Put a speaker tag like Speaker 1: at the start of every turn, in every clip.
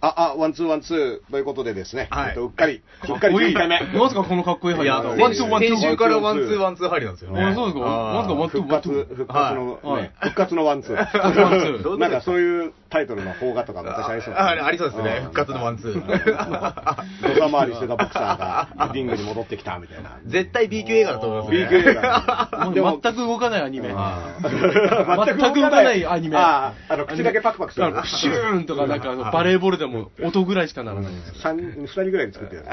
Speaker 1: あ、あ、ワンツーワンツーということでですね。
Speaker 2: はい
Speaker 1: えっとうっかり、う
Speaker 2: か
Speaker 1: っかり
Speaker 2: っこい
Speaker 1: 11
Speaker 2: い
Speaker 1: 回目。
Speaker 2: まさかこのかっこいい
Speaker 3: い
Speaker 2: 話。
Speaker 3: や、
Speaker 1: あの
Speaker 3: ワンツーワンツ
Speaker 1: 先
Speaker 3: ーワンツー。
Speaker 1: 週からワンツー
Speaker 3: ワンツー入りなんですよね。
Speaker 2: あそうですか
Speaker 3: あー
Speaker 2: まさかワンツー
Speaker 1: 復活、復活の、
Speaker 2: はい
Speaker 1: ね、復活のワンツー。
Speaker 2: ワンツー
Speaker 3: どういうことですか
Speaker 1: なんかそういうタイトルの邦画とか昔ありそう
Speaker 3: ああありそうですね。復活のワンツ ー。
Speaker 1: ドサ回りしてたボクサーがリングに戻ってきたみたいな。
Speaker 3: 絶対 B 級映画だと思いますね。
Speaker 1: B 級映画。
Speaker 2: もう
Speaker 1: でも
Speaker 2: 全く動かないアニメ。
Speaker 3: あ
Speaker 2: 全く動かないアニメ。
Speaker 1: ああ、あの、口だけパクパクする
Speaker 2: あ。のプシューンとか、なんかあのバレーボールでも音ぐらいしかならない。
Speaker 1: 三二人ぐらいで作ってる。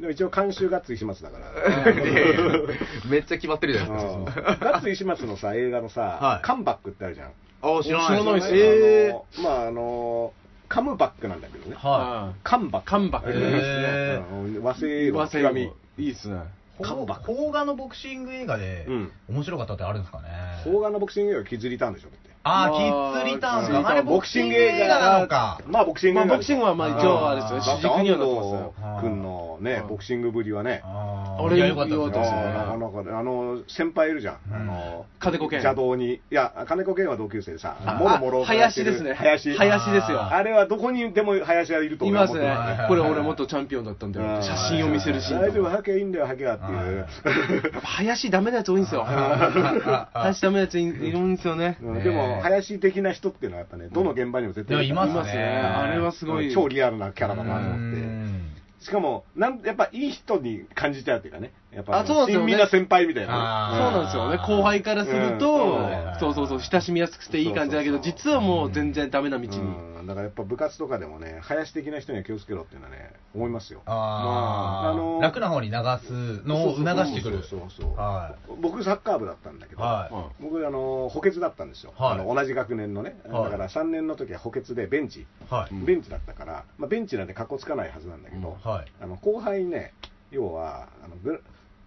Speaker 1: でも一応監修がつい始末だから。
Speaker 3: でめっちゃ決まってるじゃないですか。
Speaker 1: ガッツ石松のさ、映画のさ、
Speaker 3: はい
Speaker 1: カムバックってあるじゃん。
Speaker 3: ああ、知らない
Speaker 2: 知らないです
Speaker 1: え
Speaker 2: え
Speaker 1: ー、まあ、あの、カムバックなんだけどね。
Speaker 3: は
Speaker 1: カムバック。
Speaker 2: カムバック
Speaker 1: えーうん和製英語の極み。
Speaker 2: いいっすね。
Speaker 3: い。
Speaker 1: カムバック
Speaker 3: 邦画のボクシング映画で
Speaker 1: うん
Speaker 3: 面白かったってあるんですかね。
Speaker 1: 邦画のボクシング映画を削りたんでしょ、だって。
Speaker 3: あ
Speaker 2: まあ
Speaker 3: あ、キッズリターン
Speaker 2: キッズリターン
Speaker 3: か。あれボクシング映画なのか。
Speaker 1: まあ、ボクシング
Speaker 2: ま
Speaker 1: 映
Speaker 2: あ、
Speaker 1: 画
Speaker 2: ボクシングは、まあ、一応あれですよ
Speaker 3: あー
Speaker 2: ね、主軸にはなってますよ。
Speaker 1: 安藤君のね、ボクシングぶりはね。
Speaker 3: あ
Speaker 2: あれ
Speaker 3: いや良かった
Speaker 2: 良
Speaker 3: で
Speaker 2: か
Speaker 3: す
Speaker 2: ったです
Speaker 3: ね
Speaker 2: ね。
Speaker 1: あーなかなかねあの先輩いるじゃん、
Speaker 3: うん
Speaker 1: あの
Speaker 2: 金子健
Speaker 1: 邪道に、いや、金子健は同級生でさ、
Speaker 3: あ
Speaker 1: もろもろ
Speaker 2: あ林ですね。
Speaker 1: 林、
Speaker 2: 林ですよ。
Speaker 1: あれはどこにでも林はいると
Speaker 2: い
Speaker 1: 俺は
Speaker 2: ま
Speaker 1: 思っ
Speaker 2: す
Speaker 1: て
Speaker 2: ね
Speaker 1: る
Speaker 3: はい。
Speaker 2: これ俺元チャンピオンだったんだよ。写真を見せるシーン
Speaker 1: 大丈
Speaker 2: と
Speaker 1: 夫、
Speaker 2: か。
Speaker 1: ハケいいんだよ、ハケはっていう。
Speaker 2: やっぱ林ダメなやつ多いんですよ。 林ダメなやついいるんですよね。
Speaker 1: うんでも、林的な人っていうのはやっぱね、どの現場にも絶対
Speaker 3: いやいますね
Speaker 2: あれはすごい。
Speaker 1: 超リアルなキャラだなと
Speaker 3: う
Speaker 1: 思って。
Speaker 3: ん
Speaker 1: しかも、なんやっぱいい人に感じちゃうっていうかね、やっぱ、
Speaker 2: あそうなんですよね
Speaker 1: 親身な先輩みたいな
Speaker 3: あ
Speaker 1: ね。
Speaker 3: ー
Speaker 2: そうなんですよね、後輩からする
Speaker 1: う
Speaker 2: と
Speaker 1: ん、
Speaker 2: そうそうそう、親しみやすくていい感じだけど、
Speaker 1: そうそうそう
Speaker 2: 実はもう全然ダメな道に。
Speaker 1: うん、だからやっぱ部活とかでもね、林的な人には気をつけろっていうのはね、思いますよ。まああ
Speaker 3: あ
Speaker 1: の
Speaker 3: ー楽な方に流すのを促してくる。
Speaker 1: そうそうそう
Speaker 3: は
Speaker 1: 僕、サッカー部だったんだけど、
Speaker 3: はい
Speaker 1: 僕あの、補欠だったんですよ、
Speaker 3: はい
Speaker 1: あの同じ学年のね、
Speaker 3: はい
Speaker 1: だから3年の時は補欠でベンチ、
Speaker 3: はい
Speaker 1: ベンチだったから、まあ、ベンチなんてかっこつかないはずなんだけど、
Speaker 3: はい。
Speaker 1: あの後輩にね、要はあのグラ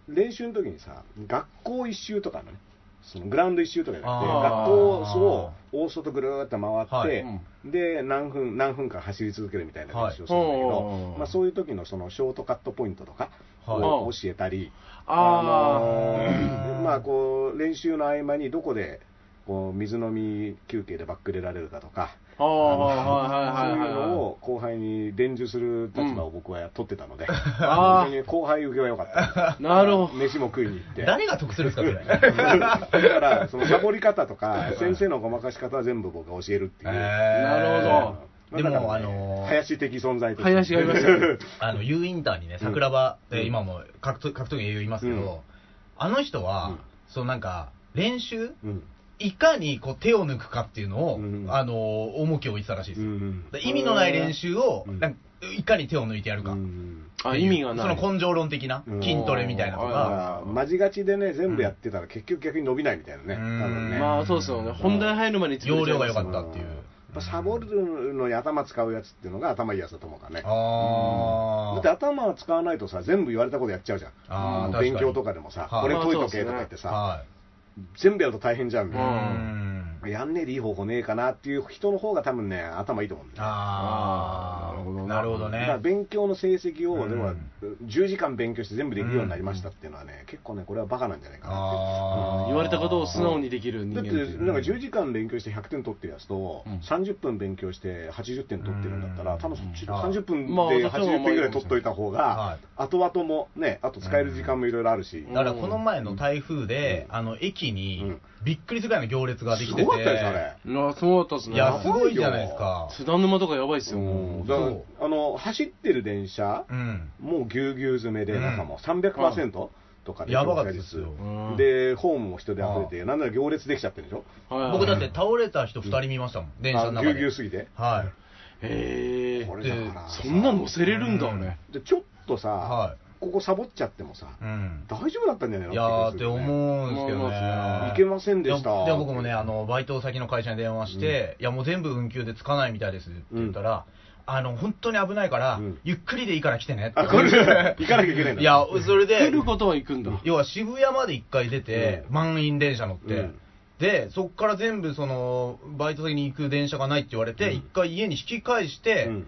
Speaker 1: 練習の時にさ、学校一周とかのね、そのグラウンド一周とかじゃなくて、
Speaker 3: あ
Speaker 1: 学
Speaker 3: ー
Speaker 1: 校を大外ぐるーっと回って、
Speaker 3: はい
Speaker 1: で何分、何分間走り続けるみたいな練習をするんだけど、
Speaker 2: はい
Speaker 1: まあ、そういう時のそのショートカットポイントとかを
Speaker 2: はい
Speaker 1: 教えたり、
Speaker 2: あ
Speaker 1: あのまあ、こう練習の合間にどこでこう水飲み休憩でバックれられるかとか。
Speaker 2: あ、ああ、はいは
Speaker 1: そうい
Speaker 2: いは
Speaker 1: う
Speaker 2: い
Speaker 1: の
Speaker 2: はい。
Speaker 1: を後輩に伝授する立場を僕は取ってたので、
Speaker 2: あー
Speaker 1: 本当に後輩受けは良かったです。
Speaker 2: なるほど
Speaker 1: 飯も食いに行って。
Speaker 3: 誰が得するんですか、それ。
Speaker 1: だから、そのサボり方とか、先生のごまかし方は全部僕が教えるっていう。
Speaker 2: なるほ
Speaker 1: うん
Speaker 3: で
Speaker 1: だからね
Speaker 3: も、あのー、
Speaker 1: 林的存在として
Speaker 2: 林がいましたよ。
Speaker 3: あの U インターにね、桜庭、で今も格闘格闘技英雄いますけど、
Speaker 1: うん
Speaker 3: あの人は、
Speaker 1: うん
Speaker 3: そのなんか、練習、
Speaker 1: うん
Speaker 3: いかにこう手を抜くかっていうのを、
Speaker 1: うん
Speaker 3: あのー重きを置いてたらしいです
Speaker 1: う
Speaker 3: よ。
Speaker 1: ん
Speaker 3: で意味のない練習を、
Speaker 1: うん
Speaker 3: なんかいかに手を抜いてやるか。
Speaker 1: うん
Speaker 2: あ、意味がな
Speaker 3: そ
Speaker 2: い。
Speaker 3: の根性論的な
Speaker 1: うん
Speaker 3: 筋トレみたいなと
Speaker 1: だ
Speaker 3: か、
Speaker 1: から、まじがちでね、全部やってたら結局逆に伸びないみたいなね。多
Speaker 3: うん
Speaker 1: 分ね
Speaker 2: まあ、そうですよね。本題入る前に潰れ
Speaker 3: 容
Speaker 2: ちゃ
Speaker 3: 量
Speaker 2: いま
Speaker 3: が
Speaker 2: す
Speaker 3: 良かったっていう。
Speaker 1: やっぱサボるのに頭使うやつっていうのが頭いいやつだと思うからね。だ
Speaker 3: あ
Speaker 1: って
Speaker 3: ー
Speaker 1: 頭を使わないとさ、全部言われたことやっちゃうじゃん。
Speaker 3: あー確かに
Speaker 1: 勉強とかでもさ、
Speaker 3: はい
Speaker 1: これ解いとけとか言ってさ、
Speaker 3: は
Speaker 1: 全部やると大変じゃんみ
Speaker 3: い。
Speaker 1: たいな。
Speaker 3: ん
Speaker 1: やんねえでいい方法ねえかなっていう人の方が多分ね、頭いいと思うんだよね。
Speaker 3: あ
Speaker 2: あーなるほど
Speaker 3: あ、
Speaker 2: な
Speaker 3: なるほど
Speaker 1: だから
Speaker 3: ね。
Speaker 1: 勉強の成績を、
Speaker 3: うん
Speaker 1: でも10時間勉強して全部できるようになりましたっていうのはね、結構ね、これはバカなんじゃないかな
Speaker 3: あー
Speaker 2: 言われたことを素直にできる人
Speaker 1: って
Speaker 2: 間
Speaker 1: いう。だって、
Speaker 2: ていう
Speaker 1: なんか10時間勉強して100点取ってるやつと、
Speaker 2: うん
Speaker 1: 30分勉強して80点取ってるんだったら、
Speaker 3: うん
Speaker 1: 多分そっち
Speaker 3: あ
Speaker 1: 30分で
Speaker 2: まあ
Speaker 1: 80点ぐらい取っといた方
Speaker 3: は
Speaker 1: が
Speaker 3: い、
Speaker 1: 後々もね、あと使える時間もいろいろあるし、
Speaker 3: だからこの前の台風で、あの
Speaker 1: う
Speaker 3: 駅に
Speaker 1: ん
Speaker 3: びっくりするぐらいの行列ができてて、
Speaker 1: すごかったです、あれ。
Speaker 2: あそうだったっす
Speaker 3: い
Speaker 2: ね。
Speaker 3: や、すごいじゃないですか。
Speaker 2: 津田沼とかやばいっすよ、
Speaker 1: う
Speaker 2: も
Speaker 1: ん
Speaker 2: う。
Speaker 1: だか
Speaker 3: そう
Speaker 1: らあの走ってる電車、
Speaker 3: うん、
Speaker 1: もうぎゅうぎゅう詰めで、
Speaker 3: うん
Speaker 1: 中も300%とかで、
Speaker 3: やばかったですよ
Speaker 2: うん
Speaker 1: で、ホームも人で溢れて、なんなら行列できちゃってるでしょ、
Speaker 2: はいはい
Speaker 3: 僕だって倒れた人2人見ましたもん、電車の
Speaker 1: あぎゅ
Speaker 3: 中
Speaker 1: うぎゅ
Speaker 3: で
Speaker 1: う。すぎて。
Speaker 3: はい
Speaker 2: へえ
Speaker 1: これ
Speaker 3: で
Speaker 1: だからさ
Speaker 2: そんな乗せれるんだね、
Speaker 1: でちょっとさ、
Speaker 3: は
Speaker 1: ここサボっちゃってもさ、
Speaker 3: いうん、
Speaker 1: 大丈夫だったんじゃないの
Speaker 3: いやーって
Speaker 1: 気がするよね
Speaker 3: 思うんですけどね、
Speaker 2: まあまあ
Speaker 1: いけませんでした
Speaker 3: いやで僕もねあの、バイト先の会社に電話して、いや、もう全部運休でつかないみたいですって言ったら、あの本当に危ないから、
Speaker 1: うん
Speaker 3: ゆっくりでいいから来てねって
Speaker 1: あこれ 行かなきゃいけないんだ
Speaker 3: いや、それで
Speaker 2: 来、ることは行くんだ、
Speaker 3: 要は渋谷まで1回出て、
Speaker 1: うん
Speaker 3: 満員電車乗って、
Speaker 1: うん
Speaker 3: でそこから全部そのバイト先に行く電車がないって言われて、
Speaker 1: うん
Speaker 3: 1回家に引き返して、
Speaker 1: うん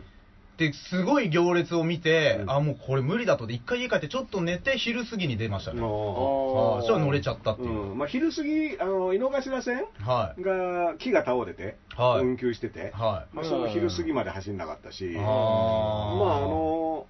Speaker 3: ってすごい行列を見て、
Speaker 1: うん
Speaker 3: あもうこれ無理だとで一回家帰ってちょっと寝て昼過ぎに出ましたね、
Speaker 1: も
Speaker 3: はいそ
Speaker 2: あー
Speaker 3: したら乗れちゃったって
Speaker 1: う
Speaker 3: いう、
Speaker 1: うんまあ、昼過ぎ、あの井の頭線
Speaker 3: はい
Speaker 1: が木が倒れて、
Speaker 3: はい
Speaker 1: 運休してて、
Speaker 3: はい
Speaker 1: まあ、その昼過ぎまで走んなかったし、
Speaker 3: あー
Speaker 1: まあ、あの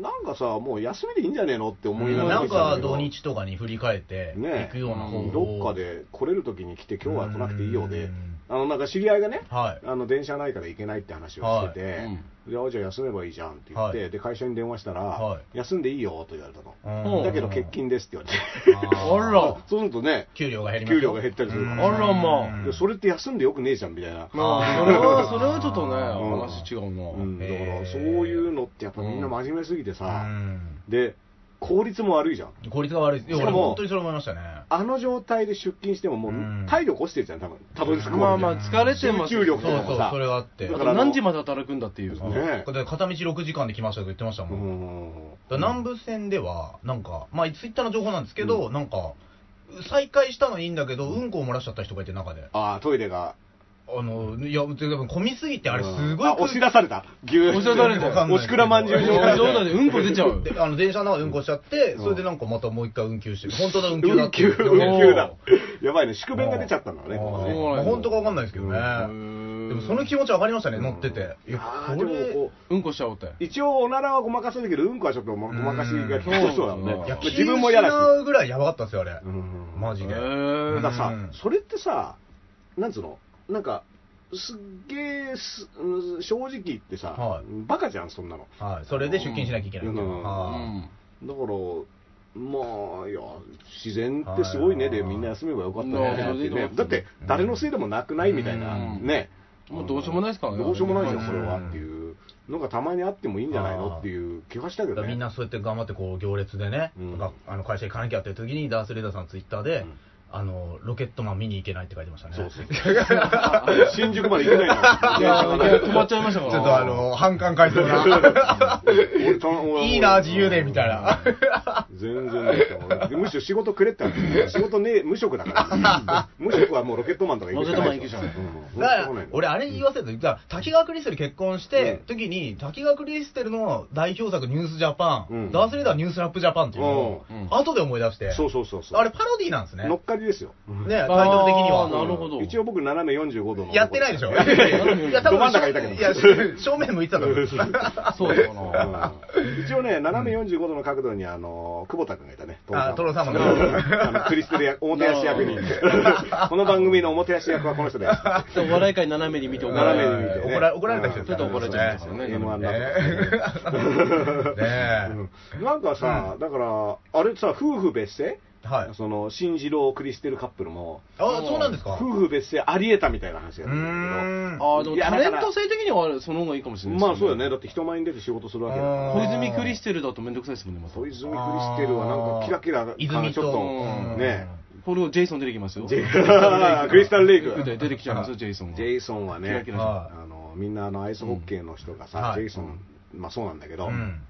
Speaker 1: なんかさ、もう休みでいいんじゃねえのって思いながら
Speaker 3: な
Speaker 1: 見
Speaker 3: ん
Speaker 1: てた
Speaker 3: か
Speaker 1: けど、
Speaker 3: 土日とかに振り返って
Speaker 1: ね
Speaker 3: 行くような方法
Speaker 1: うんどっかで来れる時に来て、今日は来なくていいよ
Speaker 3: う
Speaker 1: で
Speaker 3: ん、
Speaker 1: あのなんか知り合いがね、
Speaker 3: はい
Speaker 1: あの電車ないから行けないって話をしてて、
Speaker 2: はい
Speaker 1: であじゃあ休めばいいじゃんって言って、
Speaker 3: はい
Speaker 1: で会社に電話したら、
Speaker 3: は
Speaker 1: 休んでいいよと言われたの、
Speaker 3: うん
Speaker 1: だけど欠勤ですって言われて、
Speaker 3: ー
Speaker 2: あら
Speaker 1: そうするとね、
Speaker 3: 給料が減ります
Speaker 1: 給料が減ったりする
Speaker 3: う
Speaker 1: か
Speaker 3: ん
Speaker 1: ら
Speaker 2: あらま
Speaker 3: うん
Speaker 1: でそれって休んでよくねえじゃんみたいな、
Speaker 2: まあ、それは、それはちょっとね、
Speaker 1: うん
Speaker 2: 話違うな。
Speaker 1: うんだから
Speaker 3: へー
Speaker 1: そういうのってやっぱみんな真面目すぎて
Speaker 3: う
Speaker 1: さ、
Speaker 3: ん
Speaker 1: で効率も悪いじゃん
Speaker 3: 効率が悪いですいや
Speaker 1: しか
Speaker 3: 俺
Speaker 1: も
Speaker 3: 本当にそれ思いましたね
Speaker 1: あの状態で出勤してもも
Speaker 3: うん
Speaker 1: う体力落ちてるじゃん多分たどり着く
Speaker 2: まあ
Speaker 1: ま
Speaker 2: まあ、疲れてます。
Speaker 1: 集中
Speaker 3: そう
Speaker 1: 力とか
Speaker 3: そ
Speaker 1: も
Speaker 3: う
Speaker 1: さ
Speaker 3: それはあって
Speaker 1: だ
Speaker 2: だ
Speaker 1: か
Speaker 2: からら何時まで働くんだっていう。
Speaker 1: ねえ
Speaker 3: だから片道6時間で来ましたと言ってました
Speaker 1: う
Speaker 3: もん、だか
Speaker 1: ん
Speaker 3: ら南部線ではなんかまあツイッターの情報なんですけど、なんか再開したのはいいんだけどうんこを漏らしちゃった人がいて中で
Speaker 1: ああトイレが
Speaker 3: あのいや多分混みすぎてあれす
Speaker 1: うん
Speaker 3: ごい
Speaker 1: あ押し出されたぎゅー
Speaker 2: 押し出された
Speaker 3: わかんな
Speaker 1: 押
Speaker 3: いけど
Speaker 1: しくらまんじゅう状態
Speaker 2: 冗 談でうんこ出ちゃう
Speaker 3: であの電車の中でうんこしちゃって、
Speaker 1: うん
Speaker 3: それでなんかまたもう一回運休して、本当だ運休だ
Speaker 1: 運
Speaker 3: って
Speaker 1: 休
Speaker 3: 言って。
Speaker 1: 運
Speaker 2: 急
Speaker 1: 休だやばいね宿便が出ちゃったんだね
Speaker 3: あー
Speaker 1: ここ
Speaker 2: ね
Speaker 3: まあ本当かわかんないですけどね。で
Speaker 2: で
Speaker 3: もその気持ちわかりましたね、乗ってて。い
Speaker 1: いや
Speaker 3: や
Speaker 1: ー
Speaker 3: こ
Speaker 1: でも
Speaker 3: れ
Speaker 1: こ
Speaker 2: うんこしちゃおうって。
Speaker 1: う一応おならはごまかせるけどうんこはちょっとごまかしがきつそうだもんね
Speaker 2: うん
Speaker 1: まあ
Speaker 3: 気
Speaker 1: 自分も嫌だし
Speaker 3: 失うぐらいやばかったですよ、あれ。
Speaker 1: うん
Speaker 3: マジ
Speaker 2: へ
Speaker 3: で。
Speaker 2: ー
Speaker 1: だからさ、
Speaker 3: うん
Speaker 1: それってさ、なんつうの、なんか、すっげえすうん正直言ってさ、
Speaker 3: はい
Speaker 1: バカじゃん、そんなの。
Speaker 3: はい、それで出勤しなきゃいけないっていう
Speaker 1: うん
Speaker 3: は
Speaker 1: だから、まあ、いや、自然ってすごいね
Speaker 3: はい
Speaker 1: で、みんな休めばよかった
Speaker 2: うん
Speaker 1: ねっていうね、
Speaker 2: うん
Speaker 1: だって、誰のせいでもなくないみたいな、
Speaker 2: うん
Speaker 1: ね、
Speaker 2: もうどうしようもないですからね
Speaker 1: どうしようもないじゃ、
Speaker 3: うんん
Speaker 1: それはっていうのがたまにあってもいいんじゃないのっていう気がしたけ
Speaker 3: い
Speaker 1: ど
Speaker 3: だから
Speaker 1: ね。
Speaker 3: みんなそうやって頑張ってこう行列でね、
Speaker 1: うん
Speaker 3: があの会社行かなきゃっていう時にダース・レーダーさんツイッターで、
Speaker 1: うん
Speaker 3: あのロケットマン見に行けないって書いてましたね
Speaker 1: そう そう新宿まで行けないの。
Speaker 2: いや、いや止まっちゃいましたから。
Speaker 3: ちょっとあの反感買いそ うな
Speaker 1: 俺た俺
Speaker 3: いいな自由でみた いな
Speaker 1: 全然ないと思うでむしろ仕事くれって話だよ仕事ね無職だ から無職はもうロケットマンとか行くしかないでしょ
Speaker 2: ロケットマン
Speaker 1: う
Speaker 3: だ
Speaker 1: ん
Speaker 3: か
Speaker 1: そうな
Speaker 3: ら
Speaker 1: ん、
Speaker 3: 俺あれ言わせると、だから滝川クリステル結婚して、時に、滝川クリステルの代表作ニュースジャパン、
Speaker 1: うん
Speaker 3: ダースレーダーニュースラップジャパンっていうのを、
Speaker 2: うん
Speaker 3: 後で思い出して、
Speaker 1: そうそうそうそう
Speaker 3: あれパロディなんですね。
Speaker 1: 乗っかりですよ
Speaker 3: ね、タイトル的に
Speaker 2: あーなる
Speaker 3: は。
Speaker 2: ほど
Speaker 1: 一応僕斜め45度の
Speaker 3: やってないでしょいや、
Speaker 1: ど真ん中いたけど
Speaker 3: いや、正面向いてたと 思う。
Speaker 2: そうだよ
Speaker 1: う
Speaker 2: な。
Speaker 1: ん一応ね斜め45度の角度にあの久保田君がいたね
Speaker 3: あー、トロ
Speaker 1: さ
Speaker 3: 様
Speaker 1: ん
Speaker 3: の。
Speaker 1: あのクリステル役表足役に この番組の表足役はこの人です
Speaker 2: そうお笑い界斜めに見て、
Speaker 1: 斜めに見てね
Speaker 3: 怒ら怒られた人です
Speaker 2: ちょっと怒られちゃいましたね。
Speaker 1: M1 な
Speaker 2: 今
Speaker 1: ん
Speaker 2: ね
Speaker 1: だ
Speaker 3: ねえ。
Speaker 1: うんなんかさ、だから、あれさ、夫婦別姓、
Speaker 3: はい。あ、
Speaker 1: その、新次郎、クリステルカップルも、
Speaker 3: そうなんですか。
Speaker 1: 夫婦別姓ありえたみたいな話
Speaker 3: う
Speaker 1: があ
Speaker 3: ー
Speaker 1: るんだ
Speaker 3: ん。
Speaker 2: ああ、でもタレント性的にはあれその方がいいかもし
Speaker 1: け
Speaker 2: れ
Speaker 1: ど、
Speaker 2: ないですね。
Speaker 1: まあそうだよね、だって人前に出て仕事するわけだか
Speaker 3: うん
Speaker 1: ら、
Speaker 2: 小泉クリステルだとめんどくさいですもんね、また。
Speaker 1: 小泉クリステルはなんかキラキラ
Speaker 3: あー泉
Speaker 1: ち
Speaker 3: と
Speaker 1: ょっ
Speaker 2: う
Speaker 1: と、
Speaker 2: ん
Speaker 1: ね、
Speaker 2: これをジェイソン出てきますよ。
Speaker 1: ジェイクリスタルレイク
Speaker 2: で出てきちゃいますよ、ジェイソンが。
Speaker 1: ジェイソンは
Speaker 2: キラ
Speaker 1: ね
Speaker 2: キ、ラ
Speaker 3: は
Speaker 1: あのみんなあのアイスホッケーの人が
Speaker 3: うん
Speaker 1: さ、
Speaker 3: はい
Speaker 1: ジェイソン、まあそうなんだけ
Speaker 3: い
Speaker 1: ど、
Speaker 3: うん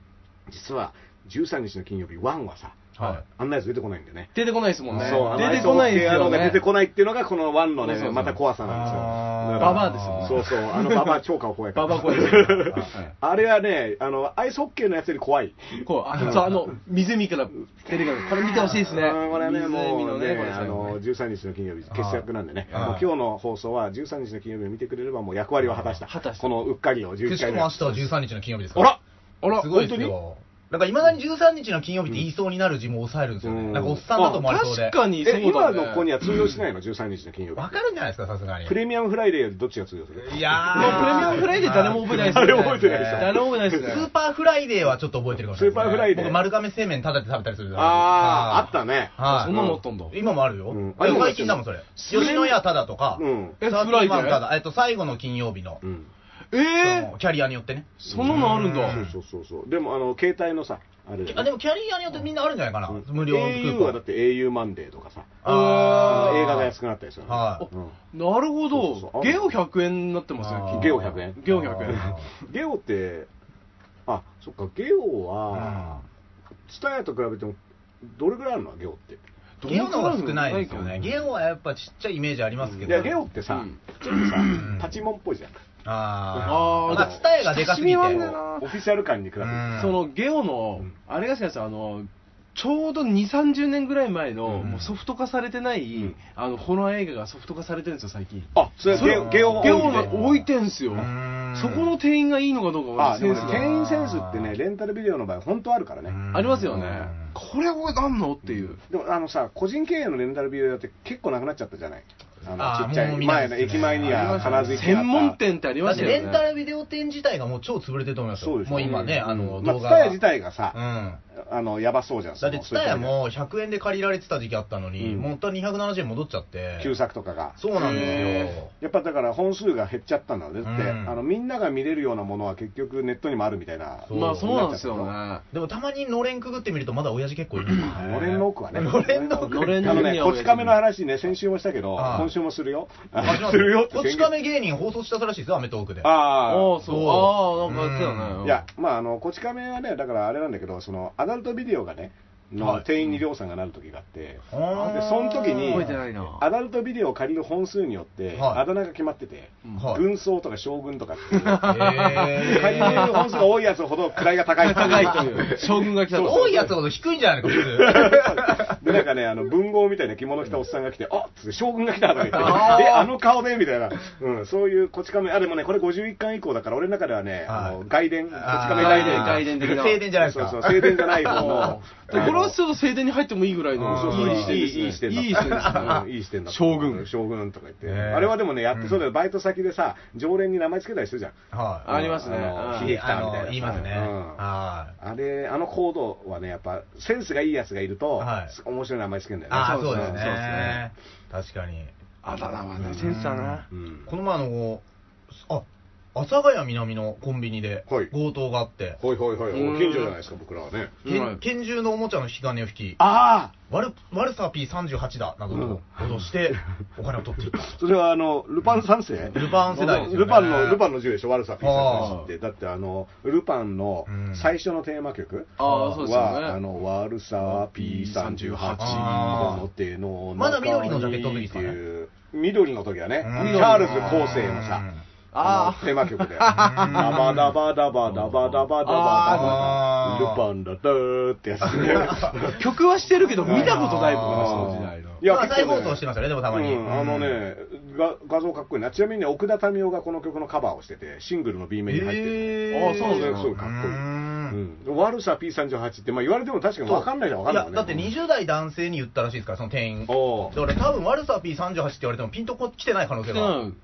Speaker 1: 実は13日の金曜日、ワンはさ、
Speaker 3: はい。
Speaker 1: あんなやつ出てこないんでね。
Speaker 2: 出てこないですもんね。
Speaker 1: そう
Speaker 2: 出てこないですよ、
Speaker 1: あの
Speaker 2: ね。
Speaker 1: 出てこないっていうのがこのワンの
Speaker 2: そうそう
Speaker 1: ね
Speaker 2: そう
Speaker 1: また怖さなんですよ
Speaker 3: あー
Speaker 1: だから
Speaker 2: ババアですよね
Speaker 1: そうそうあのババア超顔怖いか
Speaker 2: バ
Speaker 1: ら
Speaker 2: バコですよ。
Speaker 1: あれはねあのアイスホッケーのやつより怖い
Speaker 2: こう、あ、そう、あの、湖から出てくる。これ見てほしいですね。
Speaker 1: うんこれはね
Speaker 2: 湖
Speaker 1: も
Speaker 2: の
Speaker 1: う
Speaker 2: ね、
Speaker 1: ね
Speaker 2: これ
Speaker 1: あ
Speaker 2: 最後ね
Speaker 1: の13日の金曜日傑作なんでね
Speaker 3: はい
Speaker 1: もう今日の放送は13日の金曜日を見てくれればもう役割を果たした
Speaker 2: 果たした
Speaker 1: このうっかりを
Speaker 3: く
Speaker 1: 11
Speaker 3: し
Speaker 1: 回
Speaker 3: く
Speaker 1: 目
Speaker 3: も明日は13日の金曜日ですか
Speaker 1: あら
Speaker 3: あ
Speaker 1: ら
Speaker 3: すごいですよ。なんか、いまだに13日の金曜日って言いそうになる字も抑えるんですよ
Speaker 1: う
Speaker 3: ね。
Speaker 1: ん
Speaker 3: なんか、おっさんだと思われそうで。
Speaker 2: 確かにそうだ
Speaker 1: え
Speaker 2: ね。
Speaker 1: 今の子には通用しないの13日の金曜日
Speaker 3: わかるんじゃないですか、さすがに。
Speaker 1: プレミアムフライデーよりどっちが通用する
Speaker 3: いや
Speaker 2: もうプレミア
Speaker 3: ー。
Speaker 2: ムフライデー誰も覚えてないですよ、ね。
Speaker 1: 誰も覚えてないですよ
Speaker 2: 誰も覚えてないです
Speaker 3: スー
Speaker 2: ね。
Speaker 3: パーフライデーはちょっと覚えてるかもしれな
Speaker 1: スー
Speaker 3: いですね。
Speaker 1: パーフライデー
Speaker 3: 僕、丸亀製麺タダで食べたりする
Speaker 1: あああったね
Speaker 3: はい。
Speaker 2: そんなのあったんだ
Speaker 3: 今もあるよ。
Speaker 1: うんあ今もやっ
Speaker 3: 最
Speaker 1: て
Speaker 3: 近
Speaker 1: る
Speaker 3: だもん、それ。吉野家タダとか、
Speaker 1: うん
Speaker 2: え
Speaker 3: サーティワン
Speaker 2: フライデー
Speaker 3: タダえっと、最後の金曜日の
Speaker 1: う、ん
Speaker 2: え
Speaker 3: そ
Speaker 2: え
Speaker 3: のキャリアによってね。
Speaker 2: そんなのあるんだ。
Speaker 3: うん
Speaker 1: そうそうそうそうでもあの携帯のさあれだよね
Speaker 3: あでもキャリアによってみんなあるんじゃないかな、
Speaker 1: うん
Speaker 3: 無料のク
Speaker 1: au
Speaker 3: ー
Speaker 1: は
Speaker 3: ポ
Speaker 1: だっ
Speaker 3: ン。
Speaker 1: て au マンデーとかさ
Speaker 3: あー
Speaker 1: 映画が安くなったりするの
Speaker 3: は
Speaker 1: うん
Speaker 2: なるほ
Speaker 1: そうそう
Speaker 2: ど
Speaker 1: そ。う
Speaker 2: ゲオ100円になってます
Speaker 3: あ
Speaker 2: ね
Speaker 3: ー。
Speaker 1: ゲオ100円
Speaker 2: ゲオ100円。
Speaker 1: ゲオってあそっかゲオは
Speaker 3: あ
Speaker 1: ツタヤと比べてもどれぐらいあるのゲオって
Speaker 3: ーゲオの方が少ないですよね。ゲオはやっぱちっちゃいイメージありますけ
Speaker 1: い
Speaker 3: ど。
Speaker 1: やゲオってさ、
Speaker 2: うん
Speaker 1: ちょっとさパチモンっぽいじゃん
Speaker 3: あー、
Speaker 2: あー
Speaker 3: まあ、伝えがでかすぎて。
Speaker 2: 親しみはあん
Speaker 1: こ
Speaker 2: だよな
Speaker 3: う
Speaker 1: うオフィシャル感に比べて、
Speaker 3: ん
Speaker 2: そのゲオの
Speaker 1: うん、
Speaker 2: あれがしかし、あの、ちょうど2、30年ぐらい前の、
Speaker 3: うん
Speaker 2: もうソフト化されてない、
Speaker 1: うん
Speaker 2: あの、ホラー映画がソフト化されてるんですよ、最近。
Speaker 1: あそれ
Speaker 2: それ
Speaker 1: はゲオゲオ
Speaker 2: ゲ
Speaker 1: 本位
Speaker 2: オ
Speaker 1: で
Speaker 2: の置いてんすよ
Speaker 3: う。ーん
Speaker 2: そこの店員がいいのかどうか
Speaker 1: あ
Speaker 2: セ
Speaker 1: で
Speaker 2: ン
Speaker 1: も
Speaker 2: ス
Speaker 1: ね
Speaker 2: が
Speaker 1: 店員センスってねレンタルビデオの場合本当あるからね、
Speaker 3: うん
Speaker 2: ありますよね
Speaker 3: うん。
Speaker 2: これ置いてあんのっていう。
Speaker 1: でもあのさ個人経営のレンタルビデオ屋って結構なくなっちゃったじゃないあ
Speaker 3: あ
Speaker 1: の
Speaker 3: ー
Speaker 1: ちっちゃ
Speaker 3: もう
Speaker 1: い
Speaker 3: 見な
Speaker 1: 前
Speaker 3: いで
Speaker 1: の
Speaker 3: すね
Speaker 1: 駅前には必ず行けなか
Speaker 2: 専
Speaker 1: った
Speaker 2: 門店ってあり
Speaker 3: だ
Speaker 2: ま
Speaker 3: っ
Speaker 2: す
Speaker 3: て
Speaker 2: よ
Speaker 3: レ
Speaker 2: ね。
Speaker 3: ンタルビデオ店自体がもう超潰れてると思います
Speaker 1: そう
Speaker 3: よ。
Speaker 1: でしょ
Speaker 3: もう今ね、あの、動画
Speaker 1: まあ、TSUTAYA
Speaker 3: が。
Speaker 1: 自体がさ、
Speaker 3: うん。
Speaker 1: あのやばそうじゃん
Speaker 3: だって、ツタヤも100円で借りられてた時期あったのに、
Speaker 1: うん
Speaker 3: もう一旦270円戻っちゃって。
Speaker 1: 旧作とかが
Speaker 3: そうなんですよ。
Speaker 1: やっぱだから本数が減っちゃったんだねって、
Speaker 3: うん
Speaker 1: あのみんなが見れるようなものは結局ネットにもあるみたいな
Speaker 3: ル
Speaker 2: まあそうなんですよ
Speaker 1: なっちゃっ
Speaker 2: ね。
Speaker 3: でもたまにのれんくぐってみるとまだ親父結構いるんです
Speaker 1: た
Speaker 3: よ
Speaker 1: のの
Speaker 3: ね
Speaker 1: れんの奥はね
Speaker 3: のれんの奥
Speaker 2: のれん
Speaker 1: あ
Speaker 2: の
Speaker 1: の
Speaker 2: 上に
Speaker 1: ね
Speaker 2: は
Speaker 1: こち亀の話ね先週もしたけど
Speaker 3: ああ
Speaker 1: 今週もするよ
Speaker 3: あしま
Speaker 1: する よって
Speaker 3: こ
Speaker 1: 宣言
Speaker 3: ち亀芸人放送したらしいですよ、アメトークで。
Speaker 1: ああ
Speaker 2: ああ、そう。ああ、なんかやってた
Speaker 3: う
Speaker 2: ね。
Speaker 1: いや、まあ、あの、こち亀はね、だからあれなんだけど、その、アダルトビデオがね、
Speaker 3: は
Speaker 1: の
Speaker 3: い
Speaker 1: 店員にりょうさんがなる時があって、
Speaker 3: あー
Speaker 1: でその時に
Speaker 2: 覚えてないな。
Speaker 1: アダルトビデオを借りる本数によって、
Speaker 3: はい
Speaker 1: あだ名が決まってて、
Speaker 2: うん
Speaker 3: はい
Speaker 1: 軍曹とか将軍とかっていう、
Speaker 3: へ
Speaker 1: 借りれる
Speaker 3: ー
Speaker 1: 本数が多いやつほど位が高い。
Speaker 2: 高い という。将軍が来たと。
Speaker 3: 多いやつほど低いんじゃないのか、
Speaker 1: で、
Speaker 3: 普
Speaker 1: なんかね、あの、文豪みたいな着物着たおっさんが来て、あっつって将軍が来たとか言って、
Speaker 2: あー
Speaker 1: え、あの顔でみたいな、うん、そういうこち亀、あ、でもね、これ51巻以降だから、俺の中ではね、あ
Speaker 3: は
Speaker 1: の、
Speaker 3: い
Speaker 1: 外伝、こち
Speaker 3: あー
Speaker 1: 亀外伝。
Speaker 2: 外伝的な。
Speaker 3: 静電じゃないですか
Speaker 1: そうそう、静電じゃない方の
Speaker 2: でこれはちょっと静電に入ってもいいぐらいの
Speaker 1: そう
Speaker 3: う
Speaker 1: そ
Speaker 3: ん
Speaker 1: う、
Speaker 2: いい
Speaker 1: いいいい視
Speaker 2: 視点
Speaker 1: 点
Speaker 2: です
Speaker 1: だ
Speaker 2: ね。
Speaker 1: った。
Speaker 2: いい視点
Speaker 1: うんいい視点だ
Speaker 2: ですね。
Speaker 1: った。
Speaker 2: 将軍
Speaker 1: 将軍とか言って。
Speaker 3: へー
Speaker 1: あれはでもね、やってそうだ
Speaker 3: う
Speaker 1: よ。バイト先でさ、常連に名前つけたりするじゃん。
Speaker 3: 通はい。
Speaker 2: ありますね
Speaker 1: あ
Speaker 2: うん
Speaker 1: の、悲劇だみたい
Speaker 3: あ
Speaker 1: な。
Speaker 3: の言いますね。
Speaker 1: うん
Speaker 3: はい。
Speaker 1: あれ、あの行動はね、やっぱ、センスがいいやつがいると、
Speaker 3: はい
Speaker 1: す面白い名前つけるんだよね。
Speaker 3: ああ、
Speaker 2: そ
Speaker 3: そうう
Speaker 2: で
Speaker 3: ですす
Speaker 2: ね
Speaker 3: ね。確かに。
Speaker 2: あだ名はね、センスだな。
Speaker 1: うん
Speaker 3: この前あの、あ、阿佐ヶ谷南のコンビニで
Speaker 1: はい
Speaker 3: 強盗があって、
Speaker 1: ほいほいほい、
Speaker 2: うん
Speaker 1: お近所じゃないですか、僕らはね。
Speaker 3: けん
Speaker 2: うん
Speaker 3: 拳銃のおもちゃの引き金を引き、
Speaker 1: ああ
Speaker 3: 悪悪さ P38 だ、などと脅して、お金を取っ ていった。
Speaker 1: それはあの、ルパン三世
Speaker 3: ルパン世代ですよね
Speaker 1: ルパンの、ルパンの銃でしょ、悪さピー
Speaker 3: ああ
Speaker 1: って。だってあの、ルパンの
Speaker 3: うん
Speaker 1: 最初のテーマ曲
Speaker 2: ああ、そうですよ
Speaker 1: は、あ
Speaker 2: ね。
Speaker 1: の、悪さ P38
Speaker 3: あー
Speaker 1: の手の中に
Speaker 3: まだ緑のジャケットの時で
Speaker 1: っ
Speaker 3: すか
Speaker 1: て
Speaker 3: ね
Speaker 1: いう、緑の時はね、チ
Speaker 3: うん
Speaker 1: ャールズ後世のさ、あの
Speaker 2: あ
Speaker 1: テーマ曲で。ダバダバダバダバダバダバ
Speaker 3: あー
Speaker 1: ダバ。ルパンだだーってやつね。
Speaker 2: あ。曲はしてるけど、見たことないもん
Speaker 3: あ
Speaker 2: な、
Speaker 3: ー
Speaker 2: その時代の。
Speaker 1: いや
Speaker 3: まあ
Speaker 1: 結
Speaker 3: 再
Speaker 1: 構ね
Speaker 3: 放送してますよね、でもたまに。
Speaker 1: うん、あのね、が画像かっこいいな。ちなみにね、奥田民生がこの曲のカバーをしてて、シングルの B 面に入ってる。
Speaker 2: あそうなんだ
Speaker 1: そうかっこいい
Speaker 3: い
Speaker 1: うん、悪さ P38 って、まあ、言われても確かに分かんないじゃ分かんないもん
Speaker 3: い
Speaker 1: ね。
Speaker 3: や、だって20代男性に言ったらしいですから、その店員。だ
Speaker 1: お
Speaker 3: から多分、悪さ P38 って言われてもピンとこ来てない可能性がある。
Speaker 2: うん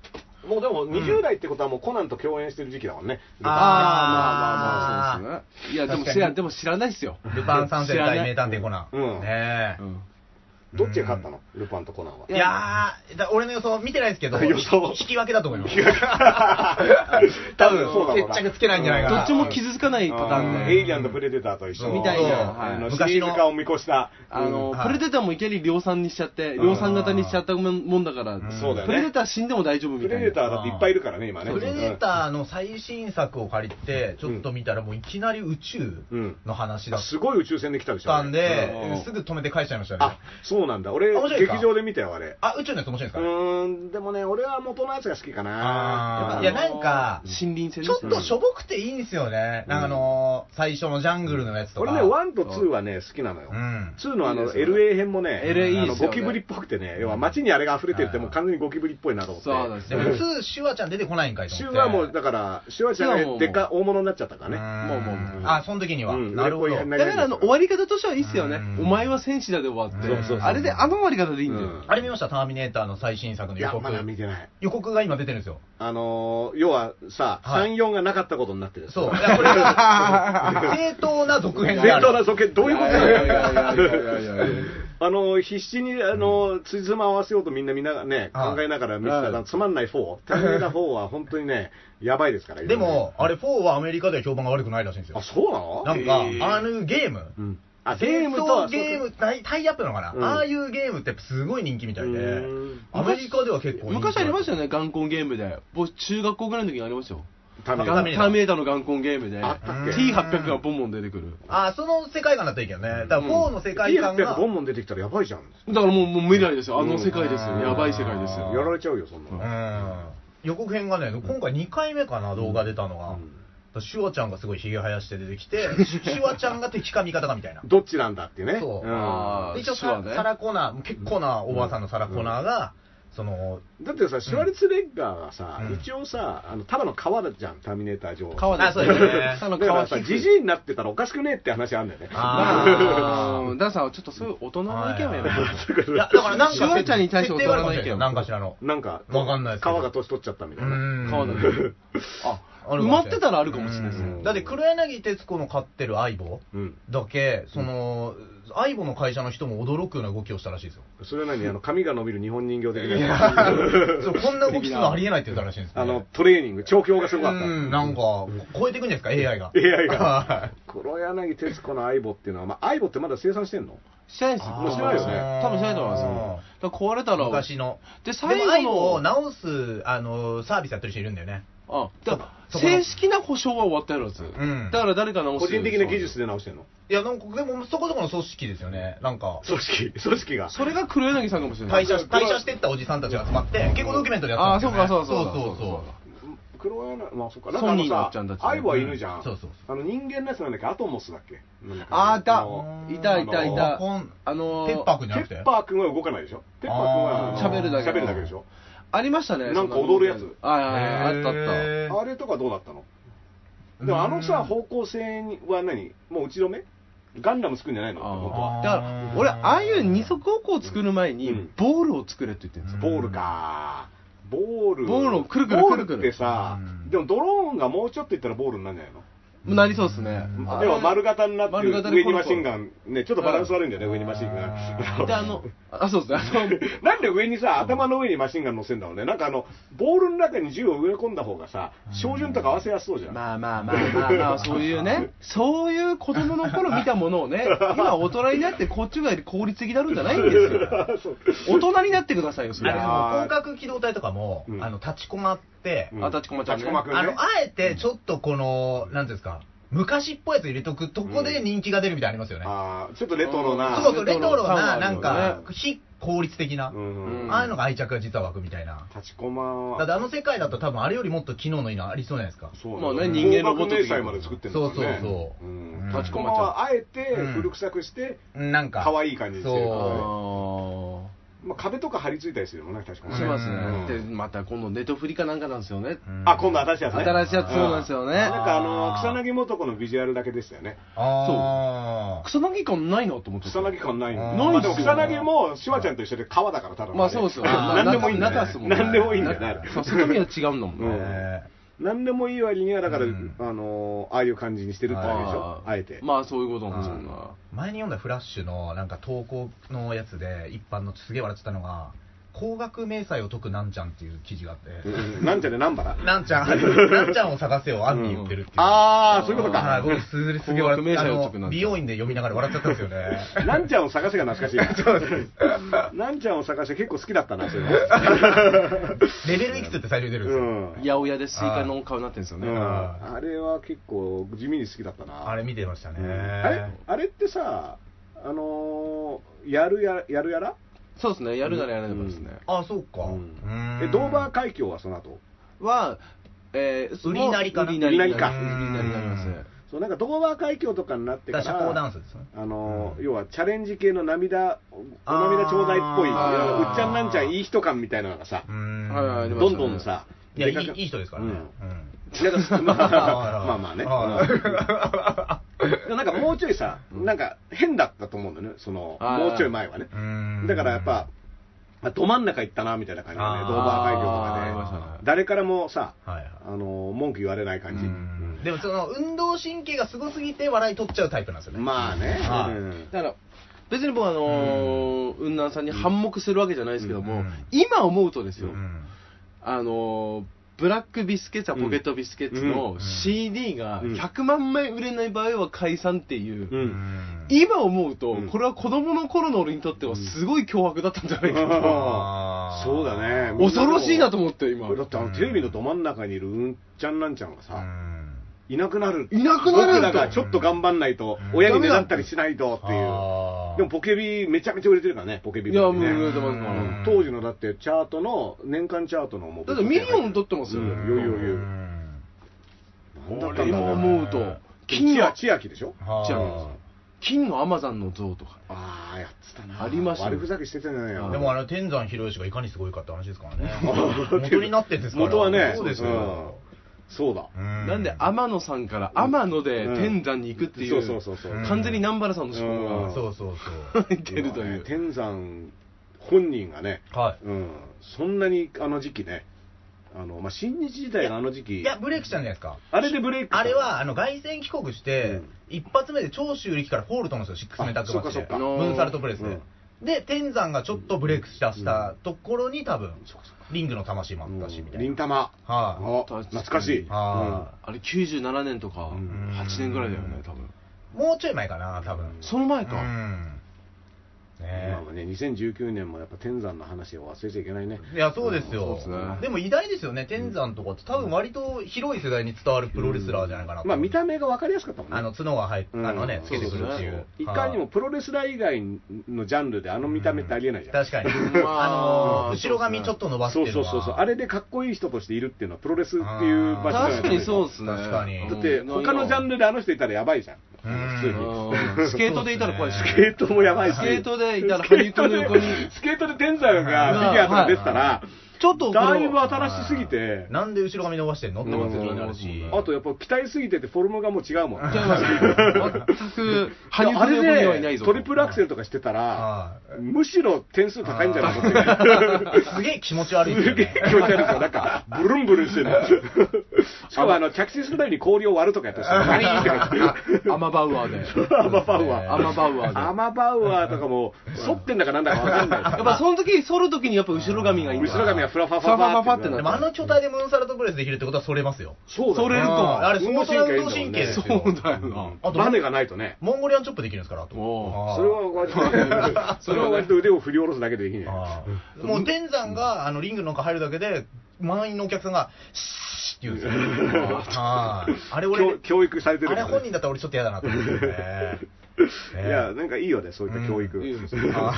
Speaker 1: もうでも20代ってことはもうコナンと共演してる時期だもんね。
Speaker 2: ああ、まあまあまあ、そうですね。いや、でも
Speaker 3: 確かに
Speaker 2: 知らでも知らないですよ。
Speaker 3: ルパン三世
Speaker 2: 知らない
Speaker 3: 大名探偵コナン。
Speaker 1: うん
Speaker 3: ねえ
Speaker 2: うん
Speaker 1: どっちが勝ったの、ルパンとコナンは。
Speaker 3: いやー、だ俺の予想見てないですけど、
Speaker 1: 予想
Speaker 3: 引き分けだと思います。
Speaker 1: 多
Speaker 3: 多
Speaker 1: 分そうだろう
Speaker 3: 分、
Speaker 1: な
Speaker 3: 決着つけないんじゃないか
Speaker 2: ど
Speaker 3: な。
Speaker 2: っちも傷つかないパターン
Speaker 1: うん
Speaker 2: で。
Speaker 1: エイリアンとプレデターと一緒
Speaker 3: そう
Speaker 1: に
Speaker 2: みたいな
Speaker 1: そう
Speaker 2: はい
Speaker 1: あのシ
Speaker 3: 昔の
Speaker 1: リーズ化を見越した。
Speaker 2: あの、
Speaker 3: はい
Speaker 2: プレデターもいきなり量産にしちゃって、量産型にしちゃったもんだから、
Speaker 3: ん
Speaker 1: そうだよ
Speaker 2: プ
Speaker 1: ね
Speaker 2: レデター死んでも大丈夫み
Speaker 1: プ
Speaker 2: た
Speaker 1: レ
Speaker 2: い
Speaker 1: デタ
Speaker 2: な。
Speaker 1: ーだっていっぱいいるからね、今ね。
Speaker 3: プレデターの最新作を借りて、ちょっと見たら、もういきなり宇宙の話だっ
Speaker 1: すごい宇宙船で来たでしょ。
Speaker 3: たんで
Speaker 1: う、
Speaker 3: すぐ止めて返しちゃいました
Speaker 1: あ
Speaker 3: ね。、
Speaker 1: そうなんだ。俺
Speaker 3: 面白い、か
Speaker 1: 劇場で見たよ、あれ。
Speaker 3: あ、宇宙のやつ面白いです
Speaker 1: う
Speaker 3: かね
Speaker 1: ーん、でもね、俺は元のやつが好きかな
Speaker 3: あ。ー
Speaker 2: あの
Speaker 3: いやなんか
Speaker 2: 森林戦
Speaker 3: ちょっとしょぼくていいんですよね。なんかあのー、最初のジャングルのやつとか。
Speaker 1: 俺ね、1と2はね、好きなのよ。
Speaker 3: うん。
Speaker 1: 2のあ
Speaker 2: いい
Speaker 1: の、
Speaker 2: ですよね
Speaker 1: LA 編もね、
Speaker 2: LA いい
Speaker 1: あ
Speaker 2: で
Speaker 1: の
Speaker 2: すよね
Speaker 1: ゴキブリっぽくてね、要は街にあれが溢れてるって、もう完全にゴキブリっぽいなと思って。
Speaker 2: そうなんです
Speaker 3: でも、2、シュワちゃん出てこないんかいと
Speaker 1: シュ
Speaker 3: 思
Speaker 1: ウ
Speaker 3: って。
Speaker 1: はもう、だから、シュウはちゃん
Speaker 2: シュウはも
Speaker 1: が
Speaker 2: う
Speaker 1: でっか大物になっちゃったから
Speaker 3: ね。
Speaker 1: ね。
Speaker 2: もうもうもう
Speaker 3: あ、その時には。
Speaker 1: うん
Speaker 3: なるほど。
Speaker 1: 売れっ子に
Speaker 2: だ
Speaker 1: な
Speaker 2: か
Speaker 1: る
Speaker 2: らあの終わり方としてはいいっすよね、
Speaker 3: うん
Speaker 2: お前は戦士だで終わって、
Speaker 3: そうそうそう
Speaker 2: あれであの終わり方でいいんだよ、
Speaker 1: うん
Speaker 3: あれ見ましたターミネーターの最新作の
Speaker 1: い
Speaker 3: 予
Speaker 1: や、
Speaker 3: 告
Speaker 1: ま。だ見てない。
Speaker 3: 予告が今出てるんですよ。
Speaker 1: あのー、要はさ、
Speaker 3: はい
Speaker 1: 3、4がなかったことになってる。
Speaker 3: そう。だか らこれが正当な続編
Speaker 1: 正
Speaker 3: である。
Speaker 1: 当な時計、どういうこと
Speaker 2: いやいやいやいやいやいやいや
Speaker 1: だよ。あのー、必死に、あのー、つじつま合わせようとみんなみんながね、
Speaker 3: はい
Speaker 1: 考えながら見てた
Speaker 2: は
Speaker 1: ら、
Speaker 2: い
Speaker 1: つまんない4。タイミングな4は本当にね、やばいですから。
Speaker 3: でも、あれ4はアメリカでは評判が悪くないらしいんです
Speaker 1: 色々
Speaker 3: よ
Speaker 1: ね、あ、。そうなの
Speaker 3: なん
Speaker 2: へー
Speaker 3: か、あのゲーム。
Speaker 1: うん。
Speaker 3: あ
Speaker 1: あ、ゲームとは
Speaker 3: とゲーム、タイタイアップなのかな、
Speaker 1: うん
Speaker 3: ああいうゲームってすごい人気みたいうで
Speaker 1: ーん、
Speaker 3: アメリカでは結構人気
Speaker 2: 昔ありました
Speaker 3: よ。
Speaker 2: よね、眼根ゲームで、僕、中学校ぐらいの時にありましたよ、
Speaker 1: タミ
Speaker 2: ガ
Speaker 1: ヤ
Speaker 3: タ
Speaker 2: ンタ
Speaker 3: ミネーター
Speaker 2: ーミネーターの眼根ゲームで、
Speaker 1: あったっけ
Speaker 2: T800 がボンボン出てくる、
Speaker 3: あ、その世界観だったらいいけどね。だから4の世界観
Speaker 1: T800
Speaker 3: が。
Speaker 1: ボンボン出てきたらやばいじゃん。
Speaker 2: だからもうもう未来ですよ、あの世界です
Speaker 3: う
Speaker 2: よ、
Speaker 3: ん
Speaker 2: やばい世界ですよ
Speaker 3: う、ん
Speaker 1: やられちゃうよ、そんなの。
Speaker 3: うん。予告編がね、今回2回目かな、動画出たのが。
Speaker 1: うん
Speaker 3: だからシュワちゃんがすごいひげ生やして出てきて、シュシュワちゃんが敵か味方かみたいな。
Speaker 1: どっちなんだっていうね。
Speaker 3: そう
Speaker 2: あー
Speaker 3: で一応
Speaker 2: シュワ
Speaker 3: サ,、
Speaker 2: ね
Speaker 3: ラコナー、結構なおばあさんのサラコナーが、その、
Speaker 1: だってさ、シュワルツェネッガーはさ、
Speaker 3: うん
Speaker 1: 一応さ、あのただの皮だじゃん、ターミネーター上。
Speaker 2: 川
Speaker 3: あそうですね
Speaker 2: その
Speaker 1: だから
Speaker 2: 川
Speaker 1: さ、
Speaker 2: 引く
Speaker 1: じじいになってたらおかしくねえって話あんだよね。
Speaker 3: あー
Speaker 2: うんだからさ、ちょっとそういう大人の意見はやめ て
Speaker 3: いや、だからなんか、
Speaker 2: シュワちゃんに対して大
Speaker 3: 設定
Speaker 2: 人の意見
Speaker 3: があるかもしれないなんかしらの。
Speaker 1: なんか、
Speaker 3: わかんないで
Speaker 1: 皮
Speaker 3: すけど
Speaker 1: が年取っちゃったみたいな。
Speaker 2: 川だね。あ、
Speaker 3: あるか
Speaker 2: 埋
Speaker 3: も
Speaker 2: ま
Speaker 3: し
Speaker 2: っ
Speaker 3: れ
Speaker 2: てたらあるかもしれないです
Speaker 3: う
Speaker 2: ね
Speaker 3: ん。だって黒柳徹子の飼ってる相棒
Speaker 1: うん。
Speaker 3: だけ、その、相棒の会社の人も驚くような動きをしたらしいですよ。
Speaker 1: それなの に、あの、髪が伸びる日本人形的
Speaker 3: い
Speaker 1: な。
Speaker 3: やそうこんな動きするのありえないって言ったらしいんですね
Speaker 1: あの、トレーニング、調教がすごかった。
Speaker 3: うん、なんか、超えていくんじゃないですか、AI が。
Speaker 1: AI が
Speaker 3: はい
Speaker 1: 黒柳徹子の相棒っていうのは、まあ、相棒ってまだ生産してんの
Speaker 2: してないですよ。
Speaker 1: もうしてないよね
Speaker 2: 多分してないと思いますよ。だから壊れたら、
Speaker 3: 昔の。
Speaker 2: で、
Speaker 3: で
Speaker 2: 最
Speaker 3: も、相棒
Speaker 2: 後
Speaker 3: を
Speaker 2: の、
Speaker 3: 直す、あの、サービスやってる人いるんだよね。
Speaker 2: あだから
Speaker 3: そこの
Speaker 2: 正式な保証は終わったやろつ。
Speaker 3: ん
Speaker 2: だから誰か直
Speaker 1: 個
Speaker 2: して
Speaker 1: 人
Speaker 2: る
Speaker 1: 的な技術で直してんの
Speaker 3: いや、なんか、でも、そこそこの組織ですよね。なんか、
Speaker 1: 組織、組織が。
Speaker 2: それが黒柳さんかもしれない。
Speaker 3: 退社し、退社してったおじさんたちが集まって、結構ドキュメントでやっ
Speaker 2: ああ、
Speaker 3: て
Speaker 2: そう
Speaker 3: た
Speaker 2: か、
Speaker 3: んです
Speaker 2: そ
Speaker 3: よ
Speaker 2: う
Speaker 3: ね
Speaker 2: そう
Speaker 3: そうそうそう。
Speaker 1: 黒柳、まあそっか、
Speaker 2: ソニーのおっちゃんたちね
Speaker 1: 相棒は犬じゃん。
Speaker 3: うんそうそう
Speaker 1: あの、人間のやつなんだっけ、アトモスだっけ。なんだっけ
Speaker 2: あーいた
Speaker 1: の
Speaker 2: いたいたいた
Speaker 3: あの
Speaker 2: あのー
Speaker 3: ペッパーくんじゃなく
Speaker 1: ペ
Speaker 3: て
Speaker 1: ッパー君は動かないでしょペッパー君は
Speaker 3: あ
Speaker 2: ー喋るだけ
Speaker 1: 喋るだけでしょ
Speaker 2: ありましたね。
Speaker 1: なんか踊るやつ
Speaker 2: ああ、あったあっ
Speaker 3: へー
Speaker 1: あれとかどうだったのでもあのさ、方向性は何もう打ち止めガンダム作るんじゃない
Speaker 2: た。
Speaker 1: の
Speaker 2: あ
Speaker 1: 本当
Speaker 2: あ
Speaker 1: は
Speaker 2: だから、俺、ああいう二足歩行を作る前
Speaker 1: う
Speaker 2: に
Speaker 1: ん、
Speaker 2: ボールを作れって言ってるんですよ。
Speaker 1: ボールかボール
Speaker 2: ボールをくるくるくるく
Speaker 1: ボ
Speaker 2: る
Speaker 1: ールってさ
Speaker 3: うん
Speaker 1: でもドローンがもうちょっといったらボールになるんじゃないの
Speaker 2: もうなりそうですね
Speaker 3: う。ん
Speaker 2: あ
Speaker 1: でも丸型になって
Speaker 2: 丸
Speaker 1: る
Speaker 2: 型で
Speaker 1: 上
Speaker 2: コ
Speaker 1: に
Speaker 2: ロ
Speaker 1: マ
Speaker 2: コロ
Speaker 1: シンガンねちょっとバランス悪いんだよね
Speaker 3: うん
Speaker 1: 上にマシンガン
Speaker 2: で、あの、あ、そうですね。あの
Speaker 1: なんで上にさ頭の上にマシンガン乗せんだろうねなんかあのボールの中に銃を植え込んだ方がさ照準とか合わせやすそうじゃん
Speaker 2: まあまあまあまあまあ、そういうね、そういう子供の頃見たもの をね、今大人になってこっちが効率的だろうじゃないんですよ。
Speaker 1: そう
Speaker 2: 大人になってくださいよ、それ
Speaker 3: あれ、
Speaker 1: や
Speaker 2: は。
Speaker 1: ー
Speaker 3: 広角機動隊とかも
Speaker 1: う、ん
Speaker 3: あの、立ちこまって、
Speaker 1: うん
Speaker 2: あ立ちこまちゃん
Speaker 1: 立
Speaker 2: ね
Speaker 1: ちこまくんね
Speaker 3: あの、あえて、ちょっとこの、なんていうんですか、昔っぽいやつ入れとくとこで人気が出るみたいなのありますよね。
Speaker 1: あーちょっとレトロな
Speaker 2: ー
Speaker 3: そうそう、レトロな、なん
Speaker 2: レトロ感
Speaker 1: はあるよね
Speaker 3: か、非効率的な
Speaker 1: う、ん
Speaker 2: うん
Speaker 3: ああいうのが愛着が実は湧くみたいな。
Speaker 1: 立ちこま
Speaker 3: だってあの世界だと多分あれよりもっと機能のいいのありそうじゃないですか。
Speaker 1: そう
Speaker 2: まあね
Speaker 1: だ
Speaker 2: 人間の
Speaker 1: 方角
Speaker 2: ごと
Speaker 1: 迷
Speaker 2: き
Speaker 1: 彩まで作ってるんだからね
Speaker 3: そうそうそうんうん
Speaker 1: 立ちこまはあえて古臭くして、
Speaker 3: なんか。
Speaker 1: 可愛い感じにしてるからね
Speaker 3: そ
Speaker 2: あ
Speaker 1: まあ、壁とか張り付いたりするもんね立ちこ
Speaker 2: ー
Speaker 1: ま
Speaker 2: します
Speaker 3: うん
Speaker 2: ね。で、また今度ネットフリかなんかなんですよね。
Speaker 3: う。うん
Speaker 1: あ今度新しいやつね
Speaker 2: 新しいやつそうなんですよね
Speaker 1: なんかあの
Speaker 3: あー
Speaker 1: 草薙素子のビジュアルだけでしたよね
Speaker 3: あー
Speaker 2: 草薙感ないのと思って
Speaker 1: 草薙感ないの、
Speaker 3: うん
Speaker 1: まあ、でも草薙もシュワちゃんと一緒で川だからただのね
Speaker 2: まあそうですよ。
Speaker 3: あ
Speaker 1: 何でもいいんだ
Speaker 2: 中中っ
Speaker 1: よ
Speaker 2: す
Speaker 1: ね
Speaker 2: もん
Speaker 1: 何
Speaker 2: ね
Speaker 1: でもいいんだよねあれ
Speaker 2: そう外見は違うんだもん
Speaker 1: うん
Speaker 2: ね。
Speaker 3: え
Speaker 1: 何でもいい割にはだから、
Speaker 3: うん
Speaker 1: あのーああいう感じにしてるってわけでしょ
Speaker 2: あー
Speaker 1: あえて、
Speaker 2: まあそういうことなんですよね
Speaker 1: う。
Speaker 3: ー前に読んだフラッシュのなんか投稿のやつで一般のすげえ笑ってたのが高額明細を解くなんちゃんっていう記事があって、
Speaker 1: うんなんちゃねなんばら
Speaker 3: なんちゃんなんちゃんを探せを案に言ってるっていう、
Speaker 1: ああそういうこと
Speaker 3: は
Speaker 1: か
Speaker 3: い僕すすげえ笑って
Speaker 2: 高額明
Speaker 3: あ
Speaker 2: 細を解
Speaker 3: の
Speaker 2: くなんちゃん
Speaker 3: 美容院で読みながら笑っちゃったんですよ ね
Speaker 1: なんちゃんを探せが懐か しい。なんちゃんを探して結構好きだったな、それは。
Speaker 3: レベルいくつって最初に出るんですよ、
Speaker 1: うん。
Speaker 2: 八百屋でスイカの顔になってるんですよ
Speaker 1: うん
Speaker 2: ね。
Speaker 1: あれは結構地味に好きだったな。
Speaker 3: あれ見てましたね、
Speaker 1: うんあれあれってさ、あのーやるやら、やるやら
Speaker 2: そうですね。やるならやらないですね。
Speaker 3: あそうか、
Speaker 1: う
Speaker 3: うんん
Speaker 1: え、ドーバー海峡はその後
Speaker 2: は、えー、その
Speaker 3: 売りなりかな
Speaker 2: 売りなり
Speaker 1: 売りなりか
Speaker 2: 売りなりになりますね。
Speaker 1: そう、なんかドーバー海峡とかになってか
Speaker 3: だ
Speaker 1: ら、
Speaker 3: から社交ダンスですよね
Speaker 1: あのー
Speaker 3: うん
Speaker 1: 要はチャレンジ系の涙、お
Speaker 3: あー
Speaker 1: 涙ちょうだいっぽい、う
Speaker 2: あー
Speaker 1: っちゃんなんちゃんいい人感みたいなのがさ、
Speaker 3: うん
Speaker 2: はいはいでも
Speaker 1: どんどんさ、
Speaker 3: いやい
Speaker 1: でかく
Speaker 3: いいい人ですから
Speaker 1: う
Speaker 3: ね、うんん
Speaker 1: なんかま あまあまあね。うんなんかもうちょいさ、なんか変だったと思うんだよね、その、
Speaker 2: あー
Speaker 1: もうちょい前はね。だからやっぱ、あど真ん中行ったな、みたいな感じでね、
Speaker 3: あー
Speaker 1: ドーバー海峡
Speaker 2: あり
Speaker 1: と
Speaker 2: ま
Speaker 1: か
Speaker 2: し
Speaker 1: ね、
Speaker 2: たね
Speaker 1: 誰からもさ、
Speaker 3: はいはい
Speaker 1: あの、文句言われない感じ。
Speaker 3: うんでもその運動神経がすごすぎて笑い取っちゃうタイプなんですよ
Speaker 1: う
Speaker 3: ね
Speaker 1: んまあね。
Speaker 3: はい
Speaker 1: うん
Speaker 2: だから別に僕あのー、雲南さんに反目するわけじゃないですけども、
Speaker 3: うん
Speaker 2: 今思うとです
Speaker 3: う
Speaker 2: よ、
Speaker 3: ん
Speaker 2: あのーブラックビスケッツはポケットビスケッツ
Speaker 1: う
Speaker 2: の
Speaker 3: ん
Speaker 2: CD が
Speaker 1: うん
Speaker 2: 100万枚売れない場合は解散っていう、
Speaker 1: うん
Speaker 2: 今思うと、
Speaker 1: うん
Speaker 2: これは子供の頃の俺にとってはすごい脅迫だったんじゃないか
Speaker 1: うん
Speaker 2: と、
Speaker 3: あー
Speaker 1: そうだねうん
Speaker 2: 恐ろしいなと思って今
Speaker 1: だってあのテレビのど真ん中にいるうんちゃんなんちゃんが
Speaker 3: う
Speaker 1: さ、
Speaker 3: ん
Speaker 1: いなくなる。
Speaker 2: いなくなるんだ
Speaker 1: 僕らがちょっと頑張んないと、親に狙ったりしないとっていう。
Speaker 3: あ
Speaker 1: でもポケビめちゃめちゃ売れてるからね、ポケビ、ね。
Speaker 2: いやもう売れてます
Speaker 3: から
Speaker 1: うん当時のだってチャートの、年間チャートのもう。
Speaker 2: だってミリオン取ってますよ
Speaker 1: うん余裕余裕。なんだかんだ
Speaker 2: 今
Speaker 1: ね
Speaker 2: 思うと金
Speaker 1: 千
Speaker 2: の
Speaker 1: 秋千秋でしょ
Speaker 2: じゃあ金のアマザンの像とか
Speaker 1: ああ、やってたな。
Speaker 2: ありましたね
Speaker 1: 悪ふざけしてたのよ。
Speaker 3: でもあれ天山広義がいかにすごいかって話ですから ね
Speaker 1: うん
Speaker 3: 元になってんですから
Speaker 1: 元はね、
Speaker 3: そうです
Speaker 1: うん
Speaker 3: よ、
Speaker 1: そうだ。
Speaker 3: う
Speaker 2: なんで天野さんから天野で天山に行くってい
Speaker 1: そう
Speaker 2: う
Speaker 1: そうそうそう。
Speaker 3: うん
Speaker 2: 完全に南原さんの思考
Speaker 1: うん
Speaker 2: が
Speaker 3: そうそうそう
Speaker 2: 入ってると
Speaker 1: 今
Speaker 2: い
Speaker 1: ね
Speaker 2: う
Speaker 1: 天山本人がね、
Speaker 3: は
Speaker 1: うん、そんなにあの時期ね、あの、まあ、新日時代のあの時
Speaker 3: い
Speaker 1: 期
Speaker 3: い、やブレークしたんじゃないですか
Speaker 1: あれでブレイクした
Speaker 3: あれ、はあの凱旋帰国して、
Speaker 1: うん
Speaker 3: 一発目で長州力からフォールトなんですよ、6メーター
Speaker 1: あ
Speaker 3: クマッ
Speaker 1: そ
Speaker 3: チ
Speaker 1: っ
Speaker 3: で、
Speaker 1: かそっか
Speaker 3: ムーンサルトプレス
Speaker 1: う
Speaker 3: で、
Speaker 1: ん
Speaker 3: で天山がちょっとブレイクしたしたところに、多分
Speaker 1: そうかそうか
Speaker 3: リングの魂もあったしみたい
Speaker 1: りん
Speaker 3: な、
Speaker 1: たま。
Speaker 3: は
Speaker 1: あ懐かしい。
Speaker 3: いは
Speaker 2: あれ97年とか
Speaker 1: うん
Speaker 2: 8年ぐらいだよね多分
Speaker 3: いもうちょい前かな、多分
Speaker 2: その前
Speaker 3: うん
Speaker 2: か
Speaker 1: うん
Speaker 3: ね
Speaker 1: 今はね、2019年もやっぱ天山の話を忘れちゃいけないね。
Speaker 3: えいやそうです
Speaker 2: そう
Speaker 3: よ
Speaker 2: っすね
Speaker 3: でも偉大ですよね、天山とかって、多分割と広い世代に伝わるプロレスラーじゃないかなと
Speaker 1: まあ見た目が分かりやすかったもんね。
Speaker 3: あの角が入って、あのね、つけてくるっていう、
Speaker 1: いかにもプロレスラー以外のジャンルであの見た目ってありえないじゃん。
Speaker 3: 確 かに、
Speaker 2: まあ
Speaker 3: あの後ろ髪ちょっと伸ばして
Speaker 1: そう
Speaker 3: るの
Speaker 1: そう
Speaker 3: は
Speaker 1: そうそう。あれでかっこいい人としているっていうのはプロレスっていう場所じゃない
Speaker 2: 確かにそうっすね
Speaker 3: 確かに
Speaker 1: だって他のジャンルであの人いたらやばいじゃん。
Speaker 3: うん
Speaker 1: 普通に。
Speaker 2: うんスケートでいたら怖いし
Speaker 3: そう
Speaker 1: スケートもやばいし。
Speaker 2: スケートでいたら羽生君の横に
Speaker 1: スケートで天才がフィギュアとか出てたら、
Speaker 2: ちょっとこの
Speaker 1: だいぶ新しすぎて、
Speaker 3: なんで後ろ髪伸ばしてんのってまず気になるし
Speaker 2: うん。
Speaker 1: あとやっぱ鍛えすぎててフォルムがもう違うもんね。
Speaker 2: ちゃいますよ全く羽生
Speaker 1: あ
Speaker 2: 君の横にはい
Speaker 1: れ
Speaker 2: ない
Speaker 1: で
Speaker 2: ぞ
Speaker 1: トリプルアクセルとかしてたら、
Speaker 3: は
Speaker 1: むしろ点数高いんじゃないかって
Speaker 3: いすげえ気持ち悪いです
Speaker 1: す
Speaker 3: よ
Speaker 1: げえ
Speaker 3: ね。
Speaker 1: 気持ち悪いですよ。なんか、ブルンブルンしてる。しかも、あの、着地するたびに氷を割るとかやったりして、バイーンって感
Speaker 2: アマバウアーで
Speaker 1: じ。アマバウアー。
Speaker 2: アマバウアーで
Speaker 1: アマバウアーとかも、反ってんだかなんだかわかんない。
Speaker 2: やっぱその時反る時にやっぱ後ろ髪がいいんだ
Speaker 1: 後ろ髪がフラファファ
Speaker 2: ファファファって
Speaker 1: なる
Speaker 2: なる
Speaker 3: でもあの巨体でムーンサルトプレスできるってことはそれますよ。
Speaker 1: そうだ
Speaker 2: 反れると
Speaker 1: ね
Speaker 2: も
Speaker 3: あれ、相当な運動
Speaker 1: いい
Speaker 3: 神
Speaker 1: ん
Speaker 3: 経
Speaker 1: だ
Speaker 3: で
Speaker 1: もんね
Speaker 3: す
Speaker 2: そ
Speaker 3: よ。
Speaker 2: うだよな
Speaker 3: あと
Speaker 1: バネがないとね。
Speaker 3: モンゴリアンチョップできるんですから、あと。
Speaker 2: おう
Speaker 3: あー
Speaker 1: それは割とね、それは割と腕を振り下ろすだけでできんじゃない
Speaker 3: あーもう天山があのリングの中入るだけで、満員のお客さんが、シーって言うんですよ。 あーあれ
Speaker 1: 教
Speaker 3: 俺、
Speaker 1: 教育されてる
Speaker 3: あ
Speaker 1: か
Speaker 3: れ
Speaker 1: らね
Speaker 3: 本人だったら俺ちょっと嫌だなと 思ってね。ね
Speaker 1: いや、なんかいいよね、そういった教育。
Speaker 2: いいです
Speaker 1: う
Speaker 2: ね
Speaker 3: あ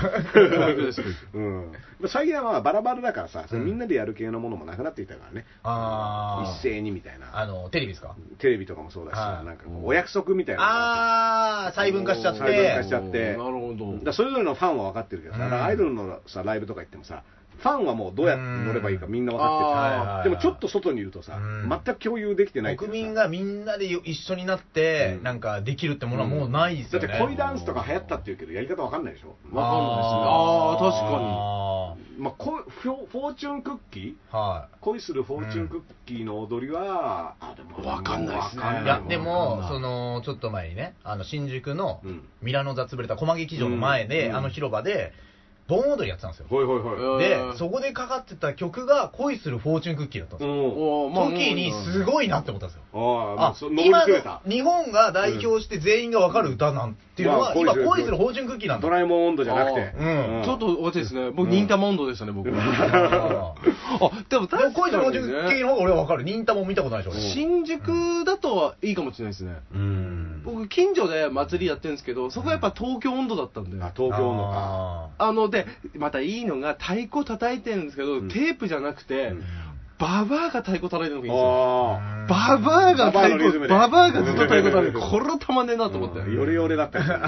Speaker 1: ん。最近はまあバラバラだからさ、それみんなでやる系のものもなくなってきたからね。
Speaker 3: あー
Speaker 1: 一斉にみたいな。
Speaker 3: あの、テレビですか
Speaker 1: テレビとかもそうだしさ
Speaker 3: は、い
Speaker 1: なんかこうお約束みたいな。
Speaker 3: あー、細分化しちゃって。
Speaker 1: 細分化しちゃって
Speaker 2: なるほど
Speaker 1: だからそれぞれのファンは分かってるけどさ、
Speaker 3: うん
Speaker 1: だからアイドルのさ、ライブとか行ってもさ、ファンはもうどうやって乗ればいいかみんな分かってる
Speaker 3: う
Speaker 1: さでも
Speaker 3: ん
Speaker 1: ちょっと外にいるとさ
Speaker 3: うん、
Speaker 1: 全く共有できてないっていう
Speaker 3: 国
Speaker 1: かさ
Speaker 3: 民がみんなで一緒になって、
Speaker 1: うん
Speaker 3: なんかできるってものはもうないです
Speaker 1: だ
Speaker 3: よ
Speaker 1: って
Speaker 3: ね。
Speaker 1: 恋ダンスとか流行ったっていうけど、やり方分かんないでしょ。
Speaker 2: わかんないです
Speaker 3: ー
Speaker 2: ねあ
Speaker 3: 確
Speaker 1: まあ、こうフォフォーチュンクッキー
Speaker 3: かに。はい。
Speaker 1: 恋するフォーチュンクッキーの踊りは、あでも
Speaker 2: わかんないっすね
Speaker 1: わかん
Speaker 3: い
Speaker 1: な
Speaker 3: や、で
Speaker 2: わかん
Speaker 3: も
Speaker 2: な、い
Speaker 3: その、ちょっと前にね、あの、新宿の
Speaker 1: うん、
Speaker 3: ミラノ座潰れた小間劇場の前で、
Speaker 1: うん
Speaker 3: あの広場で、盆踊りやってたんですよ。
Speaker 1: ほいほいほい。
Speaker 2: うん
Speaker 3: で、そこでかかってた曲が、恋するフォーチュンクッキーだったんですよ。
Speaker 1: うん。
Speaker 2: おうまあ
Speaker 3: 時に、すごいなって思ったんですよ。
Speaker 1: ああ、まあ、
Speaker 3: あ
Speaker 1: そ、登り
Speaker 3: 今
Speaker 1: 詰め
Speaker 3: の
Speaker 1: た。
Speaker 3: 日本が代表して全員がわかる歌なんていうのは、
Speaker 1: うんまあ恋する
Speaker 3: 今、恋するフォーチュンクッキーなんだ
Speaker 1: ド。ラえもん温度じゃなくて。
Speaker 3: あーうん
Speaker 2: ちょっとおかしいですね僕忍たま温度でしたね僕
Speaker 3: あー
Speaker 2: あでも
Speaker 3: でも
Speaker 2: 確
Speaker 3: 恋する
Speaker 2: か
Speaker 3: モ
Speaker 2: に
Speaker 3: ジュ
Speaker 2: ね
Speaker 3: の方が俺は分かる。忍たまも見たことないでしょ。
Speaker 2: 新宿だとはいいかもしれないですね
Speaker 1: うん。
Speaker 2: 僕近所で祭りやってるんですけどそこはやっぱ東京温度だったんで
Speaker 1: あ、東京温度か。
Speaker 2: あのでまたいいのが太鼓叩いてるんですけど、
Speaker 1: ん
Speaker 2: テープじゃなくて、
Speaker 1: うん
Speaker 2: ババアが太鼓叩いてるのがいいんですよ
Speaker 1: あ
Speaker 2: ババアが
Speaker 1: ババアの
Speaker 2: 太
Speaker 1: リズムで
Speaker 2: 鼓ババアがずっと太鼓叩
Speaker 1: う
Speaker 2: いてる
Speaker 1: ん
Speaker 2: これはたまんねえなと思って、
Speaker 1: あ。よれよれだったりするねうん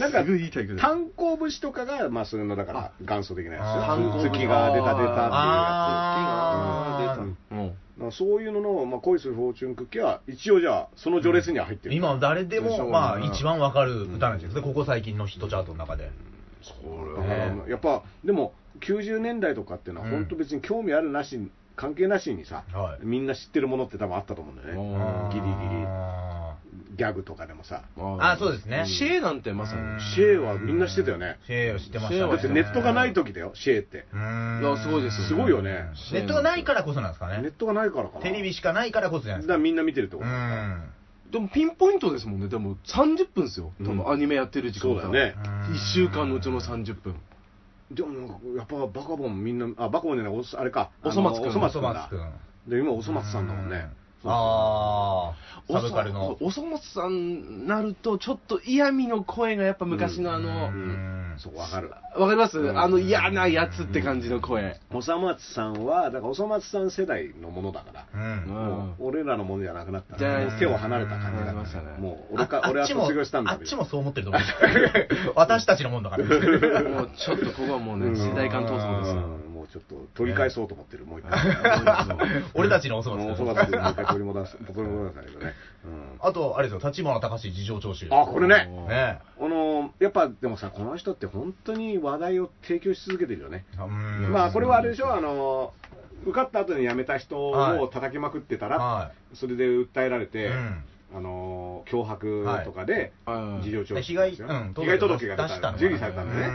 Speaker 1: なんか
Speaker 2: すごいいいタイプ、です
Speaker 1: 炭鉱節とかが、まあ、それの、だから、元祖的な
Speaker 3: あ炭
Speaker 1: や
Speaker 3: 鉱
Speaker 1: つ。
Speaker 3: 節
Speaker 1: 月が出た出たっ
Speaker 3: あー
Speaker 2: 月が出た
Speaker 1: ていうやつ。そういうのの、まあ、恋するフォーチュンクッキーは、一応じゃあ、その序列には入ってる。
Speaker 3: 今は誰で
Speaker 2: でしょう
Speaker 3: も、
Speaker 2: ね
Speaker 3: まあ、一番分かる歌なんですよ。ここ最近のヒットチャートの中で。
Speaker 1: だからやっぱでも90年代とかっていうのは
Speaker 3: うん
Speaker 1: 本当別に興味あるなし、関係なしにさ、
Speaker 3: はい
Speaker 1: みんな知ってるものって多分あったと思うんだよね
Speaker 2: うん
Speaker 1: ギリギ
Speaker 3: あ
Speaker 1: ギャグとかでもさ
Speaker 2: うん
Speaker 3: ーあ、そうですね。
Speaker 2: シェーなんてまさに
Speaker 3: うん
Speaker 1: シェーはみんな知ってたよね
Speaker 3: シェーを知ってまし
Speaker 2: シェ
Speaker 3: た
Speaker 1: だ
Speaker 2: ーは
Speaker 1: ってネットがない。時だよシェーって
Speaker 3: うーん
Speaker 2: いやすごいです
Speaker 1: すごいよね
Speaker 3: ネットがないからこそなんですか
Speaker 1: ネッ
Speaker 3: ね。
Speaker 1: トがないからかな
Speaker 3: テレビしかないからこそじゃな
Speaker 1: だか
Speaker 3: いです
Speaker 1: ら
Speaker 3: か。
Speaker 1: みんな見てるってこ
Speaker 3: う
Speaker 1: と、
Speaker 3: ん。
Speaker 2: でもピンポイントですもんねでも30分ですよ多
Speaker 1: うん
Speaker 2: 分アニメやってる時間が
Speaker 1: そうだよね
Speaker 2: 1週間のうちの30分
Speaker 1: でもなんかやっぱバカボンみんなあバカボンじゃないおそあれか
Speaker 2: おそ松くん
Speaker 1: あのおそ松くん
Speaker 3: マス
Speaker 1: だ
Speaker 3: 君。
Speaker 1: で今おそ松さんだもんね
Speaker 3: ああ。サブカルの。
Speaker 2: おそおそ松さんなると、ちょっと嫌味の声がやっぱ昔のあの
Speaker 1: う、
Speaker 3: ん
Speaker 1: そう、わかる。
Speaker 2: わかります
Speaker 1: うん
Speaker 2: あの嫌なやつって感じの声。
Speaker 1: おそ松さんは、だからおそ松さん世代のものだから。
Speaker 3: うん。
Speaker 1: もう俺らのものじゃなくなった
Speaker 2: じゃない
Speaker 1: も
Speaker 2: で
Speaker 1: う
Speaker 2: す
Speaker 1: 手を離れた感じ
Speaker 2: あ
Speaker 1: だ
Speaker 2: り
Speaker 1: か
Speaker 2: ました
Speaker 1: ら、
Speaker 2: ね
Speaker 1: もう
Speaker 3: あ
Speaker 1: 俺か俺
Speaker 3: あ
Speaker 1: は
Speaker 3: っちも
Speaker 1: 卒業したんだ
Speaker 3: あっちもそう思ってると思う。 私たちのもんだから。
Speaker 2: もうちょっとここはもうね、時代感闘争ですよ。
Speaker 1: うんもうちょっと取り返そうと思ってる、もう一回。
Speaker 3: 俺たちのおそ
Speaker 1: もう
Speaker 3: 松
Speaker 1: おそ
Speaker 3: だ
Speaker 1: 松でもう一回取り戻す、取り戻さないとね。うん
Speaker 3: あと、あれですよ、立花隆事情聴取。
Speaker 1: あ、これね。
Speaker 3: ね
Speaker 1: あのやっぱでもさ、この人って本当に話題を提供し続けてるよね。
Speaker 3: うん
Speaker 1: まあこれはあれでしょ、あの受かった後に辞めた人を叩きまくってたら、
Speaker 3: は
Speaker 1: それで訴えられ
Speaker 3: い。
Speaker 1: て、
Speaker 3: うん
Speaker 1: あの脅迫とかで、
Speaker 2: うん
Speaker 1: 事情聴取
Speaker 3: 被害
Speaker 1: ですよ
Speaker 3: うん
Speaker 1: 被害届が
Speaker 3: 出
Speaker 1: 出
Speaker 3: した
Speaker 1: た、
Speaker 3: の
Speaker 1: 受理されたんでね。
Speaker 3: うん
Speaker 1: う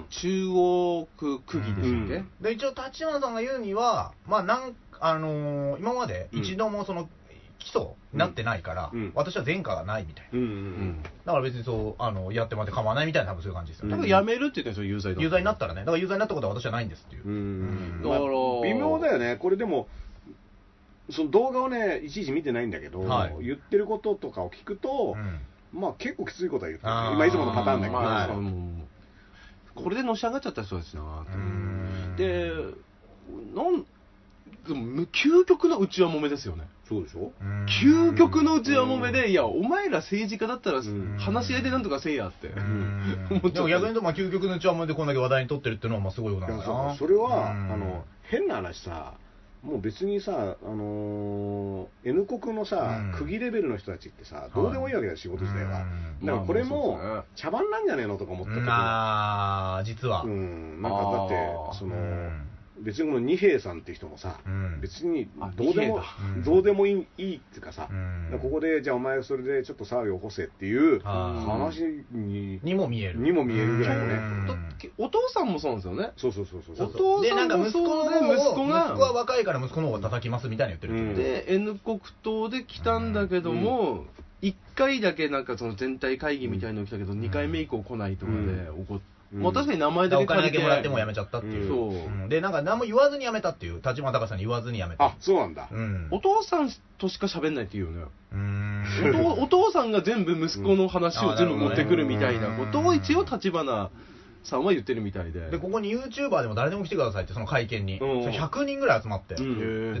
Speaker 1: ん
Speaker 2: 中央区区議でしたっけ、
Speaker 1: うん
Speaker 3: で一応立花さんが言うには、まあなんあのー今まで一度もその起訴になってないから、
Speaker 1: うん
Speaker 3: 私は前科がないみたいな、
Speaker 1: うんうん
Speaker 3: だから別にそうあのやってもらって構わないみたいな、多分そういう感じですよ、
Speaker 1: うん
Speaker 2: 多分やめるって言ってるんですよ、有罪だ
Speaker 3: 有罪になったらね、だから有罪になったことは私はないんですっていう、
Speaker 1: うんうん
Speaker 2: だから
Speaker 1: 微妙だよね、これでも、その動画をね、いちいち見てないんだけど、
Speaker 3: はい
Speaker 1: 言ってることとかを聞くと
Speaker 3: う、ん
Speaker 1: まあ結構きついことは言ってる、
Speaker 3: あー
Speaker 1: 今いつものパターンだけど、
Speaker 2: まあ
Speaker 3: はい
Speaker 2: もうもうこれでのし上がっちゃった人ですな
Speaker 3: う、ん
Speaker 2: でなんでも究極の内輪もめですよね
Speaker 1: そうでしょ、
Speaker 3: うん
Speaker 2: 究極の内輪もめで、いやお前ら政治家だったら
Speaker 1: ん
Speaker 2: 話し合いでなんとかせいやって、
Speaker 3: うん
Speaker 2: もうちょ
Speaker 3: でも逆に
Speaker 2: っと
Speaker 3: 言うと、まあ、究極のうちはもうでこんだけ話題にとってるっていうのはまあすごいこと
Speaker 1: い
Speaker 3: なん
Speaker 1: や
Speaker 3: だ
Speaker 1: そう
Speaker 3: な
Speaker 1: それは、
Speaker 3: うん
Speaker 1: あの変な話さ、もう別にさ、あのー N 国のさ、
Speaker 3: うん
Speaker 1: 区議レベルの人たちってさ、どうでもいいわけだよ、仕事自体は。
Speaker 3: うん
Speaker 1: だからこれも、
Speaker 2: まあまあそうですね
Speaker 1: 茶番なんじゃねえのとか思ったけど、
Speaker 3: まあ実は、
Speaker 1: うん、なんかだって
Speaker 2: あー
Speaker 1: そうの、
Speaker 3: ん
Speaker 1: 別にこの二平さんって人もさ、
Speaker 3: うん
Speaker 1: 別に
Speaker 2: あ
Speaker 1: どうでも
Speaker 3: 平
Speaker 2: 二
Speaker 3: だ
Speaker 1: どうでもいいいいっていうかさ、
Speaker 3: うん
Speaker 1: だからここでじゃあお前それでちょっと騒ぎ起こせっていう
Speaker 3: は
Speaker 1: 話に、
Speaker 3: にも見える
Speaker 1: にも見えるぐらいのね
Speaker 3: うん
Speaker 2: だお父さんもそうなんですよね
Speaker 1: そうそうそうそう
Speaker 2: お父
Speaker 3: でな
Speaker 2: さ
Speaker 3: ん
Speaker 2: ん
Speaker 3: か
Speaker 2: も
Speaker 3: 息子
Speaker 2: そう
Speaker 3: の
Speaker 2: で
Speaker 3: 方を
Speaker 2: 息子が
Speaker 3: 息子は若いから息子の方を叩きますみたいに言ってる
Speaker 1: う
Speaker 3: ってこと
Speaker 1: ん
Speaker 2: で N 国党で来たんだけども、一1回だけなんかその全体会議みたいの来たけど、二2回目以降来ないとかで
Speaker 1: うう
Speaker 2: 怒っ、
Speaker 1: ん
Speaker 2: まあ確かに名前
Speaker 3: だか
Speaker 2: だ
Speaker 3: ら
Speaker 2: け
Speaker 3: お金
Speaker 2: 借
Speaker 3: だけも
Speaker 2: りて
Speaker 3: らってもうやめちゃったっていう、
Speaker 2: そう、
Speaker 3: うんでなんか何も言わずにやめたっていう立花隆さんに言わずにやめた
Speaker 1: あそうなんだ、
Speaker 3: うん
Speaker 2: お父さんとしか喋んないっていうね
Speaker 3: うん
Speaker 2: お父お父さんが全部息子の話を全部持ってくるみたいなことを一応立花さんは言ってるみたい で
Speaker 3: でここに YouTuber でも誰でも来てくださいってその会見に、
Speaker 1: うん
Speaker 3: それ100人ぐらい集まって、
Speaker 1: う
Speaker 2: へ
Speaker 1: ん
Speaker 2: ー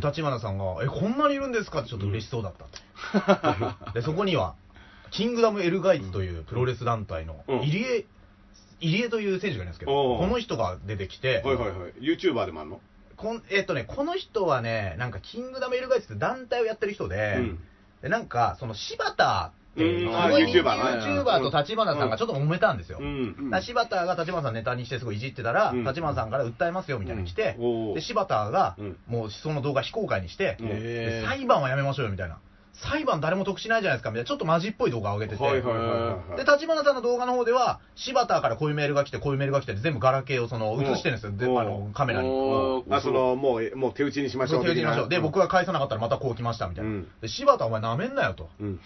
Speaker 3: で立花さんが「えこんなにいるんですか?」ってちょっと嬉しそうだったっ て、でそこにはキングダムエルガイズというプロレス団体の
Speaker 1: うん
Speaker 3: 入江、入江という選手がいるんですけど、
Speaker 1: おう
Speaker 3: この人が出てきて、
Speaker 1: はいはいはい YouTuber でもあるの
Speaker 3: こんえっとね、この人はね、なんかキングダムエルガイズって団体をやってる人で、
Speaker 1: うん
Speaker 3: でなんかその柴田っていう、
Speaker 1: うん
Speaker 2: あ
Speaker 3: すごい
Speaker 1: YouTuber ね
Speaker 3: YouTuber と立花さんがちょっと揉めたんですよ。
Speaker 1: うん
Speaker 3: だから柴田が立花さんネタにしてすごいいじってたら、
Speaker 1: うん
Speaker 3: 立花さんから訴えますよみたいなの来て、
Speaker 1: うんおー
Speaker 3: で柴田が
Speaker 1: うん
Speaker 3: もうその動画非公開にして、
Speaker 1: うん
Speaker 3: で
Speaker 2: へー
Speaker 3: 裁判はやめましょうよみたいな裁判誰も得しないじゃないですかみたいなちょっとマジっぽい動画を上げてて、
Speaker 1: はいはいはいはいはい
Speaker 3: で立花さんの動画の方では柴田からこういうメールが来てこういうメールが来てって全部ガラケーをその映してるんですよ、
Speaker 1: うん
Speaker 3: であのカメラに。
Speaker 2: おー
Speaker 1: うんあそのもうえもう手打ちにしまし
Speaker 3: そ
Speaker 1: ょ
Speaker 3: う
Speaker 1: う
Speaker 3: 手打ちにしましょうで、僕
Speaker 1: は、
Speaker 3: が返さなかったらまたこう来ましたみたいな、
Speaker 1: うん
Speaker 3: で柴田、お前、なめんなよと、
Speaker 1: うん
Speaker 3: で、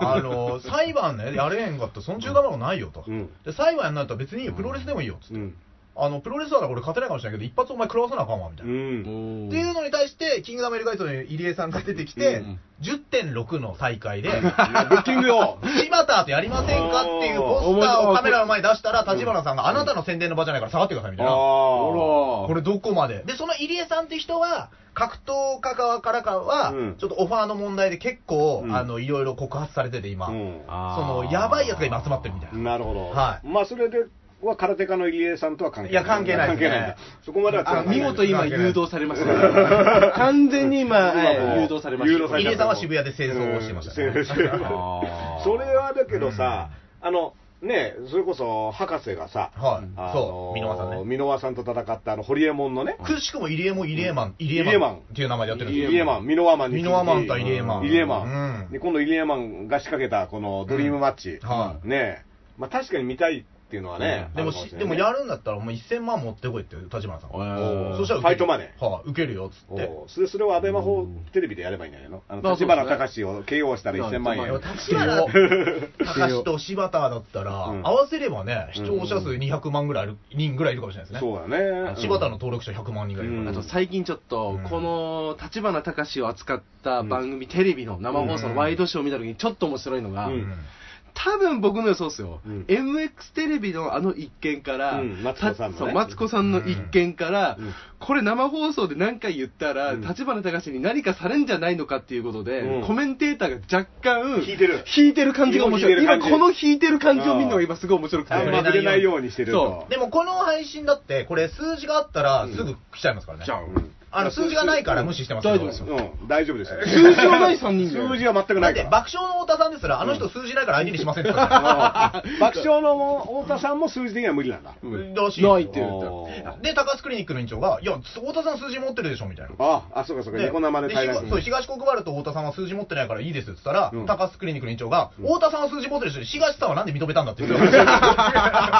Speaker 3: あの裁判ね、やれへんかったら、その中華まないよと、
Speaker 1: うん
Speaker 3: で裁判やんないと別にいいよ、プロレスでもいいよっつって、
Speaker 1: うん
Speaker 3: あのプロレスだから俺勝てないかもしれないけど、一発お前食らわさなあかんわみたいな、
Speaker 1: うん
Speaker 2: っ
Speaker 3: っていうのに対して、キングダムエルガイトの入江さんが出てきて、
Speaker 2: うん
Speaker 3: 10.6の大会で、
Speaker 1: いやブッキングよ
Speaker 3: 柴田とやりませんかっていうポスターをカメラの前に出したら、立花さんがあなたの宣伝の場じゃないから下がってくださいみたいな。
Speaker 1: あ
Speaker 2: ほら
Speaker 3: これどこまでで、その入江さんって人は、格闘家側からかは、
Speaker 1: うん
Speaker 3: ちょっとオファーの問題で結構、
Speaker 1: うん
Speaker 3: あの、いろいろ告発されてて、今。
Speaker 1: う
Speaker 3: そ
Speaker 1: ん
Speaker 2: あー
Speaker 3: の、やばいやつが今集まってるみたいな。
Speaker 1: なるほど、
Speaker 3: はい
Speaker 1: まあそれでは空手家の入江さんとは関係ない
Speaker 3: いや関係ないですね
Speaker 1: んだそこまでは
Speaker 2: あ
Speaker 1: 繋が
Speaker 2: 見
Speaker 1: りない
Speaker 2: 事今誘導されましたね完全に今、はい誘導されました
Speaker 1: 誘導され
Speaker 3: 入
Speaker 1: た
Speaker 3: 江さんは渋谷で清掃をしてましたね
Speaker 1: うん 清掃
Speaker 2: あー
Speaker 1: それはだけどさ、あのねそれこそ博士がさ、
Speaker 3: はい。
Speaker 1: あの
Speaker 3: そう、箕輪さんね。
Speaker 1: 箕輪さんと戦ったあの堀江門のね
Speaker 3: くしくも入江も入江マン、入
Speaker 1: 入江マ
Speaker 3: 江マ
Speaker 1: ン
Speaker 3: ンっていう名前でやってるんですよ。
Speaker 1: 入江マン箕輪マンに
Speaker 3: 箕輪マン対入江マン。
Speaker 1: 入江マン、
Speaker 3: うん
Speaker 1: で今度入江マンが仕掛けたこのドリームマッチ、
Speaker 3: はい
Speaker 1: ねまあ確かに見たいっていうのはね、
Speaker 3: でも
Speaker 1: あるか
Speaker 3: し、
Speaker 1: しれない
Speaker 3: でも
Speaker 1: ね
Speaker 3: やるんだったら、もう1000万持ってこいって、立花さんが。
Speaker 1: うん
Speaker 3: そしたら
Speaker 1: フ
Speaker 3: 受ける、
Speaker 1: ァイトマネ
Speaker 3: はい、受けるよ、っつって。
Speaker 1: おうそれそれをアベマ
Speaker 2: う
Speaker 1: 法
Speaker 2: ん
Speaker 1: テレビでやればいいんじゃないのあの
Speaker 2: まあ
Speaker 1: 立
Speaker 2: そうですね
Speaker 1: 花隆を KO したら1000万
Speaker 2: まあ
Speaker 1: 円
Speaker 2: まあ
Speaker 3: 立花高橋と柴田だったら、
Speaker 1: うん
Speaker 3: 合わせればね、視
Speaker 1: うん
Speaker 3: 聴者数200万ぐらいある、人ぐらいいるかもしれないですね。
Speaker 1: そうだね
Speaker 3: 柴田の登録者100万人ぐらいいるか
Speaker 1: う
Speaker 2: あ
Speaker 1: ん
Speaker 2: と最近ちょっと
Speaker 3: うん、
Speaker 2: この立花隆を扱った番組、テレビの生放送のワイドショーを見たときにちょっと面白いのが、
Speaker 1: う
Speaker 3: ら。
Speaker 1: ん
Speaker 2: 多分僕の予想ですよ、
Speaker 1: うん
Speaker 2: MX テレビのあの一件から、
Speaker 1: うんマツコさんのね
Speaker 2: たそうマツコさんの一件から、
Speaker 1: うん
Speaker 2: これ生放送で何回言ったら、
Speaker 1: うん
Speaker 2: 立花隆に何かされんじゃないのかっていうことで、
Speaker 1: うん
Speaker 2: コメンテーターが若干
Speaker 1: 引いてる
Speaker 2: 引いてる感じが面白い
Speaker 1: 今引いてる感
Speaker 2: 今
Speaker 1: じ
Speaker 2: この引いてる感じを見るのが今すごい面白くて
Speaker 1: あんま触れないようにしてると
Speaker 2: そ
Speaker 3: でもこの配信だって、これ数字があったら
Speaker 1: うん
Speaker 3: すぐ来ちゃいますからね。
Speaker 2: じゃあ
Speaker 1: うん
Speaker 3: あの数字がないから無視してますけど
Speaker 2: 大丈夫ですよ
Speaker 1: うん大丈夫ですよ
Speaker 2: 数字がない三人だよ
Speaker 1: 数字が全く
Speaker 3: だ
Speaker 1: な
Speaker 3: っ
Speaker 1: いか
Speaker 3: て
Speaker 1: ら
Speaker 3: 爆笑の太田さんですら、あの人数字ないから相手にしませんって言ってたから
Speaker 1: うん爆笑のも太田さんも数字的には無理なんだ
Speaker 2: うん
Speaker 3: らしいですよ
Speaker 2: ないって言った
Speaker 1: おー
Speaker 3: で、高須クリニックの院長が、いや、太田さん数字持ってるでしょみたいな。
Speaker 1: ああそうかそうかニコ生で対談す
Speaker 3: で
Speaker 1: る
Speaker 3: そう東国原と太田さんは数字持ってないからいいですって言ったら、
Speaker 1: うん
Speaker 3: 高須クリニックの院長が、
Speaker 1: うん
Speaker 3: 太田さんは数字持ってるし、東さんはなんで認めたんだって言ってたから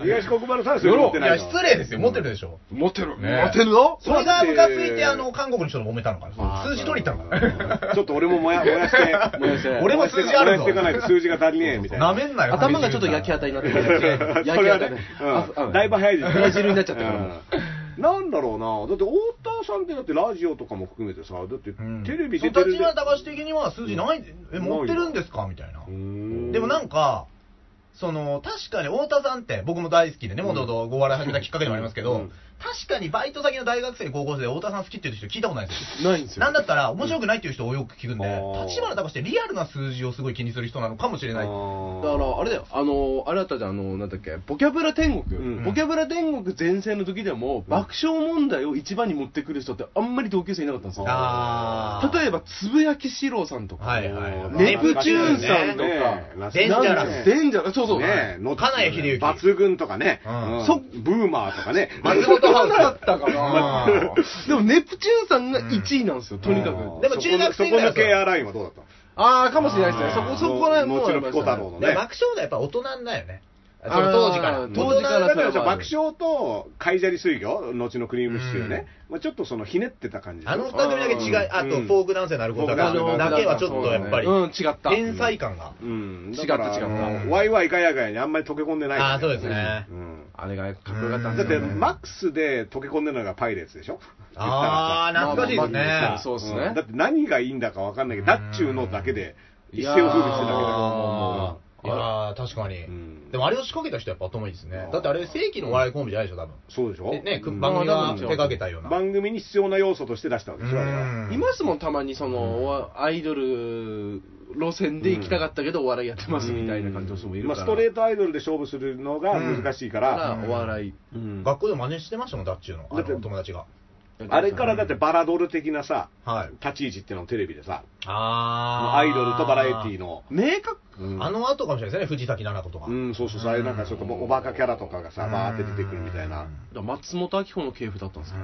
Speaker 1: 東国原さんはそれ持って
Speaker 3: い
Speaker 1: な
Speaker 3: や、
Speaker 1: いの
Speaker 3: 失礼ですよ、持ってるでしょ。
Speaker 2: モテる、
Speaker 3: ね
Speaker 2: モテるぞ
Speaker 3: それがムカつい、
Speaker 1: だってて
Speaker 3: あの、韓国の人と揉めたのかな。数字取りに行ったのかな。
Speaker 1: ちょっと俺も燃や燃やして
Speaker 2: 燃やして
Speaker 3: 俺も数字あるぞ
Speaker 1: 燃やしていかないと数字が足りねえみたいな
Speaker 3: なめんなよ。
Speaker 2: 頭がちょっと焼き畑になってる 焼き
Speaker 1: それは
Speaker 2: 畑
Speaker 1: ね
Speaker 2: ね、
Speaker 1: うん、だいぶ早い
Speaker 2: ブ
Speaker 1: です
Speaker 2: ラジルになっちゃったから
Speaker 1: うんなんだろうなだって太田さんってだってラジオとかも含めてさだって
Speaker 3: うん
Speaker 1: テレビ
Speaker 3: そう
Speaker 1: 出てる
Speaker 3: 立花隆的には数字ない、え、持ってるんですかみたいな。でもなんんか、その、確かに太田さんって、僕も大好きでね、もともとご笑い始めたきっかけでもありますけど、
Speaker 1: うん
Speaker 3: 確かにバイト先の大学生、高校生で太田さん好きっていう人聞いたことないですよ。
Speaker 2: ないんですよ
Speaker 3: なんだったら、面白くないっていう人をよく聞くんで、
Speaker 1: うん
Speaker 3: 立花隆ってリアルな数字をすごい気にする人なのかもしれない。
Speaker 2: だから、あれだよ、あの、あれだったじゃん、あの、なんだっけ、ボキャブラ天国、
Speaker 1: うん
Speaker 2: ボキャブラ天国全盛の時でも、爆笑問題を一番に持ってくる人って、あんまり同級生いなかったんですよ。
Speaker 3: あー
Speaker 2: 例えば、つぶやきしろうさんとか、
Speaker 3: はいはいはい。
Speaker 2: ネプチューンさんと
Speaker 1: ね
Speaker 2: か、
Speaker 3: デンジャラス
Speaker 2: なんだデンジャラスそうそう。
Speaker 1: ねノッチ
Speaker 3: 金谷秀幸
Speaker 1: 抜群とかね、
Speaker 3: うん
Speaker 1: そブーマーとかね
Speaker 3: 松本ハウス
Speaker 2: だったか な
Speaker 3: うん
Speaker 2: でも、ネプチューンさんが1位なんですよ、とにかく。
Speaker 1: うん
Speaker 3: でも中学生
Speaker 1: そ
Speaker 3: ぐ
Speaker 1: こ
Speaker 3: らいは
Speaker 1: のケアラインはどうだったの
Speaker 2: ああ、かもしれないですね。そ
Speaker 1: あー
Speaker 2: こ、そこら辺も
Speaker 1: 後
Speaker 2: あ
Speaker 1: の
Speaker 2: りま
Speaker 1: ピコ
Speaker 2: したね
Speaker 1: 太郎の
Speaker 3: でも
Speaker 1: ね
Speaker 3: 爆笑がやっぱ大人だよね。そ
Speaker 2: あー
Speaker 3: の当時から。
Speaker 2: 当時から
Speaker 1: だ
Speaker 3: 大人だ
Speaker 1: か
Speaker 3: よ
Speaker 1: ら
Speaker 2: それはあ
Speaker 1: 爆
Speaker 2: る
Speaker 1: 笑と海砂利水魚、後のクリームシチューね、まあ、ちょっとそのひねってた感じでしょ
Speaker 3: あの二組だけ違い、あと
Speaker 1: うん
Speaker 3: フォークダンスになることが
Speaker 1: フォークダンス
Speaker 3: だけはちょっとやっぱり
Speaker 2: う、ん、違った。
Speaker 3: 天才感が。
Speaker 1: うん、
Speaker 2: 違った
Speaker 1: だから
Speaker 2: 違った
Speaker 1: うんワイワイガヤガヤにあんまり溶け込んでない、
Speaker 3: ああ、そうですね。
Speaker 1: うん
Speaker 2: あれがかっこよかったん
Speaker 1: だっ
Speaker 2: です
Speaker 1: て、
Speaker 2: よね。
Speaker 1: マックスで溶け込んでるのがパイレーツでしょ
Speaker 3: ああ、懐かしいです
Speaker 2: まあまあま
Speaker 3: ね
Speaker 2: あ。そうっすね
Speaker 1: んだって何がいいんだかわかんないけど、ダッチューのだけで、一世を風靡してたけ
Speaker 3: あ
Speaker 1: ど、
Speaker 3: ーいやー確かに、
Speaker 1: うん
Speaker 3: でもあれを仕掛けた人やっぱ頭いいですね。だってあれ正規のお笑いコンビじゃないでしょ、多分。
Speaker 1: そうでしょ
Speaker 3: でね、
Speaker 1: う
Speaker 3: く
Speaker 1: ん
Speaker 3: 番組が手
Speaker 2: うん
Speaker 3: 掛けたような。
Speaker 1: 番組に必要な要素として出したわけでしょ、あれは。
Speaker 3: うん
Speaker 2: いますもん、たまに、その、アイドル路線で行きたかったけど、お笑いやってますみたいな感じの人もいる
Speaker 1: ま
Speaker 2: か
Speaker 1: あ、
Speaker 2: ら。
Speaker 1: ストレートアイドルで勝負するのが難しいか、
Speaker 2: からら、お笑い。
Speaker 1: うん
Speaker 3: 学校でも真似してましたもん、ダッチューの。あ
Speaker 1: だって
Speaker 3: のお友達が。
Speaker 1: あれからだってバラドル的なさ、
Speaker 3: はい。
Speaker 1: 立ち位置っていうのをテレビでさ、
Speaker 3: あー
Speaker 1: アイドルとバラエティー。の、
Speaker 2: 明確
Speaker 1: うん
Speaker 3: あの後かもしれないですね、藤崎奈々子とか。
Speaker 1: うん、そうそうそう、あれなんかちょっともうおバカキャラとかがさ、
Speaker 3: うん
Speaker 1: バーって出てくるみたいな。
Speaker 2: だ松本明子の系譜だったんですよ。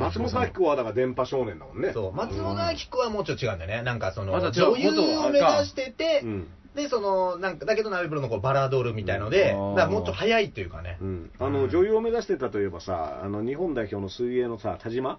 Speaker 1: 松本明子はだから電波少年だもんね。
Speaker 3: そう、松本明子はもうちょっと違うんだよね。なんかその、
Speaker 2: まだ違う
Speaker 3: 女優を目指してて、
Speaker 1: うん。
Speaker 3: で、その、なんか、だけどナベプロのこうバラドールみたいので、
Speaker 2: うん
Speaker 3: だからもうちょっと早いっていうかね
Speaker 1: う。ん、あの女優を目指してたといえばさ、あの日本代表の水泳のさ、田島、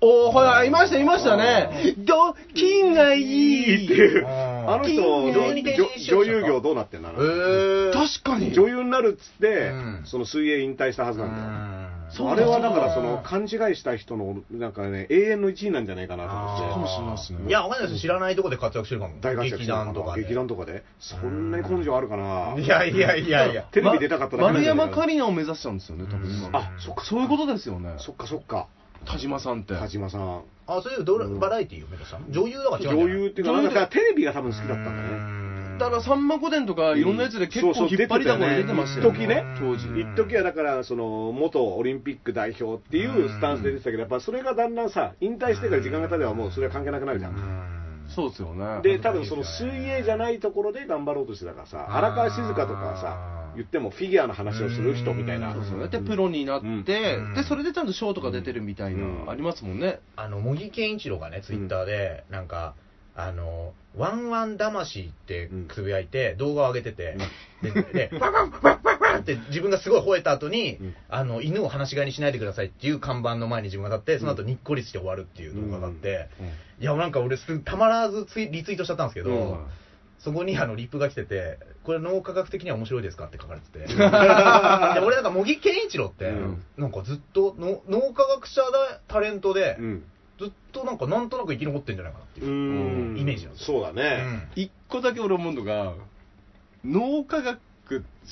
Speaker 2: おー、ほら、いました、いましたね。ドッキンがいいっていう。
Speaker 1: あの
Speaker 3: あ
Speaker 1: 人、
Speaker 3: うん
Speaker 1: 女女優業どうなってんのあ
Speaker 3: え
Speaker 1: の
Speaker 3: ー。
Speaker 2: 確かに。
Speaker 1: 女優になるっつって、
Speaker 3: うん
Speaker 1: その水泳引退したはずなんだよ。
Speaker 3: うん
Speaker 2: そう
Speaker 1: あれはだからその勘違いした人のなんかね永遠の1位なんじゃないかなと
Speaker 2: ーか
Speaker 1: 思
Speaker 2: も
Speaker 1: っ
Speaker 2: しれないですね
Speaker 3: いや、わかんないです。知らないとこで活躍してるかも。
Speaker 1: て大活躍
Speaker 3: 劇団とかで。
Speaker 1: 劇団とかでそんなに根性あるかない
Speaker 3: やいやいやいや。
Speaker 1: テレビ出たかっただけな
Speaker 2: 丸
Speaker 1: んじゃな
Speaker 2: 山
Speaker 1: いかな
Speaker 2: 桂里奈を目指したんですよね、多分今。
Speaker 1: あそっか
Speaker 2: そういうことですよね。
Speaker 1: そっかそっか
Speaker 2: 田島さんって。
Speaker 1: 田島さん
Speaker 3: あ、そういうドラバラエティーを目指したの女優だから違
Speaker 1: 女
Speaker 3: うんじゃない
Speaker 1: 優っていうかなんかだからテレビが多分好きだったんだね
Speaker 2: だから、さんま御殿とかいろんなやつで結構
Speaker 1: そうそう
Speaker 2: 引っ張りだこで出てましたよ
Speaker 1: 出てたよね
Speaker 2: 当時。
Speaker 3: うん
Speaker 1: 一時はだからその元オリンピック代表っていうスタンスで出てたけどやっぱそれがだんだんさ引退してから時間が経てばもうそれは関係なくなるじゃん
Speaker 2: そうですよね。
Speaker 1: で多分その水泳じゃないところで頑張ろうとしてたからさ荒川静香とかはさ言ってもフィギュアの話をする人みたいな
Speaker 2: そうそうねで、プロになって、
Speaker 1: うん
Speaker 2: で
Speaker 3: うん、
Speaker 2: それでちゃんとショーとか出てるみたいな、
Speaker 1: うん
Speaker 2: ありますもんね。
Speaker 3: あの、茂木健一郎がね、ツイッターで、なんか、あの、ワンワン魂ってつぶやいて、動画を上げてて、で、で、ワンワンワンワンワンって自分がすごい吠えた後に、
Speaker 1: うん
Speaker 3: あの、犬を放し飼いにしないでくださいっていう看板の前に自分が立って、その後にっこりして終わるっていう動画があって、いや、なんか俺す、たまらずツイリツイートしちゃったんですけど、
Speaker 1: うん
Speaker 3: そこにあのリップが来てて、これ脳科学的には面白いですかって書か れてて。で俺なんか茂木健一郎って、
Speaker 1: うん
Speaker 3: なんかずっとの脳科学者だ、タレントで、
Speaker 1: うん
Speaker 3: ずっとなんかなんとなく生き残ってんじゃないかなっていうう。
Speaker 1: ん
Speaker 3: イメージなんです
Speaker 1: そうだね
Speaker 2: 一個だけ俺思うのが脳科学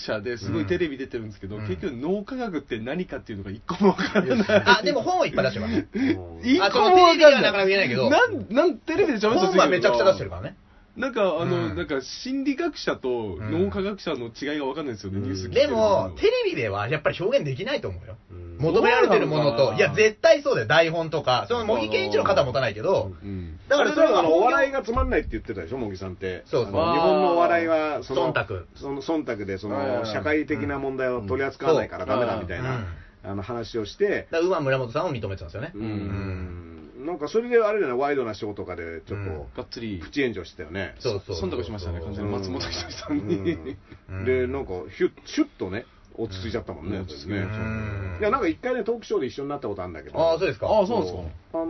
Speaker 2: 者ですごいテレビ出てるんですけど、
Speaker 3: うん
Speaker 2: 結局脳科学って何かっていうのが一個も分からない
Speaker 3: あ、でも本はいっぱい出してます。
Speaker 1: うん
Speaker 2: 一
Speaker 3: あ、ち
Speaker 2: 個
Speaker 3: ょっ
Speaker 2: も
Speaker 3: とテレ
Speaker 2: 分
Speaker 3: ビ
Speaker 2: か
Speaker 3: では
Speaker 2: ん
Speaker 3: なかな
Speaker 2: な
Speaker 3: か
Speaker 2: い
Speaker 3: 見えないけど、
Speaker 2: なんなんテレビで喋って
Speaker 3: 本はめちゃくちゃ出してるからね。
Speaker 2: なんかあ
Speaker 3: う
Speaker 2: の、
Speaker 3: ん
Speaker 2: なんか心理学者と脳科学者の違いが分かんないですよね、
Speaker 1: うん
Speaker 2: ニュース聞いて
Speaker 3: で
Speaker 2: る
Speaker 3: も、テレビではやっぱり表現できないと思うよ。
Speaker 1: うん
Speaker 3: 求められてるもの
Speaker 2: う
Speaker 3: と、
Speaker 2: ん
Speaker 3: いや、絶対そうだよ、台本とか。その茂木健一郎肩持たないけど、
Speaker 2: うん
Speaker 3: だ
Speaker 1: だ
Speaker 3: か
Speaker 1: からら
Speaker 3: そ
Speaker 1: そ
Speaker 3: れ
Speaker 1: れ
Speaker 3: は
Speaker 1: はあのお笑いがつまんないって言ってたでしょ、茂木さんって。
Speaker 3: そう
Speaker 1: あ
Speaker 3: そう
Speaker 1: の日本のお笑いはその
Speaker 3: 忖度
Speaker 1: その忖度でそ
Speaker 2: うん
Speaker 1: の社会的な問題を取り扱わないからダメだみたいな、あの話をして、
Speaker 3: だから馬村本さんを認めてたんですよね。
Speaker 1: う
Speaker 2: うん
Speaker 1: んなんかそれであれだよね、ワイドなショーとかでちょっと、
Speaker 2: がっつり
Speaker 1: プチ炎上してたよね。
Speaker 3: そうそう。
Speaker 2: 忖度しましたね完全に松本人志さんに
Speaker 1: うんで、なんかヒュッ、シュッとね、落ち着いちゃったもんね、
Speaker 2: うん落ち着く
Speaker 1: ね
Speaker 2: ね
Speaker 3: うん
Speaker 1: いや、なんか一回ね、トークショーで一緒になったことあるんだけど、
Speaker 3: ああ、そうですか。
Speaker 2: ああそうなんですか
Speaker 1: あの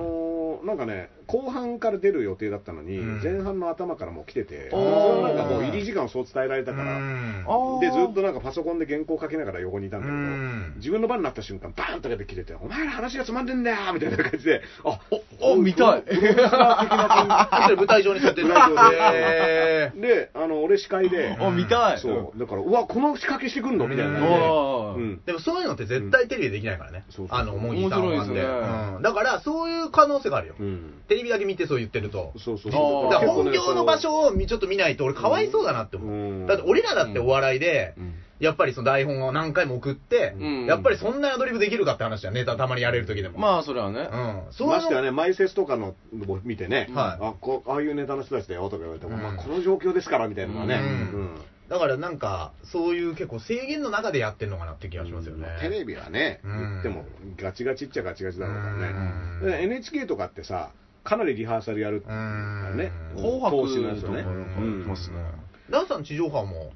Speaker 1: ーなんかね、後半から出る予定だったのに、
Speaker 3: うん
Speaker 1: 前半の頭からもう来てて、
Speaker 2: あ
Speaker 1: そ
Speaker 2: ー
Speaker 1: れはなんかもう入り時間をそう伝えられたか
Speaker 3: う
Speaker 1: ら、
Speaker 3: ん
Speaker 2: あー
Speaker 1: で、ずっとなんかパソコンで原稿書きながら横にいたんだけ
Speaker 3: う
Speaker 1: ど、
Speaker 3: ん
Speaker 1: 自分の番になった瞬間、バーンと出てきてて、お前ら話がつまんでんだよみたいな感じで、あ
Speaker 2: お見たい
Speaker 3: あそれ舞台上に立ってる
Speaker 1: 舞台上で
Speaker 3: へ
Speaker 1: で、あの俺司会で、
Speaker 2: お見たい
Speaker 1: そう、だから、うわ、この仕掛けしてくんのみたいな
Speaker 3: う
Speaker 1: ね
Speaker 3: ん
Speaker 2: おー
Speaker 1: うん
Speaker 3: ーでもそういうのって絶対テレビでできないからね
Speaker 1: そう。そう
Speaker 3: あの、モギさんはあって
Speaker 2: 面白いですね
Speaker 3: うんだから、そういう可能性があるよ
Speaker 1: う。ん
Speaker 3: テレビだけ見てそう言ってると。
Speaker 1: そうそう
Speaker 2: あー
Speaker 1: そう。
Speaker 3: だ
Speaker 1: だか
Speaker 3: か
Speaker 1: らら
Speaker 3: 本業の場所をちょっと見ないと俺かわいそうだなって
Speaker 1: う
Speaker 3: 思う。
Speaker 1: ん
Speaker 3: だって俺らだってお笑いで
Speaker 1: う、ん
Speaker 3: やっぱりその台本を何回も送って
Speaker 2: う、ん
Speaker 3: やっぱりそんなアドリブできるかって話じゃん、ネタたまにやれる時でも。
Speaker 2: まあそれはね、
Speaker 3: あ、うん。そう
Speaker 1: ま
Speaker 3: い
Speaker 1: して
Speaker 3: う
Speaker 1: は
Speaker 3: の。
Speaker 1: ね、マイセスとかのを見てね、
Speaker 3: はい
Speaker 1: あこうああいうネタの人たちだよとか言われても、
Speaker 3: うん
Speaker 1: まあ、この状況ですからみたいなのはね、
Speaker 3: うんだからなんか、そういう結構制限の中でやってんのかなって気がしますよね
Speaker 1: ま。あテレビはね、
Speaker 3: うん
Speaker 1: 言ってもガチガチっちゃガチガチだろうから
Speaker 3: う
Speaker 1: ね、
Speaker 3: ん
Speaker 1: で NHK とかってさ、かなりリハーサルやるっていうからね、
Speaker 3: うん
Speaker 2: 紅白
Speaker 1: 投資のやつね
Speaker 2: とか
Speaker 1: う
Speaker 2: やって
Speaker 1: ん
Speaker 2: ますね、
Speaker 3: ダンさん地上波も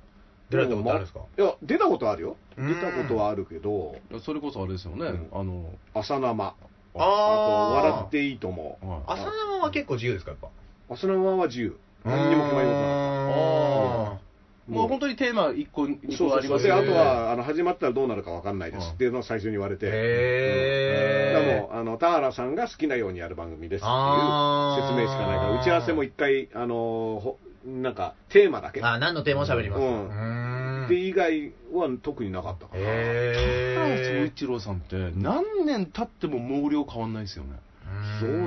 Speaker 3: 出られたことあるんですか
Speaker 1: いや、出たことあるよ、
Speaker 3: うん
Speaker 1: 出たことはあるけど、
Speaker 2: それこそあれですよ
Speaker 1: う
Speaker 2: ね、
Speaker 1: ん
Speaker 2: あの
Speaker 1: 朝生、
Speaker 3: あ
Speaker 1: あと、
Speaker 3: ー
Speaker 1: 笑っていいとも、
Speaker 2: はい
Speaker 3: 朝生は結構自由ですか、やっぱ。
Speaker 1: 朝生は自由、何にも決まりません。
Speaker 3: あ
Speaker 2: もう本当にテーマ1個2
Speaker 1: そう
Speaker 2: 個
Speaker 1: そ
Speaker 2: あ
Speaker 1: う
Speaker 2: り
Speaker 1: そ
Speaker 2: ま
Speaker 1: う
Speaker 2: す
Speaker 1: で
Speaker 2: よ
Speaker 1: あ
Speaker 2: ね
Speaker 1: とはあの始まったらどうなるかわかんないですっていうのを最初に言われ
Speaker 3: ー
Speaker 1: て、
Speaker 3: へ
Speaker 1: で
Speaker 3: ー
Speaker 1: もあの田原さんが好きなようにやる番組ですっていう
Speaker 3: あー
Speaker 1: 説明しかないから、打ち合わせも一回、あのほなんかテーマだけ、
Speaker 3: あ、何のテーマを喋りますか
Speaker 1: う
Speaker 3: うんーん
Speaker 1: で以外は特になかったから、
Speaker 2: 田原総
Speaker 3: へ
Speaker 2: 一郎さんって何年経っても毛量変わんないです よね
Speaker 3: ー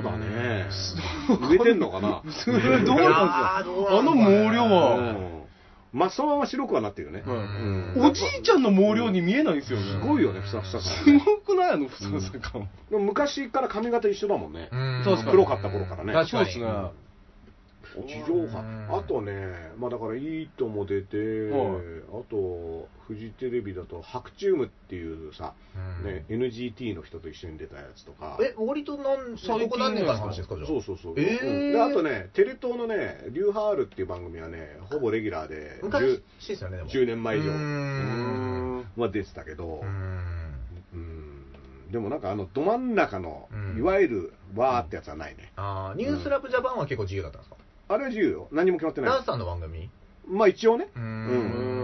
Speaker 1: そうだね
Speaker 3: う、
Speaker 1: 植えてんのかな、
Speaker 2: それどうなんです
Speaker 3: いやー
Speaker 2: か
Speaker 3: どうなんだろうね
Speaker 2: あの毛
Speaker 1: う
Speaker 2: 量は
Speaker 1: んまあ、そのまま白くはなってるよね、
Speaker 2: うん
Speaker 1: うん
Speaker 2: おじいちゃんの毛量に見えないんですよね
Speaker 1: すごいよね、ふさふさ
Speaker 2: す
Speaker 1: 感、ね、
Speaker 2: ごくないあのふさふさ感、
Speaker 1: でも昔から髪型一緒だもんね
Speaker 3: う、ん
Speaker 2: そうですか
Speaker 1: 黒かった頃からね
Speaker 3: 確かに
Speaker 2: そうですね
Speaker 1: 地上波
Speaker 3: うん
Speaker 1: あとね、まあ、だから「いいとも」出て、
Speaker 2: はい
Speaker 1: あとフジテレビだと「ハクチューム」っていうさ、
Speaker 3: うん
Speaker 1: ね、NGT の人と一緒に出たやつとか
Speaker 3: え、割となん、
Speaker 2: 最
Speaker 3: こ
Speaker 2: 近
Speaker 3: こ何年かの話ですか、じゃあ。
Speaker 1: そうそうそう、
Speaker 3: えー
Speaker 1: うんであとねテレ東のね「リューハール」っていう番組はねほぼレギュラーで
Speaker 3: 昔ですよね、で
Speaker 1: 10,
Speaker 3: も。
Speaker 1: 10年前以上
Speaker 3: うーん
Speaker 1: は出てたけど
Speaker 3: うー、ん
Speaker 1: うんでもなんかあのど真ん中の
Speaker 3: うん
Speaker 1: いわゆる「わー」ってやつはないね、
Speaker 3: あーニュースラブジャパンは結構自由だったんですか
Speaker 1: あれは自由よ何も決まって
Speaker 3: ダ
Speaker 1: な
Speaker 3: ン
Speaker 1: い
Speaker 3: さんの番組
Speaker 1: まあ一応ね
Speaker 3: うー
Speaker 2: ん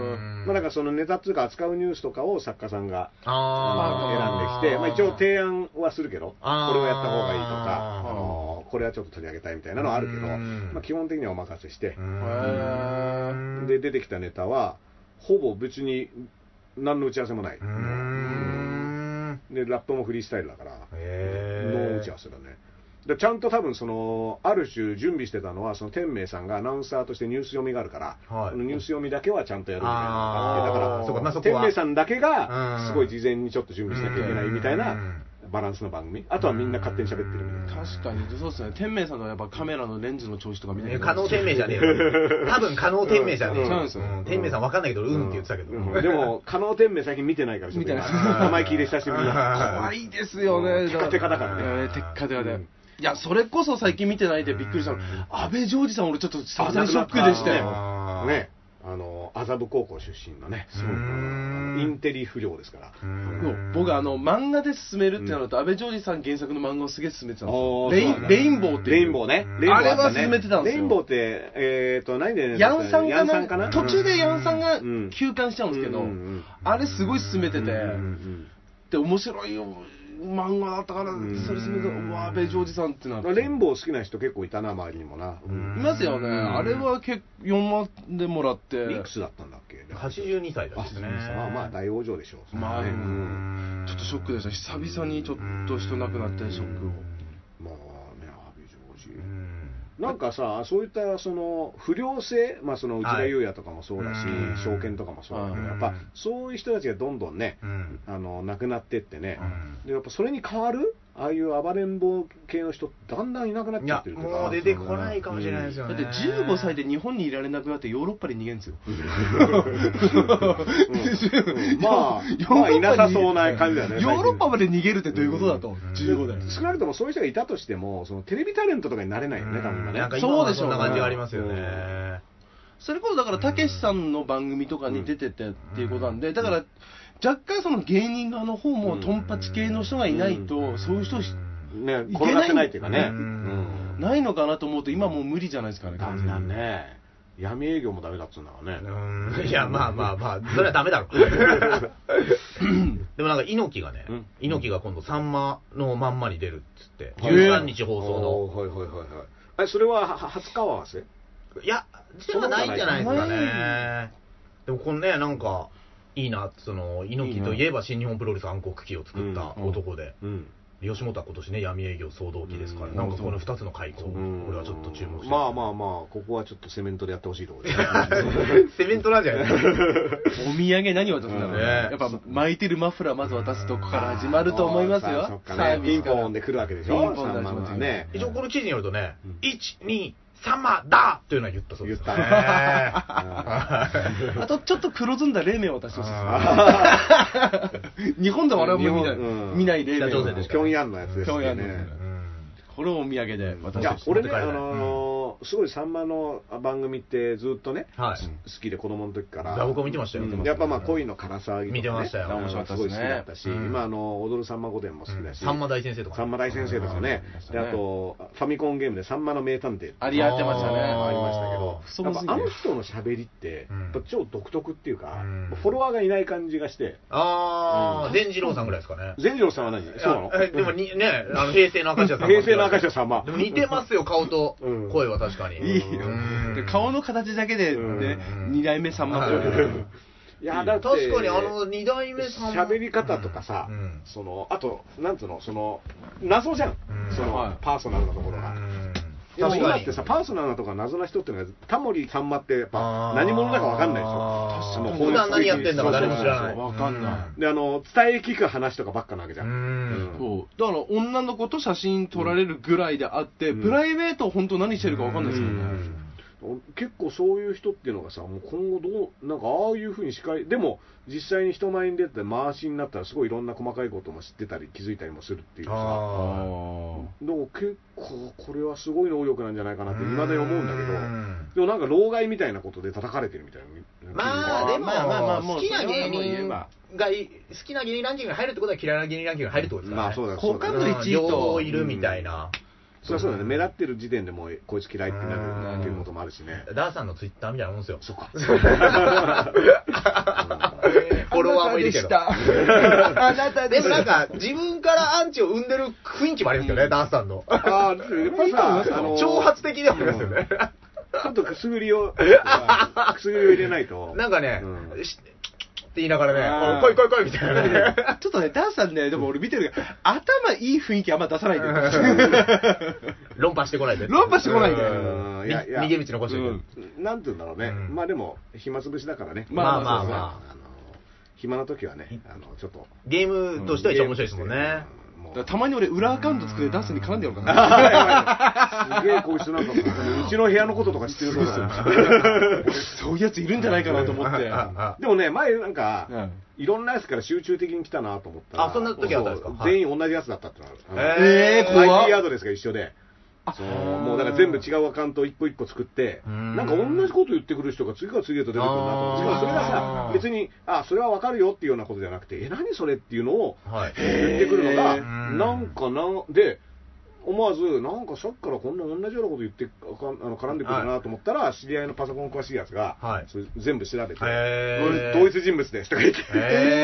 Speaker 1: まあ、なんかそのネタっていうか扱うニュースとかを作家さんが
Speaker 3: あ
Speaker 1: 選んできて、まあ、一応提案はするけど、これ
Speaker 3: あー
Speaker 1: をやった方がいいと
Speaker 3: あ
Speaker 1: か、あ
Speaker 2: ー
Speaker 1: のこれはちょっと取り上げたいみたいなのはあるけど、
Speaker 3: うん
Speaker 1: まあ、基本的にはお任せして、
Speaker 3: 案
Speaker 1: で出てきたネタは、ほぼ別に何の打ち合わせもない、でラップもフリースタイルだから、ノー打ち合わせだね。でちゃんと多分そのある種準備してたのはその天明さんがアナウンサーとしてニュース読みがあるから、
Speaker 3: はい
Speaker 1: そのニュース読みだけはちゃんとやるみたいなのがあってだ
Speaker 2: あー
Speaker 1: から
Speaker 2: そうかまあ
Speaker 3: そこは
Speaker 1: 天明さんだけ
Speaker 3: うん
Speaker 1: がすごい事前にちょっと準備しなきゃいけないみたいなバランスの番組あとはみんな勝手に喋ってるみたいな
Speaker 2: 確かにそうですね天明さんのやっぱカメラのレンズの調子とか見て
Speaker 3: 可能天命じゃねえよ 多分可能天命じゃねえよ
Speaker 2: うんそうな
Speaker 3: う
Speaker 2: んですよ
Speaker 3: ん天命さん分かんないけどうんって言ってたけど
Speaker 1: うんでも加納天明最近見てないからちょっと今
Speaker 2: 見て
Speaker 1: 名前聞いて久しぶりだ
Speaker 3: うん
Speaker 2: 怖いですよね
Speaker 1: テカテカだからね
Speaker 2: えーテッカテカで、
Speaker 1: うん
Speaker 2: いや、それこそ最近見てないでびっくりしたの。安倍ジョージさん、俺ちょっと久々にショックでしたよ。
Speaker 3: あー
Speaker 1: ね、あの麻布高校出身のね、
Speaker 3: そう
Speaker 1: あのインテリ不良ですから、
Speaker 2: もう僕あの漫画で進めるってなると、安倍ジョージさん原作の漫画をすげえ進めてたんですよ。
Speaker 1: おー
Speaker 2: レイ
Speaker 1: そうなん
Speaker 2: ン
Speaker 1: だ
Speaker 2: レインボーっていう。
Speaker 1: レインボーね、レインボーったね
Speaker 2: あれは勧めてたんで
Speaker 1: レイ
Speaker 2: すよ
Speaker 1: ンボーって、えー、と、何でね、
Speaker 2: ヤンさん
Speaker 1: ヤ
Speaker 2: か
Speaker 1: ンさ
Speaker 2: なん
Speaker 1: かな、
Speaker 2: 途中でヤンさんが
Speaker 1: うん
Speaker 2: 休館しちゃうんですけど、
Speaker 1: うんうんうん
Speaker 2: あれすごい進めてて、
Speaker 1: うんうん
Speaker 2: で面白いよ漫画だったから、
Speaker 1: ん
Speaker 2: それ進めてうわ安倍ジョージさんってなって
Speaker 1: うんレインボー好きな人結構いたな、周りにもな、うん
Speaker 2: いますよね、あれは結4万でもらって
Speaker 1: いくつだったんだっけ、
Speaker 3: 82歳だ
Speaker 1: あ、
Speaker 3: し
Speaker 1: そう
Speaker 3: ね。
Speaker 1: まあまあ大往生でしょう、
Speaker 2: まあ
Speaker 1: ね
Speaker 2: うん
Speaker 1: うん
Speaker 2: ちょっとショックでした久々にちょっと人亡くなってショックを
Speaker 1: まあね、阿部ジョージ。
Speaker 3: うん
Speaker 1: なんかさ、そういったその不良性、まあ、その内田
Speaker 3: はい
Speaker 1: 裕也とかもそうだし、
Speaker 3: うん
Speaker 1: 証券とかもそうだけ
Speaker 2: うん
Speaker 1: ど、やっぱそういう人たちがどんどんね、
Speaker 3: うん
Speaker 1: あの亡くなってってね、
Speaker 3: うん
Speaker 1: でやっぱそれに変わる、ああいう暴れん坊系の人、だんだんいなくなっ
Speaker 3: い
Speaker 1: ちゃっ
Speaker 3: や
Speaker 1: て、るというか
Speaker 3: もう出てこないかもしれないですよ
Speaker 2: だ
Speaker 3: ね。
Speaker 2: って15歳で日本にいられなくなってヨーロッパに逃げんですよ
Speaker 1: うんまあ、まあ、いなさそうな感じだよね、
Speaker 2: ヨーロッパ
Speaker 1: 最
Speaker 2: まで逃げるってどういうことだと、15代
Speaker 1: 近少なくともそういう人がいたとしても、そのテレビタレントとかになれないよね、多分今ね。
Speaker 3: なんか
Speaker 2: い
Speaker 3: 今
Speaker 2: そう
Speaker 3: は
Speaker 2: でし
Speaker 3: そん
Speaker 2: ょうね
Speaker 3: な感じがありますよね。
Speaker 2: それこそだからたけしさんの番組とかに出ててっていうことなんでだから若干その芸人側の方もトンパチ系の人がいないとそういう人し
Speaker 1: ね、
Speaker 2: い
Speaker 1: 転
Speaker 2: けない
Speaker 1: がせないっていうかね。
Speaker 3: う
Speaker 1: うんん。
Speaker 2: ないのかなと思うと今もう無理じゃないですかね
Speaker 1: だ
Speaker 2: 完
Speaker 1: ん
Speaker 2: 全
Speaker 1: だん
Speaker 2: に
Speaker 1: ね、闇営業もダメだっつうんだからね。
Speaker 3: うんいや、まあまあまあ、それはダメだろ。でもなんか、猪木がね
Speaker 1: うん、
Speaker 3: 猪木が今度、さんまのまんまに出るっつって、
Speaker 1: へ
Speaker 2: え
Speaker 3: 13日放送
Speaker 1: の。はいはいはいはい。え、それはは初顔合わせ
Speaker 3: の。いや、それはないんじゃないですかね。でも、このね、なんか、いいな、その、猪木といえば新日本プロレス暗黒期を作った男で、
Speaker 1: うん。
Speaker 3: 吉本は今年ね、闇営業騒動期ですから、なんかこの2つの回答、俺はちょっと注目して。
Speaker 1: まあまあまあ、ここはちょっとセメントでやってほしいところですね。
Speaker 3: セメントなんじゃない
Speaker 2: お土産何渡すんだろう
Speaker 3: ね
Speaker 2: ねやっぱ巻いてるマフラーまず渡すとこから始まると思います
Speaker 1: そっ
Speaker 2: よ
Speaker 1: かね。ピン
Speaker 2: から
Speaker 1: ポンで来るわけでしょ。
Speaker 2: ピンポンで
Speaker 1: 三
Speaker 2: 始ま
Speaker 1: 万
Speaker 2: って
Speaker 1: はね。
Speaker 3: 一応この記事によるとね
Speaker 1: うん、
Speaker 3: 1、2、3まだというのは言ったそうです。
Speaker 1: 言ったね
Speaker 3: ね。
Speaker 2: あとちょっと黒ずんだ冷麺を渡してほしいです日本では我々も見ない、
Speaker 1: うん
Speaker 2: 見ない冷
Speaker 3: 北朝鮮
Speaker 2: 麺
Speaker 3: でし
Speaker 1: 平壌のやつですよ
Speaker 2: 平壌のや
Speaker 1: ね
Speaker 2: つ。これをお土産で渡
Speaker 1: い
Speaker 2: して
Speaker 1: や
Speaker 2: ほしい
Speaker 1: 俺ね、
Speaker 3: 持って帰
Speaker 1: あ
Speaker 3: れない
Speaker 1: のーすごいさんまの番組ってずっとね、
Speaker 3: はい
Speaker 1: す好きで子供の時から
Speaker 3: あ僕も見てましたよ
Speaker 1: うんやっぱまあ恋の唐騒ぎとかね
Speaker 3: 見てましたよ
Speaker 1: うん
Speaker 3: 面
Speaker 2: 白かった
Speaker 1: す
Speaker 2: です
Speaker 1: ごい
Speaker 2: ね
Speaker 1: 好きだったし、
Speaker 3: うん
Speaker 1: 今あの踊るさんま御殿も好きだし、
Speaker 3: さんま大先生とか。
Speaker 1: さんま大先生とかね
Speaker 2: うん
Speaker 1: であとファミコンゲームでさんまの名探偵
Speaker 2: ありやってましたね
Speaker 1: ありましたけど
Speaker 2: 不相
Speaker 1: や
Speaker 2: す
Speaker 1: っ
Speaker 2: ぎ
Speaker 1: ぱ
Speaker 2: る
Speaker 1: あの人の喋りって、
Speaker 3: うん
Speaker 1: やっぱ超独特っていうか、
Speaker 3: うん
Speaker 1: フォロワーがいない感じがして
Speaker 3: あー、善次郎さんぐらいですかね。
Speaker 1: 善次郎さんは何そうなの
Speaker 3: あえでもに、ね、あの平成の赤ちゃんさん。
Speaker 1: 平成の赤ちゃんさんま
Speaker 3: でも似てますよ、顔と
Speaker 1: うん
Speaker 3: 声は確かに。
Speaker 2: いいよ
Speaker 3: うん
Speaker 2: で顔の形だけで、
Speaker 1: うん
Speaker 2: ね、2代目3万
Speaker 3: うん
Speaker 1: いやだって
Speaker 3: 確かにあの二代目さんま
Speaker 1: 喋り方とかさ、
Speaker 3: うん
Speaker 1: そのあとなんつうのその謎じゃん、
Speaker 3: うん
Speaker 1: そ
Speaker 2: は
Speaker 1: の
Speaker 2: い
Speaker 1: パーソナルなところが、でも
Speaker 3: 確か
Speaker 1: 今
Speaker 3: に
Speaker 1: ってさパーソナルなところが謎な人っていうのがタモリさんまってやっぱ
Speaker 3: あー
Speaker 1: 何者だか分かんないでしょ
Speaker 3: 確かに
Speaker 1: もう
Speaker 3: 普段何やってんだか誰も知ら
Speaker 1: そう
Speaker 3: な
Speaker 1: そう
Speaker 3: い。
Speaker 1: そう
Speaker 2: わかんない
Speaker 1: であの伝え聞く話とかばっかなわけじゃん、
Speaker 3: うん
Speaker 2: そうだから女の子と写真撮られるぐらいであって、
Speaker 1: うん
Speaker 2: プライベート本当何してるかわかんないですもんね、
Speaker 1: 結構そういう人っていうのがさもう今後どうなんかああいうふうに司会でも実際に人前に出て回しになったらすごいいろんな細かいことも知ってたり気づいたりもするっていうさ
Speaker 3: あー
Speaker 1: でも結構これはすごい能力なんじゃないかなって今で思うんだけど
Speaker 3: うん
Speaker 1: でもなんか老害みたいなことで叩かれてるみたいな
Speaker 3: まあ、でも、
Speaker 2: まあまあまあもう
Speaker 3: 好きな芸
Speaker 2: それはもう言え
Speaker 3: 人
Speaker 2: ば
Speaker 3: がい、好きな芸人ランキングに入るってことは嫌いな芸人ランキングに入るってことですからね。
Speaker 1: まあそうだ
Speaker 2: 好感度
Speaker 1: だ
Speaker 2: 1位
Speaker 3: 両方
Speaker 2: と
Speaker 3: いるみたいな。
Speaker 1: そりゃそうだね目立ってる時点でもうこいつ嫌いってなるっていうこともあるしね
Speaker 3: ダーさんのツイッターみたいなもんですよ。
Speaker 1: そっか
Speaker 3: フォロワーもいるけ ど。
Speaker 2: あなた
Speaker 3: で
Speaker 2: で
Speaker 3: も
Speaker 2: し
Speaker 3: なんか、
Speaker 2: た
Speaker 3: 自分からアンチを生んでる雰囲気もありますよね、ダーさんの。
Speaker 1: ああやっぱさあの
Speaker 3: 挑発的ではありますよね。
Speaker 1: ちょっとくすぐりを、くすぐりを入れないと。
Speaker 3: なんかね
Speaker 1: う、ん
Speaker 3: しって言いながら
Speaker 2: あ
Speaker 3: ね、
Speaker 2: ー
Speaker 3: おい来い来い来いみたいなね。
Speaker 2: ちょっとね、ダンさんね、でも俺見てるけど、頭いい雰囲気あんま出さないで。
Speaker 3: 論破してこないで。
Speaker 2: 論破してこないで
Speaker 1: うんいやいや
Speaker 3: み逃げ道残してくる。
Speaker 1: なんて言うんだろうね。
Speaker 3: うん
Speaker 1: まあでも、暇つぶしだからね。
Speaker 2: まあまあ
Speaker 1: そうそう
Speaker 3: まあ
Speaker 1: あの暇な時はね、あの、ちょっと。
Speaker 3: ゲームとしては一番面白いですもんね。
Speaker 1: うん。も
Speaker 2: だからたまに俺裏アカウント作って出すに絡んでやろうか
Speaker 1: あやばいやばい
Speaker 2: な。
Speaker 1: すげえこいつなんかうちの部屋のこととか知ってるそうですよ
Speaker 2: そういうやついるんじゃないかなと思って。
Speaker 1: でもね前なんか、
Speaker 2: うん
Speaker 1: いろんなやつから集中的に来たなと思ったら
Speaker 3: あそんな時あったんですか
Speaker 1: そう
Speaker 3: はい
Speaker 1: 全員同じやつだったってのがある、
Speaker 2: えー怖っ
Speaker 1: IP アドレスが一緒でそうもうだから全部違うアカウントを一個一個作って
Speaker 3: うん
Speaker 1: なんか同じこと言ってくる人が次から次へと出てくるなと
Speaker 3: あー
Speaker 1: しかもそれがさ別にあそれは分かるよっていうようなことじゃなくてえ何それっていうのを
Speaker 3: はい。
Speaker 1: 言ってくるのが、
Speaker 2: へー
Speaker 1: なんかなんで、思わず、なんかさっきからこんな同じようなこと言ってあかんあの絡んでくるなと思ったら、知り合いのパソコン詳しいやつが、
Speaker 3: はい
Speaker 1: それ全部調べて、
Speaker 3: へー
Speaker 1: 同一人物ですとか言って、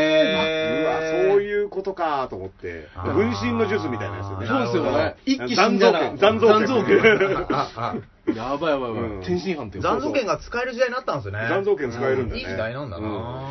Speaker 3: へー
Speaker 1: うわ、そういうことかと思って
Speaker 3: あ、ー
Speaker 1: 分身の術みたいなやつよね。
Speaker 2: そうですよね。一気死
Speaker 1: 残
Speaker 2: んだら。
Speaker 1: 残像
Speaker 2: 残像
Speaker 1: 権。
Speaker 2: 権。
Speaker 3: ああ
Speaker 2: やばいやばいやばい。
Speaker 1: うん
Speaker 2: 天津飯ってよ
Speaker 3: 残像権が使える時代になったんですよね。
Speaker 1: 残像権使えるんだよね。
Speaker 3: いい時代なんだな。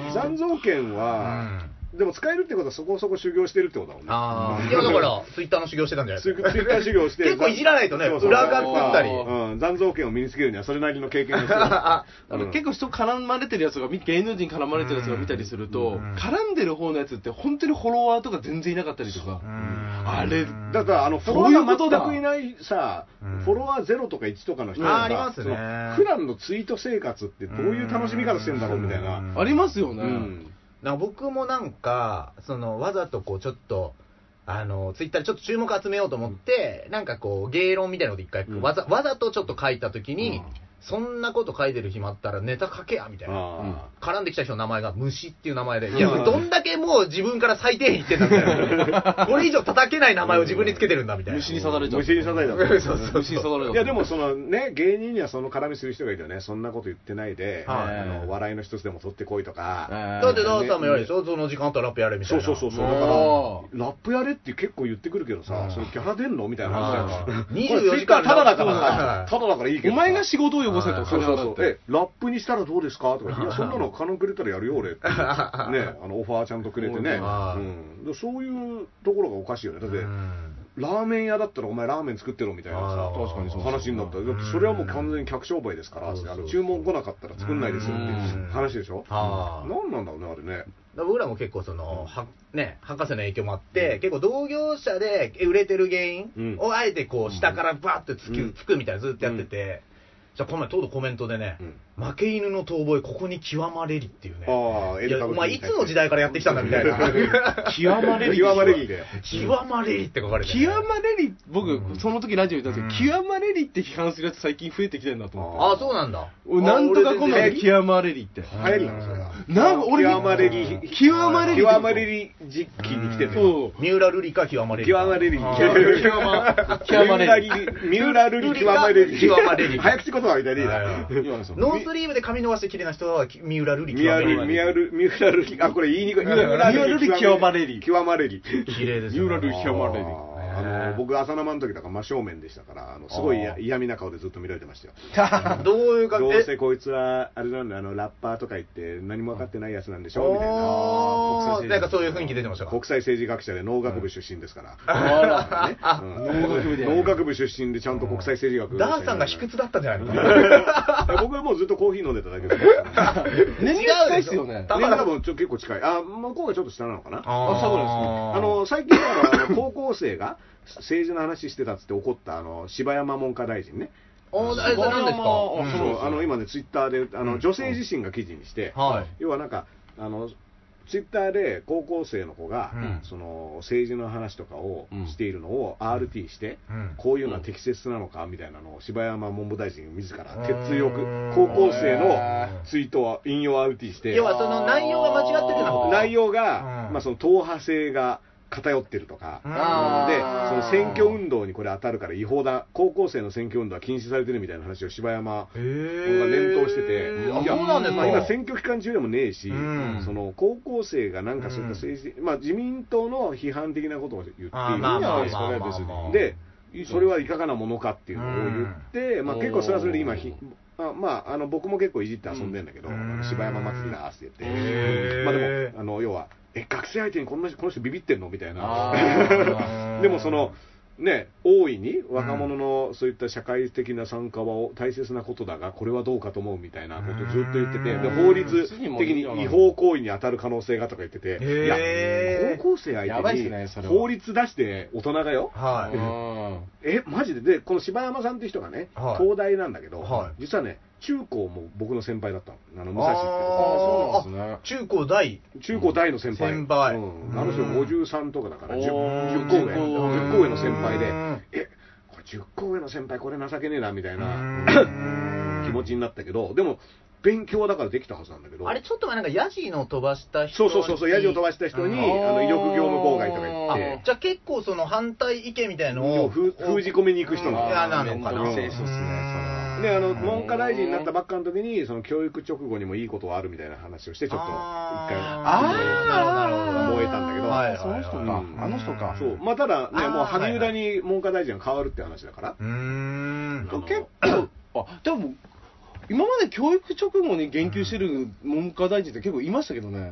Speaker 1: うん残像権は、でも使えるってことはそこそこ修行してるってことだもんね。
Speaker 3: ああ。いや、だから、ツイッターの修行してたんじゃない
Speaker 1: ツ
Speaker 3: で
Speaker 1: イ
Speaker 3: す
Speaker 1: ツイッ
Speaker 3: か。
Speaker 1: ター修行して
Speaker 3: 結構いじらないとね
Speaker 1: そうそう
Speaker 3: 裏垢作ったり
Speaker 1: うん、残像権を身につけるにはそれなりの経験が必要だ
Speaker 2: あ
Speaker 1: う
Speaker 2: の
Speaker 1: ん
Speaker 2: 結構人絡まれてるやつが、芸能人絡まれてるやつが見たりすると、
Speaker 3: うん
Speaker 2: 絡んでる方のやつって本当にフォロワーとか全然いなかったりとか。あれ
Speaker 1: だからあのフォ
Speaker 2: そ
Speaker 1: ロ
Speaker 2: ういう
Speaker 1: ワ
Speaker 2: こ
Speaker 1: ー
Speaker 2: と
Speaker 1: が
Speaker 2: だ
Speaker 1: 全くいないさ、
Speaker 3: うん
Speaker 1: フォロワーゼロとか1とかの人
Speaker 3: あーありますね
Speaker 1: その普段のツイート生活ってどういう楽しみ方してんだろうみたいな、
Speaker 2: ありますよね。
Speaker 1: うん
Speaker 3: なんか僕もなんか、その、わざとこう、ちょっと、あの、ツイッターでちょっと注目集めようと思って、なんかこう、芸論みたいなこと一回、
Speaker 1: うん
Speaker 3: わざ、わざとちょっと書いたときに、
Speaker 1: うん
Speaker 3: そんなこと書いてる暇あったらネタ書けや、みたいな。
Speaker 1: あ
Speaker 3: 絡んできた人の名前が虫っていう名 前で、
Speaker 1: うん
Speaker 3: いや、どんだけもう自分から最低限言ってんだみた いな。これ以上叩けない名前を自分につけてるんだみたいな。
Speaker 2: 虫に刺されちゃう。
Speaker 1: 虫に刺されちゃう
Speaker 3: そうそうそう
Speaker 2: 虫に刺されちゃ
Speaker 1: ー
Speaker 2: う。
Speaker 1: いやでもそのね芸人にはその絡みする人がいるよねそんなこと言ってないで、
Speaker 3: はい
Speaker 1: あの笑いの一つでも取ってこいとか、
Speaker 2: えー、
Speaker 3: だって、ダースさんもやるでしょ、その時間あったらラップやれみたい
Speaker 1: そう
Speaker 3: な。
Speaker 1: そうそうそう
Speaker 2: あ
Speaker 1: だ
Speaker 2: ー
Speaker 1: からラップやれって結構言ってくるけどさ、
Speaker 3: うん
Speaker 1: それギャラ出んのみたいな話だよ
Speaker 3: うん24時
Speaker 1: これ Twitter
Speaker 3: 間
Speaker 1: ただだから
Speaker 3: は
Speaker 1: さ
Speaker 3: い
Speaker 1: ただだからいいけど
Speaker 2: お
Speaker 1: さ
Speaker 2: 前が仕事を汚せ
Speaker 3: は
Speaker 2: と、
Speaker 3: い
Speaker 1: そうそう
Speaker 2: だ
Speaker 1: そ
Speaker 2: っ
Speaker 1: う
Speaker 2: て
Speaker 1: え。ラップにしたらどうですかとかいやそんなの可能くれたらやるよ俺ってねあのオファーちゃんとくれてね、
Speaker 3: は
Speaker 1: う
Speaker 3: い
Speaker 1: ん、でそういうところがおかしいよねだって、
Speaker 3: うん
Speaker 1: ラーメン屋だったらお前ラーメン作ってろみたいな
Speaker 3: あ
Speaker 1: さ
Speaker 3: ー
Speaker 2: 確かにそう
Speaker 1: 話になったらだってそれはもう完全に客商売ですから、
Speaker 3: うん
Speaker 1: あの注文来なかったら作んないですよって
Speaker 3: うん
Speaker 1: 話でしょ、
Speaker 3: はあ
Speaker 1: なんなんだろうねあれね
Speaker 3: だから僕らも結構その、はね、博士の影響もあって、結構同業者で売れてる原因をあえてこう下からバーってつく,、
Speaker 1: うん
Speaker 3: つくみたいなずっとやってて、じゃあこの前とうとうコメントでね、負け犬の遠吠えここに極まれりっていうね、
Speaker 1: ああ
Speaker 3: いやお前いつの時代からやってきたんだみたいな
Speaker 2: 極まれり。
Speaker 1: 極まれりだよ
Speaker 3: 極まれりって書かれて、ね、
Speaker 2: 極まれり、僕、
Speaker 3: うん
Speaker 2: その時ラジオ言ったんですけど、極まれりって批判するやつ最近増えてきてるなと思って。
Speaker 3: ああそうなんだ
Speaker 2: 俺なんとかこんなん
Speaker 1: あ俺
Speaker 2: で
Speaker 1: 全然
Speaker 2: 極まれりって。
Speaker 1: 流行りなのそれが
Speaker 2: なんか俺
Speaker 1: 極まれり
Speaker 2: 極まれり
Speaker 1: 極まれり時期に来てるよ
Speaker 2: そう。
Speaker 3: 三浦瑠璃か極まれり
Speaker 1: 極まれり
Speaker 3: あ
Speaker 2: 極ま極まれり。
Speaker 1: 三浦瑠璃極まれり
Speaker 3: 極まれり
Speaker 1: 早口言葉みたいでいい
Speaker 3: はいは
Speaker 1: ない
Speaker 2: 今のその
Speaker 3: ノースリーブで髪伸ばして綺麗な人は三浦瑠璃
Speaker 1: 三浦瑠璃三浦瑠璃三浦瑠璃あこれ言いにくい三浦
Speaker 2: 三浦瑠璃極まれり
Speaker 1: 極まれり
Speaker 3: 綺麗です
Speaker 2: 三浦瑠璃極まれり。
Speaker 1: あの僕朝生の時とか真正面でしたからあのすごい
Speaker 3: あ
Speaker 1: や
Speaker 3: ー
Speaker 1: 嫌味な顔でずっと見られてましたよ
Speaker 3: どういうか
Speaker 1: どうせこいつはあれなんだあのラッパーとか言って何も分かってないやつなんでしょみたいな
Speaker 3: おーなんかそういう雰囲気出てましたか
Speaker 1: 国際政治学者で農学部出身ですから、
Speaker 2: あ
Speaker 1: ね
Speaker 2: 農学部で
Speaker 1: 農学部出身でちゃんと国際政治学
Speaker 3: ダーさんが卑屈だったんじゃないの
Speaker 1: い や僕はもうずっとコーヒー飲んでただけ です
Speaker 2: ら年齢近いっすよね。
Speaker 3: だ
Speaker 1: 年
Speaker 3: から
Speaker 1: 齢多分ちょ結構近いあ向こうがちょっと下なのかな
Speaker 3: あ
Speaker 2: そう
Speaker 1: あの
Speaker 2: ですね
Speaker 1: 最近はあのあの高校生が政治の話してたっつって怒ったあの柴山文科大臣ね
Speaker 3: おあれそれ何ですか
Speaker 2: そ
Speaker 1: そううあの今ねツイッターであの女性自身が記事にして、
Speaker 3: はい
Speaker 1: 要はなんかあのツイッターで高校生の子が、
Speaker 3: うん
Speaker 1: その政治の話とかをしているのを RT して、
Speaker 3: うん
Speaker 1: こういうのは適切なのかみたいなのを柴山文部大臣自ら鉄よ
Speaker 3: う
Speaker 1: く
Speaker 3: ーん
Speaker 1: 高校生のツイートを引用 RT して
Speaker 3: 要はその内容が間違ってるようなこと
Speaker 1: 内容が、
Speaker 3: う
Speaker 1: ま
Speaker 3: ん
Speaker 1: あ、その党派性が偏ってるとか、
Speaker 3: あ
Speaker 1: で
Speaker 3: ー
Speaker 1: その選挙運動にこれ当たるから違法だ高校生の選挙運動は禁止されてるみたいな話を柴山が
Speaker 3: へー
Speaker 1: 連投してて、
Speaker 3: あ
Speaker 1: いや
Speaker 3: そうなんです
Speaker 1: ま
Speaker 3: か
Speaker 1: あ今、選挙期間中でもねえし、
Speaker 3: うん
Speaker 1: その高校生がなんかそういった政治、まあ、自民党の批判的なことを言っているんじゃないですか
Speaker 3: あーま
Speaker 1: ね、
Speaker 3: あまあまあ
Speaker 1: 別
Speaker 3: まあまあ
Speaker 1: に。で、それはいかがなものかっていうのを言って、まあ、結構それはそれで今ひ、あまあ、あの僕も結構いじって遊んでんだけど、
Speaker 3: うん
Speaker 1: あの柴山祭りだーって言って、
Speaker 3: へー
Speaker 1: まあ、でもあの要は、え、学生相手にこんな人この人ビビってんのみたいな。
Speaker 2: あー
Speaker 1: でもその、ね、大いに若者のそういった社会的な参加は大切なことだが、これはどうかと思うみたいなことをずっと言ってて、で法律的に違法行為に当たる可能性がとか言ってて、いや、高校生
Speaker 2: や
Speaker 1: 相
Speaker 2: ばい
Speaker 1: 手
Speaker 2: っす
Speaker 1: に
Speaker 2: ねそれは
Speaker 1: 法律出して大人がよ、
Speaker 3: はい。
Speaker 1: え、マジで、で、この柴山さんって人がね、
Speaker 3: はい
Speaker 1: 東大なんだけど、
Speaker 3: は
Speaker 1: 実はね、中高も僕の先輩だったの、あの武蔵ってとこ
Speaker 3: あー
Speaker 2: あそうなんで
Speaker 3: 中高大。
Speaker 1: 中高大の先輩。
Speaker 3: 先輩
Speaker 1: うんあの人53とかだから、10,
Speaker 2: お
Speaker 1: 10
Speaker 2: ー
Speaker 1: 個上。
Speaker 2: 10個上
Speaker 1: 10個上の先輩で
Speaker 3: うん、
Speaker 1: え、これ10個上の先輩、これ情けねえな、みたいな気
Speaker 3: 気
Speaker 1: 持ちになったけど、でも、勉強はだからできたはずなんだけど、
Speaker 3: あれちょっと前なんかヤジの飛ばした人
Speaker 1: そう
Speaker 3: に
Speaker 1: そうそうそう、ヤジを飛ばした人に、
Speaker 3: う
Speaker 1: あ
Speaker 3: ん
Speaker 1: の威力業務妨害とか言
Speaker 3: あ
Speaker 1: って、
Speaker 3: じゃあ結構その反対意見みたいの
Speaker 1: もう
Speaker 3: を
Speaker 1: 封封じ込めに行く人
Speaker 3: うん
Speaker 1: なの
Speaker 3: 嫌なのかな
Speaker 1: 面倒くせえ
Speaker 2: 人っすね
Speaker 1: で、あの、文科大臣になったばっかの時に、その教育直後にもいいことはあるみたいな話をして、ちょっと、一回、
Speaker 3: あーなるほどなるほど
Speaker 1: 燃えたんだけど
Speaker 3: はいはい
Speaker 2: そ
Speaker 3: は
Speaker 2: の
Speaker 3: い
Speaker 2: 人
Speaker 1: う
Speaker 2: か、
Speaker 1: ん
Speaker 2: あの人か
Speaker 1: そう。まあ、ただね、
Speaker 3: あー
Speaker 1: もう萩生田に文科大臣が変わるって話だから。
Speaker 3: うーん
Speaker 1: あの
Speaker 2: 結構あでも今まで教育直後に言及してる文科大臣って結構いましたけどね、
Speaker 1: うん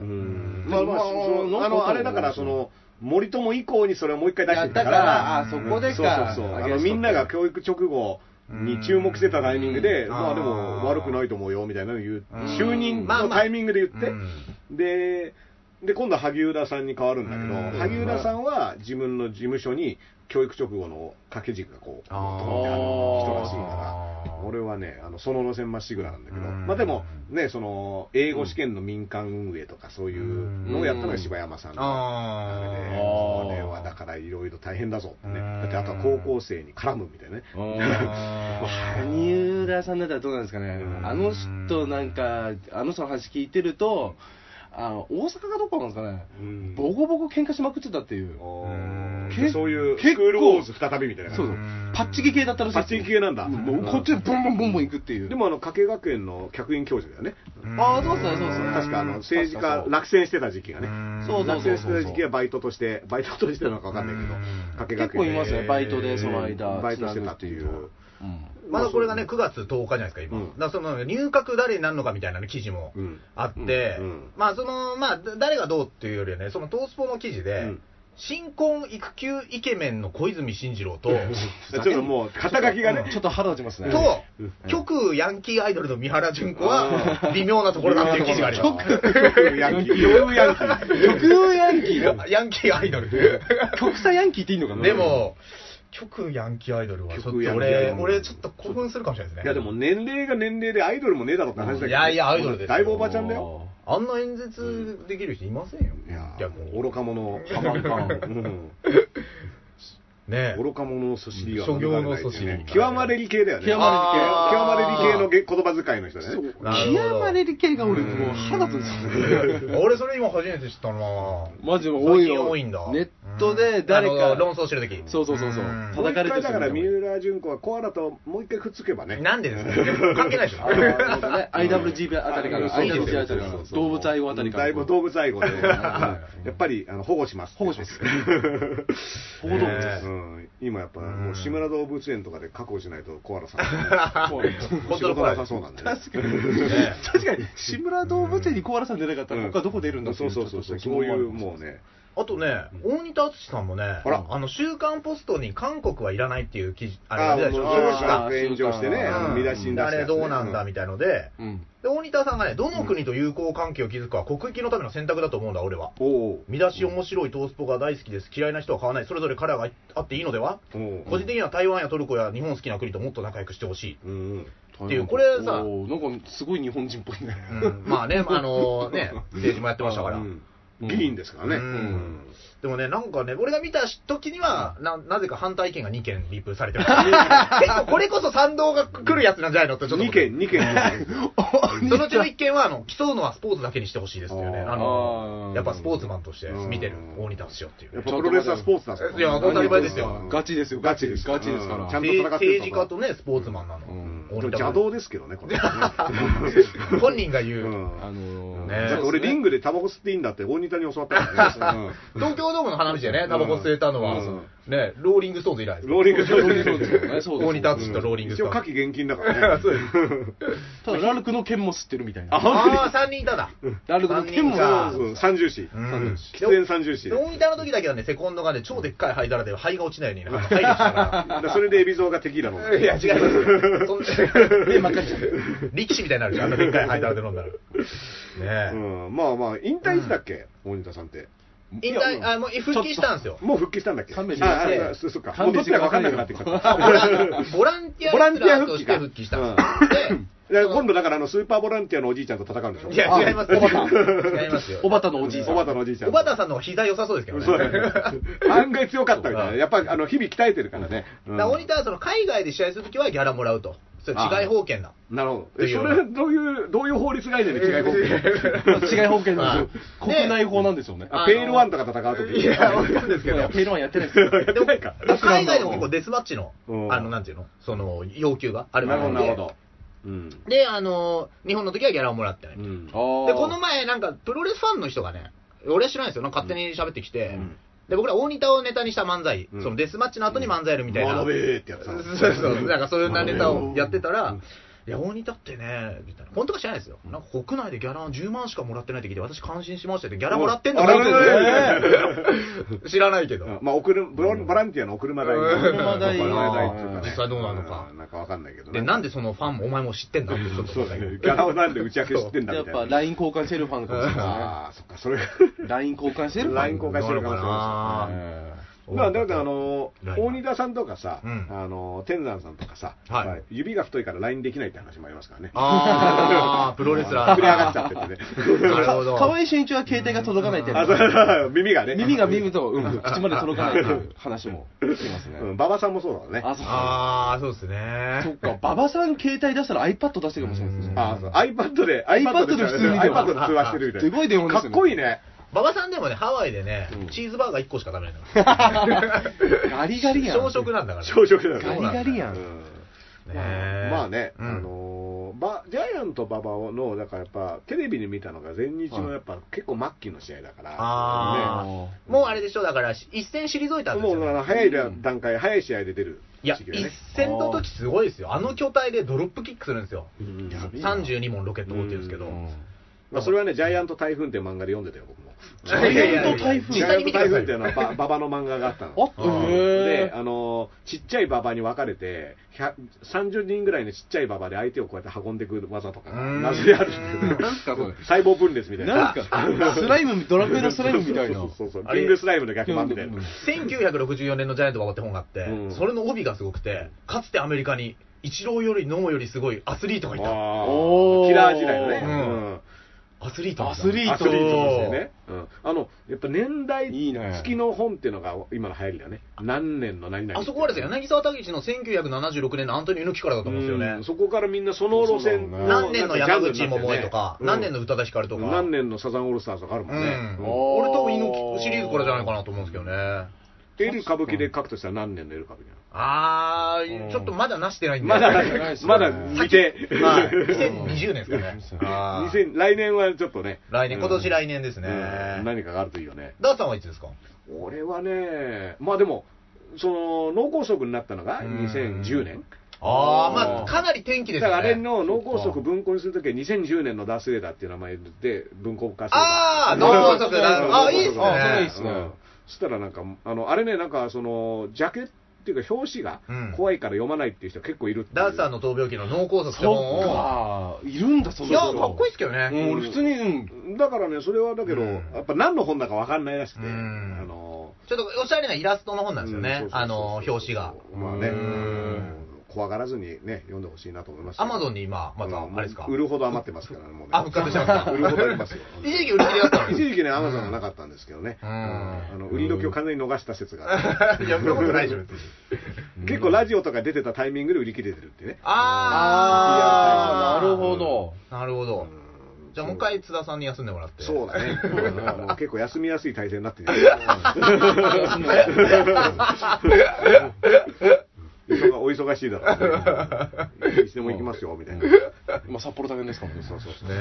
Speaker 2: うん
Speaker 1: まあまあ、
Speaker 2: まあ
Speaker 1: そのあ
Speaker 2: なんか
Speaker 1: の、あれだから、その、森友以降にそれをもう一回出してたから、
Speaker 2: やったからあそこで
Speaker 1: う
Speaker 2: か
Speaker 1: んそうそうそう。あ
Speaker 2: 上げ
Speaker 1: の、
Speaker 2: 足
Speaker 1: みんなが教育直後に注目してたタイミングで、
Speaker 3: うん
Speaker 1: まあで
Speaker 3: あー
Speaker 1: も悪くないと思うよ、みたいなのを言う
Speaker 3: うん。
Speaker 1: 就任のタイミングで言って
Speaker 3: う、ん
Speaker 1: で、で、今度は萩生田さんに変わるんだけど、
Speaker 3: うん
Speaker 1: 萩生田さんは自分の事務所に教育直後の掛け軸がこう、
Speaker 3: あー
Speaker 1: ドンってある人らしいから
Speaker 3: あ、ー
Speaker 1: 俺はね、あのその路線まっしぐらなんだけど、
Speaker 3: うん
Speaker 1: まあでも、ね、その、英語試験の民間運営とかそういうのをやったのが柴山さんのあれで、
Speaker 3: あ
Speaker 2: あー
Speaker 1: これはだからいろいろ大変だぞってね。
Speaker 3: うん
Speaker 1: だってあとは高校生に絡むみたいなね。
Speaker 2: 羽生田さんだったらどうなんですかね、
Speaker 1: うん
Speaker 2: あの人なんか、あの人の話聞いてると、あの大阪がどこなんですかね、
Speaker 1: うん
Speaker 2: ボコボコ喧嘩しまくってたっていう、
Speaker 1: おー
Speaker 2: 結構
Speaker 1: そういう、スクールウォーズ再びみたいな
Speaker 2: そう
Speaker 1: 感
Speaker 2: そう
Speaker 1: じ。
Speaker 2: パッチギ系だったらしい
Speaker 1: パッチギ系なんだ
Speaker 2: もうこっちでボンボンボンボン行くっていう、
Speaker 1: でもあの、加計学園の客員教授だよね。
Speaker 2: ああ、そうっすね、そうっすね、
Speaker 1: 確かあの政治家
Speaker 2: 確か
Speaker 1: 落選してた時期がね、
Speaker 2: そうそう
Speaker 1: 落
Speaker 2: そう
Speaker 1: 選
Speaker 2: そ
Speaker 1: し
Speaker 2: う
Speaker 1: てた時期はバイトとして、バイトとしてなのか分かんないけど、掛け
Speaker 2: 結
Speaker 1: 学
Speaker 2: 構
Speaker 1: 園
Speaker 2: いますね、バイトでその間、
Speaker 1: バイトしてたってい
Speaker 2: つなぐ
Speaker 1: う、
Speaker 2: うん
Speaker 3: まだこれがね、9月10日じゃないですか、今。
Speaker 1: うん
Speaker 3: だからその入閣誰になるのかみたいなね記事も
Speaker 1: うん
Speaker 3: あって、
Speaker 1: うんうん
Speaker 3: まあ、その、まあ、だ誰がどうっていうよりはね、そのトースポの記事で、
Speaker 1: うん
Speaker 3: 新婚育休イケメンの小泉進次 郎と、
Speaker 1: ちょっともう、肩書きがね
Speaker 2: ちょ、っと腹落ちますね。
Speaker 3: と
Speaker 1: うん、
Speaker 3: 極ヤンキーアイドルの三原純子は微妙なところだっていう記事があります。
Speaker 1: 極ヤンキー、 極ヤンキー、
Speaker 2: 極右ヤンキーが、
Speaker 3: ヤンキーアイドル。
Speaker 2: 極左ヤンキーっていいのかな
Speaker 3: で、も、極ヤンキーアイドルはちょっと
Speaker 1: 極ヤンキーアイド
Speaker 3: 俺、
Speaker 1: ル
Speaker 3: 俺ちょっと興奮するかもしれないですね。
Speaker 1: いやでも年齢が年齢でアイドルもねえだろって話だけど、
Speaker 3: いやいやアイドルですよ
Speaker 1: だいぶおばちゃんだよ、
Speaker 3: あんな演説できる人いませんよ。
Speaker 1: いや、
Speaker 3: 逆に。
Speaker 1: 愚か 者、
Speaker 2: あまんかん
Speaker 1: うん
Speaker 3: ねえ
Speaker 1: 愚か者のそしりが
Speaker 3: 所業のそ
Speaker 1: 極
Speaker 3: しり
Speaker 1: まれり系だよね、
Speaker 2: 極
Speaker 3: まれり
Speaker 1: 極
Speaker 3: 系
Speaker 1: まれり系の言葉遣いの人だ
Speaker 2: そう
Speaker 1: ね。
Speaker 2: 極まれる系が俺、もう腹立つんですよね。
Speaker 3: 俺それ今初めて知ったな
Speaker 2: マジで多
Speaker 3: 最
Speaker 2: い
Speaker 3: 近
Speaker 2: よ。
Speaker 3: 多いんだ
Speaker 2: ネットで
Speaker 3: あ
Speaker 2: 誰か、
Speaker 3: の論争してる時
Speaker 2: そうそうそうそう
Speaker 3: うん。
Speaker 1: もう一
Speaker 2: 叩かれて
Speaker 1: 回
Speaker 2: る
Speaker 1: だから三浦純子はコアラともう一回くっつけばね。
Speaker 3: なんでですか関係ないでしょ
Speaker 2: あーね IWGP あたりから、
Speaker 1: そうそうそう
Speaker 2: IWGP あたりから、動物愛護あたりから。
Speaker 1: だいぶ動物愛護で、やっぱりあの保護します。
Speaker 2: 保護します。
Speaker 1: 保
Speaker 2: 護動物
Speaker 3: です
Speaker 1: うん、今やっぱもう志村動物園とかで確保しないとコアラさ ん、
Speaker 2: そうね
Speaker 3: 本
Speaker 1: 仕
Speaker 3: 当の
Speaker 1: 事
Speaker 3: 声
Speaker 1: なさそうなんで、ね。
Speaker 2: 確かに。確かに、志村動物園にコアラさん出なかったら、他どこ出るんだって
Speaker 1: そ
Speaker 2: いうう。
Speaker 1: そうそうそう、そ
Speaker 2: ちょ
Speaker 1: う
Speaker 2: っとした疑
Speaker 1: い
Speaker 2: 問
Speaker 1: う
Speaker 2: もある
Speaker 1: もうね、
Speaker 3: あとね、大仁田敦さんもね、
Speaker 1: あら
Speaker 3: あの、週刊ポストに韓国はいらないっていう記事、あれ
Speaker 1: ああ、
Speaker 3: 出
Speaker 1: も
Speaker 3: た
Speaker 1: う
Speaker 3: でしょ
Speaker 2: そう
Speaker 1: 少子化
Speaker 2: あ
Speaker 1: 炎上してね、
Speaker 2: ー
Speaker 1: あの見出しに出して、
Speaker 3: あれどうなんだみたいので、
Speaker 2: うん。
Speaker 3: で、大仁田さんがね、どの国と友好関係を築くかは国益のための選択だと思うんだ、俺は。
Speaker 1: おお
Speaker 3: 見出し面白いトースポが大好きです。嫌いな人は買わない。それぞれ彼らがあっていいのでは
Speaker 1: おお
Speaker 3: 個人的には台湾やトルコや日本好きな国ともっと仲良くしてほしい。
Speaker 1: うん
Speaker 3: っていうこれさ
Speaker 2: おーなんかすごい日本人っぽいね。
Speaker 3: まあね、あのね、政治もやってましたか
Speaker 1: う
Speaker 3: ら。
Speaker 1: ん、議員ですからね、
Speaker 3: うん
Speaker 1: うん
Speaker 3: でもね、なんかね、俺が見た時には、な、なぜか反対意見が2件リプされてま した。結構これこそ賛同が来るやつなんじゃないのってちょっと思
Speaker 1: 2
Speaker 3: って。
Speaker 1: 件、2件。
Speaker 3: そのうちの1件は、あの、競うのはスポーツだけにしてほしいですっていうね。
Speaker 1: あー
Speaker 3: あの
Speaker 2: あ、ー
Speaker 3: やっぱスポーツマンとして見てる
Speaker 1: うん
Speaker 3: 大仁田しよっていう
Speaker 1: やっ
Speaker 3: ね。
Speaker 1: ぱプロレスはスポーツだぞ
Speaker 3: いや当たり前ですよ
Speaker 1: うん
Speaker 2: ガチですよ、
Speaker 1: ガチです。
Speaker 2: ガチですから
Speaker 1: うんちゃんと戦
Speaker 3: 政
Speaker 1: ってる
Speaker 3: 政治家とね、スポーツマンなの。
Speaker 1: うん。でも
Speaker 3: 大仁田
Speaker 1: 邪道ですけどね、これ、ね。
Speaker 3: 本人が
Speaker 1: う
Speaker 3: 言う。
Speaker 2: あ
Speaker 1: ん。
Speaker 2: のー
Speaker 3: ね
Speaker 1: だって俺、リン グでタバコ吸っていいんだって大仁田に教わったからね。
Speaker 3: 東京ドームの花道でね、タバコ吸えたのは
Speaker 1: うん、
Speaker 3: ね、ローリングストーンズ以来です。
Speaker 1: ローリングストーンズ
Speaker 2: そうですよね。そうです
Speaker 3: 大仁田敦とローリング
Speaker 1: 一
Speaker 3: スト
Speaker 1: 応、
Speaker 3: ー
Speaker 1: 夏
Speaker 3: ンズ。
Speaker 1: 季厳禁だからね。
Speaker 3: そうです。
Speaker 2: ただ、ラルクの剣も吸ってるみたい
Speaker 1: あ
Speaker 2: な。
Speaker 3: ああ、三人いただ。
Speaker 2: ラルクの
Speaker 3: 三
Speaker 2: 剣
Speaker 3: 人
Speaker 2: も。
Speaker 3: か
Speaker 1: そう三重視。
Speaker 3: うん
Speaker 1: 喫煙三重視。
Speaker 3: 大仁田の時だけはね、セコンドがね、超でっかい灰皿で灰が落ちないようにね、灰でしたか
Speaker 1: だからそれで海老蔵がテキーラ飲ん
Speaker 3: ら。い
Speaker 1: で
Speaker 3: や、違います。そんな、目真っ赤にしちゃう力士みたいになるじゃん、あんなでっかい灰皿で飲んだら。ねえ。
Speaker 1: うんまあまあ、引退いつだっけ、大仁田さんって。
Speaker 3: 引退、あ、もう復帰したんですよ。
Speaker 1: もう復帰したんだっけ
Speaker 2: 勘弁してくだ
Speaker 1: あ
Speaker 2: さい
Speaker 1: ああそうそうか。
Speaker 2: 勘
Speaker 1: 戻
Speaker 2: 弁
Speaker 1: っ
Speaker 2: して
Speaker 1: て
Speaker 2: く
Speaker 1: わかん
Speaker 2: ださい
Speaker 1: なくなってきた。
Speaker 3: ボランティア
Speaker 1: ボランティア復
Speaker 3: と
Speaker 1: 帰
Speaker 3: して
Speaker 1: か。
Speaker 3: 復帰したんですよ。
Speaker 1: で
Speaker 3: で、
Speaker 1: 今度だからあのスーパーボランティアのおじいちゃんと戦うんでしょ
Speaker 3: いや、違います。
Speaker 2: おばた
Speaker 3: 違いますよ。
Speaker 2: おばたのおじいさ
Speaker 1: おば
Speaker 2: ん。
Speaker 1: たのおじいちゃん。
Speaker 3: おばたさんの方が膝良さそうですけどね。
Speaker 1: そう
Speaker 3: だか
Speaker 1: だね案外強かったみたいな。やっぱりあの日々鍛えてるからね。うん
Speaker 3: ら鬼田はその海外で試合するときはギャラもらうと。それ違い保険だ。
Speaker 1: なるほど。えそれどういうどういう法律概念で違いこ
Speaker 2: 違い保険
Speaker 3: ま
Speaker 2: な
Speaker 3: あ
Speaker 2: んですよ。国内法なんですよね。
Speaker 1: あペイールワンとか戦うとき。
Speaker 3: いや、わかんですけど。
Speaker 2: ペイロンやってないですけど。
Speaker 3: でも
Speaker 1: ないか
Speaker 3: 海外でも結構デスマッチの
Speaker 1: う、ん
Speaker 3: あの、なんていうのその、要求があるみ
Speaker 1: な
Speaker 3: た
Speaker 1: るほど
Speaker 3: いな
Speaker 1: なる
Speaker 3: ん
Speaker 1: ほ
Speaker 3: で。
Speaker 1: ど。うん。
Speaker 3: で、あの、日本の時はギャラをもらってない。
Speaker 1: う
Speaker 3: で、
Speaker 1: ん
Speaker 2: こ
Speaker 3: この前、なんか、プロレスファンの人がね、俺は知らないですよ。なんか勝手に喋ってきて、
Speaker 1: うん
Speaker 3: で、僕ら大仁田をネタにした漫才、
Speaker 1: うん
Speaker 3: そのデスマッチの後に漫才やるみたいな。
Speaker 1: 学べーってやつ
Speaker 3: そ
Speaker 1: だ
Speaker 3: うそう、なんかそういうネタをやってたら、いや、大仁田ってね、みたいな。本当か知らないですよ。なんか国内でギャラ10万しかもらってないって聞いて、私感心しましたって、ギャラもらってんの
Speaker 1: あら
Speaker 3: かなって
Speaker 1: ららら
Speaker 3: 知らないけど。
Speaker 1: うんまあ、送る、ボランボランティアの送る間代。
Speaker 3: うん
Speaker 1: 送る間代
Speaker 2: うん
Speaker 1: 送る間代っていうかね
Speaker 3: 実際どうなのか
Speaker 1: んなんかわかんないけど
Speaker 3: で、
Speaker 1: ね。
Speaker 3: なんでそのファンもお前も知ってんだってちょっと
Speaker 1: そう
Speaker 3: 思った
Speaker 1: だ
Speaker 3: けど
Speaker 1: ね。ギャラをなんで打ち明け知ってんだみ
Speaker 2: やった
Speaker 1: いな。
Speaker 2: ぱ LINE 交換してるファンかもしれな
Speaker 1: ああ、そっか、それ。
Speaker 2: いですね。LINE 交換してるファン。
Speaker 1: LINE 交換してるかもしれないですねうん
Speaker 3: うん
Speaker 1: まあ、だってあの
Speaker 3: ライ、ン
Speaker 1: 大仁田さんとかさ、
Speaker 3: うん
Speaker 1: あの、天山さんとかさ、
Speaker 3: はい
Speaker 1: まあ指が太いから LINE できないって話もありますからね。
Speaker 3: あー、プロレスラー。
Speaker 1: 膨れ上がっちゃっててね。
Speaker 3: なるほど。
Speaker 2: 河合俊一は携帯が届かないってや
Speaker 1: あ
Speaker 2: つ
Speaker 1: そう耳がね。
Speaker 2: 耳が耳と、うん、口まで届かないっていう話も聞きますね。
Speaker 1: うん、馬場さんもそうだね。
Speaker 2: あ、そうか。
Speaker 3: あー、そうです
Speaker 2: そっ
Speaker 3: ね。
Speaker 2: か、馬場さん携帯出したら iPad 出してるかもしれないですね。
Speaker 1: あそう iPad で、
Speaker 2: iPad で普通に見て
Speaker 1: iPad
Speaker 2: ます
Speaker 1: で通話してるみたいな。
Speaker 2: すごい電話ですよ
Speaker 1: か
Speaker 2: ね
Speaker 1: っこいいね。
Speaker 3: 馬場さんでもね、ハワイでね、チーズバーガー1個しか食 べないの。
Speaker 2: ガリガリやん。
Speaker 3: 朝食なんだから。
Speaker 1: 朝食だ
Speaker 2: ガ
Speaker 1: ね
Speaker 2: リ。ガリや。
Speaker 1: うんん
Speaker 3: ねえ
Speaker 1: まあね、
Speaker 3: うん
Speaker 1: あのーバジャイアント馬場の、だからやっぱ、テレビで見たのが、前日のやっぱ、結構末期の試合だから、
Speaker 3: あ
Speaker 1: ね
Speaker 2: ね
Speaker 3: もうあれでしょ、だから、一戦退いたんです
Speaker 1: も
Speaker 3: よ、
Speaker 1: う
Speaker 3: ね。
Speaker 1: あの早い段階、早い試合で出る
Speaker 3: いや、
Speaker 1: 時期だね
Speaker 3: 一戦の時すごいですよ。あの巨体でドロップキックするんですよ。
Speaker 1: うん
Speaker 2: やべえな
Speaker 3: 32問ロケット持ってるんですけど。
Speaker 1: うんまあ、それはね、ジャイアント台風って漫画で読んでたよ、僕も。
Speaker 2: ジャイアント台風
Speaker 1: ジャ
Speaker 3: 実
Speaker 1: イ
Speaker 3: 際
Speaker 1: アン
Speaker 3: に
Speaker 1: ト
Speaker 3: 見
Speaker 1: 台
Speaker 3: てく
Speaker 1: 風
Speaker 3: ださ
Speaker 1: っ
Speaker 3: い
Speaker 1: ていうのは、ば馬場の漫画があったの。
Speaker 2: あった
Speaker 1: で
Speaker 2: へ
Speaker 1: あのちっちゃい馬場に分かれて100 30人ぐらいのちっちゃい馬場で相手をこうやって運んでくる技とかが
Speaker 3: うーん
Speaker 1: 謎であるんだよね
Speaker 2: なんすかそれ
Speaker 1: 細胞分裂みたいな
Speaker 2: な んか、スライム、ドラクエのスライムみたいな。
Speaker 1: そうそうそうそうリングスライムの逆版みたいな
Speaker 3: 1964年のジャイアントババって本があって、
Speaker 1: うん
Speaker 3: それの帯がすごくて、かつてアメリカに、イチローよりノモよりすごいアスリートがいた。
Speaker 1: あー
Speaker 2: おー
Speaker 1: キラー時代のね、
Speaker 3: うんアスリートがいた
Speaker 2: アスリート
Speaker 1: アスリートですよね、うん、あのやっぱ年代
Speaker 2: いいね
Speaker 1: 付きの本っていうのが今の流行りだよね何年の何々
Speaker 3: あそこはですよ、柳沢武一の1976年のアントニオ猪木からだと思うんですよ
Speaker 1: うん
Speaker 3: ね。
Speaker 1: そこからみんなその路線
Speaker 2: そう
Speaker 1: の
Speaker 2: な
Speaker 3: 何年の山口百恵とか、
Speaker 1: うん
Speaker 3: 何年の宇多田ヒカルとか。
Speaker 1: 何年のサザンオールスターズとかあるもんね、
Speaker 3: う
Speaker 1: うんん
Speaker 3: 俺多分猪木シリーズからじゃないかなと思うんですけどね。
Speaker 1: エル歌舞伎で書くとしたら何年のエル歌舞伎なの
Speaker 3: あ
Speaker 2: うん
Speaker 3: ー、ちょっとまだなしてないんで。
Speaker 1: まだ
Speaker 3: はい。
Speaker 2: ないですね
Speaker 1: まだ見て、
Speaker 3: 2020年ですかね。あー
Speaker 1: 2000来年はちょっとね、
Speaker 3: 来年、今年来年です
Speaker 1: うん
Speaker 3: ね。
Speaker 1: うん何かがあるといいよね。
Speaker 3: ダーさんはいつですか
Speaker 1: 俺はね、まあでも、その脳梗塞になったのが2010年、
Speaker 3: あ
Speaker 2: あ
Speaker 3: ー、
Speaker 2: ー
Speaker 3: まあ、かなり天気で
Speaker 1: だ
Speaker 3: す
Speaker 1: か
Speaker 3: よね。
Speaker 1: らあれの脳梗塞文庫にするときは2010年のダース・レーダーっていう名前で文庫化する
Speaker 3: あー、脳梗塞だ。
Speaker 1: うん
Speaker 3: あー、いいですね。
Speaker 2: あそれいいっ
Speaker 1: そ
Speaker 2: すね
Speaker 1: したらなんか、あのあれね、なんかそのジャケっていうか、表紙が
Speaker 3: うん
Speaker 1: 怖いから読まないっていう人結構いるっていう
Speaker 3: ダーさんの闘病記の脳梗塞って
Speaker 2: そっ
Speaker 3: 本を。
Speaker 2: か、いるんだ、その
Speaker 3: いや、かっこいいですけど
Speaker 2: う
Speaker 3: ね。
Speaker 2: ん、俺普通に、うん、
Speaker 1: だからね、それはだけど、
Speaker 3: うん
Speaker 1: やっぱ何の本だかわかんないらしくて、
Speaker 3: うん
Speaker 1: あの
Speaker 3: ちょっとおしゃれなイラストの本なんですよ
Speaker 1: う
Speaker 3: ね
Speaker 1: ん。そうそうそう
Speaker 3: あの、表紙が。
Speaker 1: まあね、
Speaker 3: う
Speaker 1: うんん怖がらずにね、読んでほしいなと思います
Speaker 3: アマゾン
Speaker 1: に
Speaker 3: に今、また、あれですか
Speaker 1: 売るほど余ってますからね、 もうね。
Speaker 3: あ、復活してますか
Speaker 1: 売るほどありますよ。
Speaker 3: 一時期売り切れだったの
Speaker 1: 一
Speaker 3: に。
Speaker 1: 時期ね、アマゾンがなかったんですけどね、
Speaker 3: うん
Speaker 1: あの売り時を完全に逃した説がある、
Speaker 3: いや、そんなことないでしょ、別に。
Speaker 1: 結構ラジオとか出てたタイミングで売り切れてるってね。
Speaker 3: あ
Speaker 2: あ
Speaker 3: ー
Speaker 2: ー、なるほ ど。
Speaker 3: なるほど。じゃあもう一回津田さんに休んでもらって。
Speaker 1: そうだね。もう結構休みやすい 体制になってる。忙お忙しいだろう、いつでも行きますよ、みたいな。
Speaker 2: まあ、札幌大変ですからね。
Speaker 1: そうそうそう。
Speaker 3: ね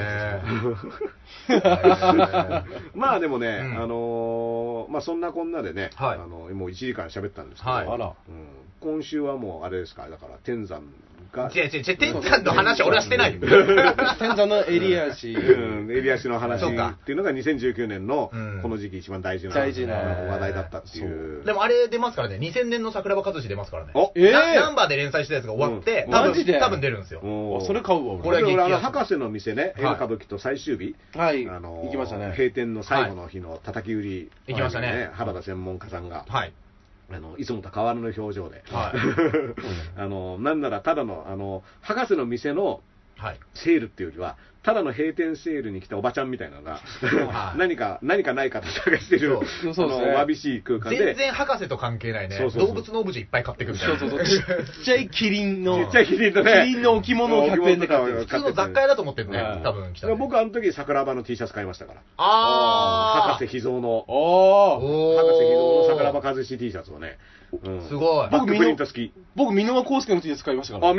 Speaker 1: まあでもね、
Speaker 3: ん
Speaker 1: あのーまあそんなこんなでね、
Speaker 3: はい
Speaker 1: あのもう1時間喋ったんですけど、
Speaker 3: はい
Speaker 2: あら
Speaker 1: うん今週はもうあれですか、だから天山が、
Speaker 3: 違う違う違う、天山の話は俺はしてないよ。
Speaker 2: 天山のエリアし、
Speaker 1: うん、襟足の話
Speaker 3: そうか
Speaker 1: っていうのが2019年の
Speaker 3: うん
Speaker 1: この時期一番大事な
Speaker 2: 大事な
Speaker 1: 話題だったっていう。
Speaker 3: でもあれ出ますからね、2000年の桜庭和志出ますからね。
Speaker 1: お
Speaker 2: えー
Speaker 3: なナンバーで連載したやつが終わって、
Speaker 1: うん
Speaker 3: 多分
Speaker 2: マジで
Speaker 3: 多分出るんですよ。
Speaker 1: おー
Speaker 2: あそれ買うわ、
Speaker 3: こ
Speaker 1: こ
Speaker 3: れ
Speaker 1: れ
Speaker 2: 俺。
Speaker 3: は激アツ
Speaker 1: あの博士の店ね、演歌舞伎と最終日、
Speaker 2: はい、
Speaker 1: あのー
Speaker 2: 行きましたね。
Speaker 1: 閉店の最後の日の叩き売り、
Speaker 3: 行きましたね
Speaker 1: 原田専門家さんが、
Speaker 3: はい。
Speaker 1: あのいつもと変わらぬ表情で、
Speaker 3: はい。
Speaker 1: あのなんならただのあの博士の店の
Speaker 3: はい。
Speaker 1: セールっていうよりは、ただの閉店セールに来たおばちゃんみたいなのが
Speaker 3: は、い
Speaker 1: 何か、何かないかと 探してる、
Speaker 2: そう
Speaker 1: あ
Speaker 2: そうですね
Speaker 1: の、わびしい空間
Speaker 3: 全
Speaker 1: で、
Speaker 3: 然博士と関係ないね
Speaker 1: そうそうそう
Speaker 3: 動物のオブジェいっぱい買ってくみたいな
Speaker 2: そうそうそう。ちっちゃいキリンの、
Speaker 1: ちっちゃいキリンのね、
Speaker 2: キリンの置物を100円で買ってる
Speaker 1: 置物
Speaker 3: 普
Speaker 1: とか
Speaker 3: 通
Speaker 1: を買
Speaker 3: の雑
Speaker 1: って
Speaker 3: 貨屋だと思ってるね、
Speaker 2: うん
Speaker 3: 多分来た
Speaker 1: て僕、あの時桜庭の T シャツ買いましたから、
Speaker 3: ああ
Speaker 1: 博士秘蔵の、
Speaker 2: ああ。
Speaker 1: 博士秘蔵の
Speaker 3: お
Speaker 1: 桜
Speaker 3: ー
Speaker 1: 庭和志 T シャツをね、うん
Speaker 3: すごい
Speaker 1: バックプリント好き。
Speaker 2: 僕、箕輪康介の T シャツ買いましたから。
Speaker 1: あ、
Speaker 2: 箕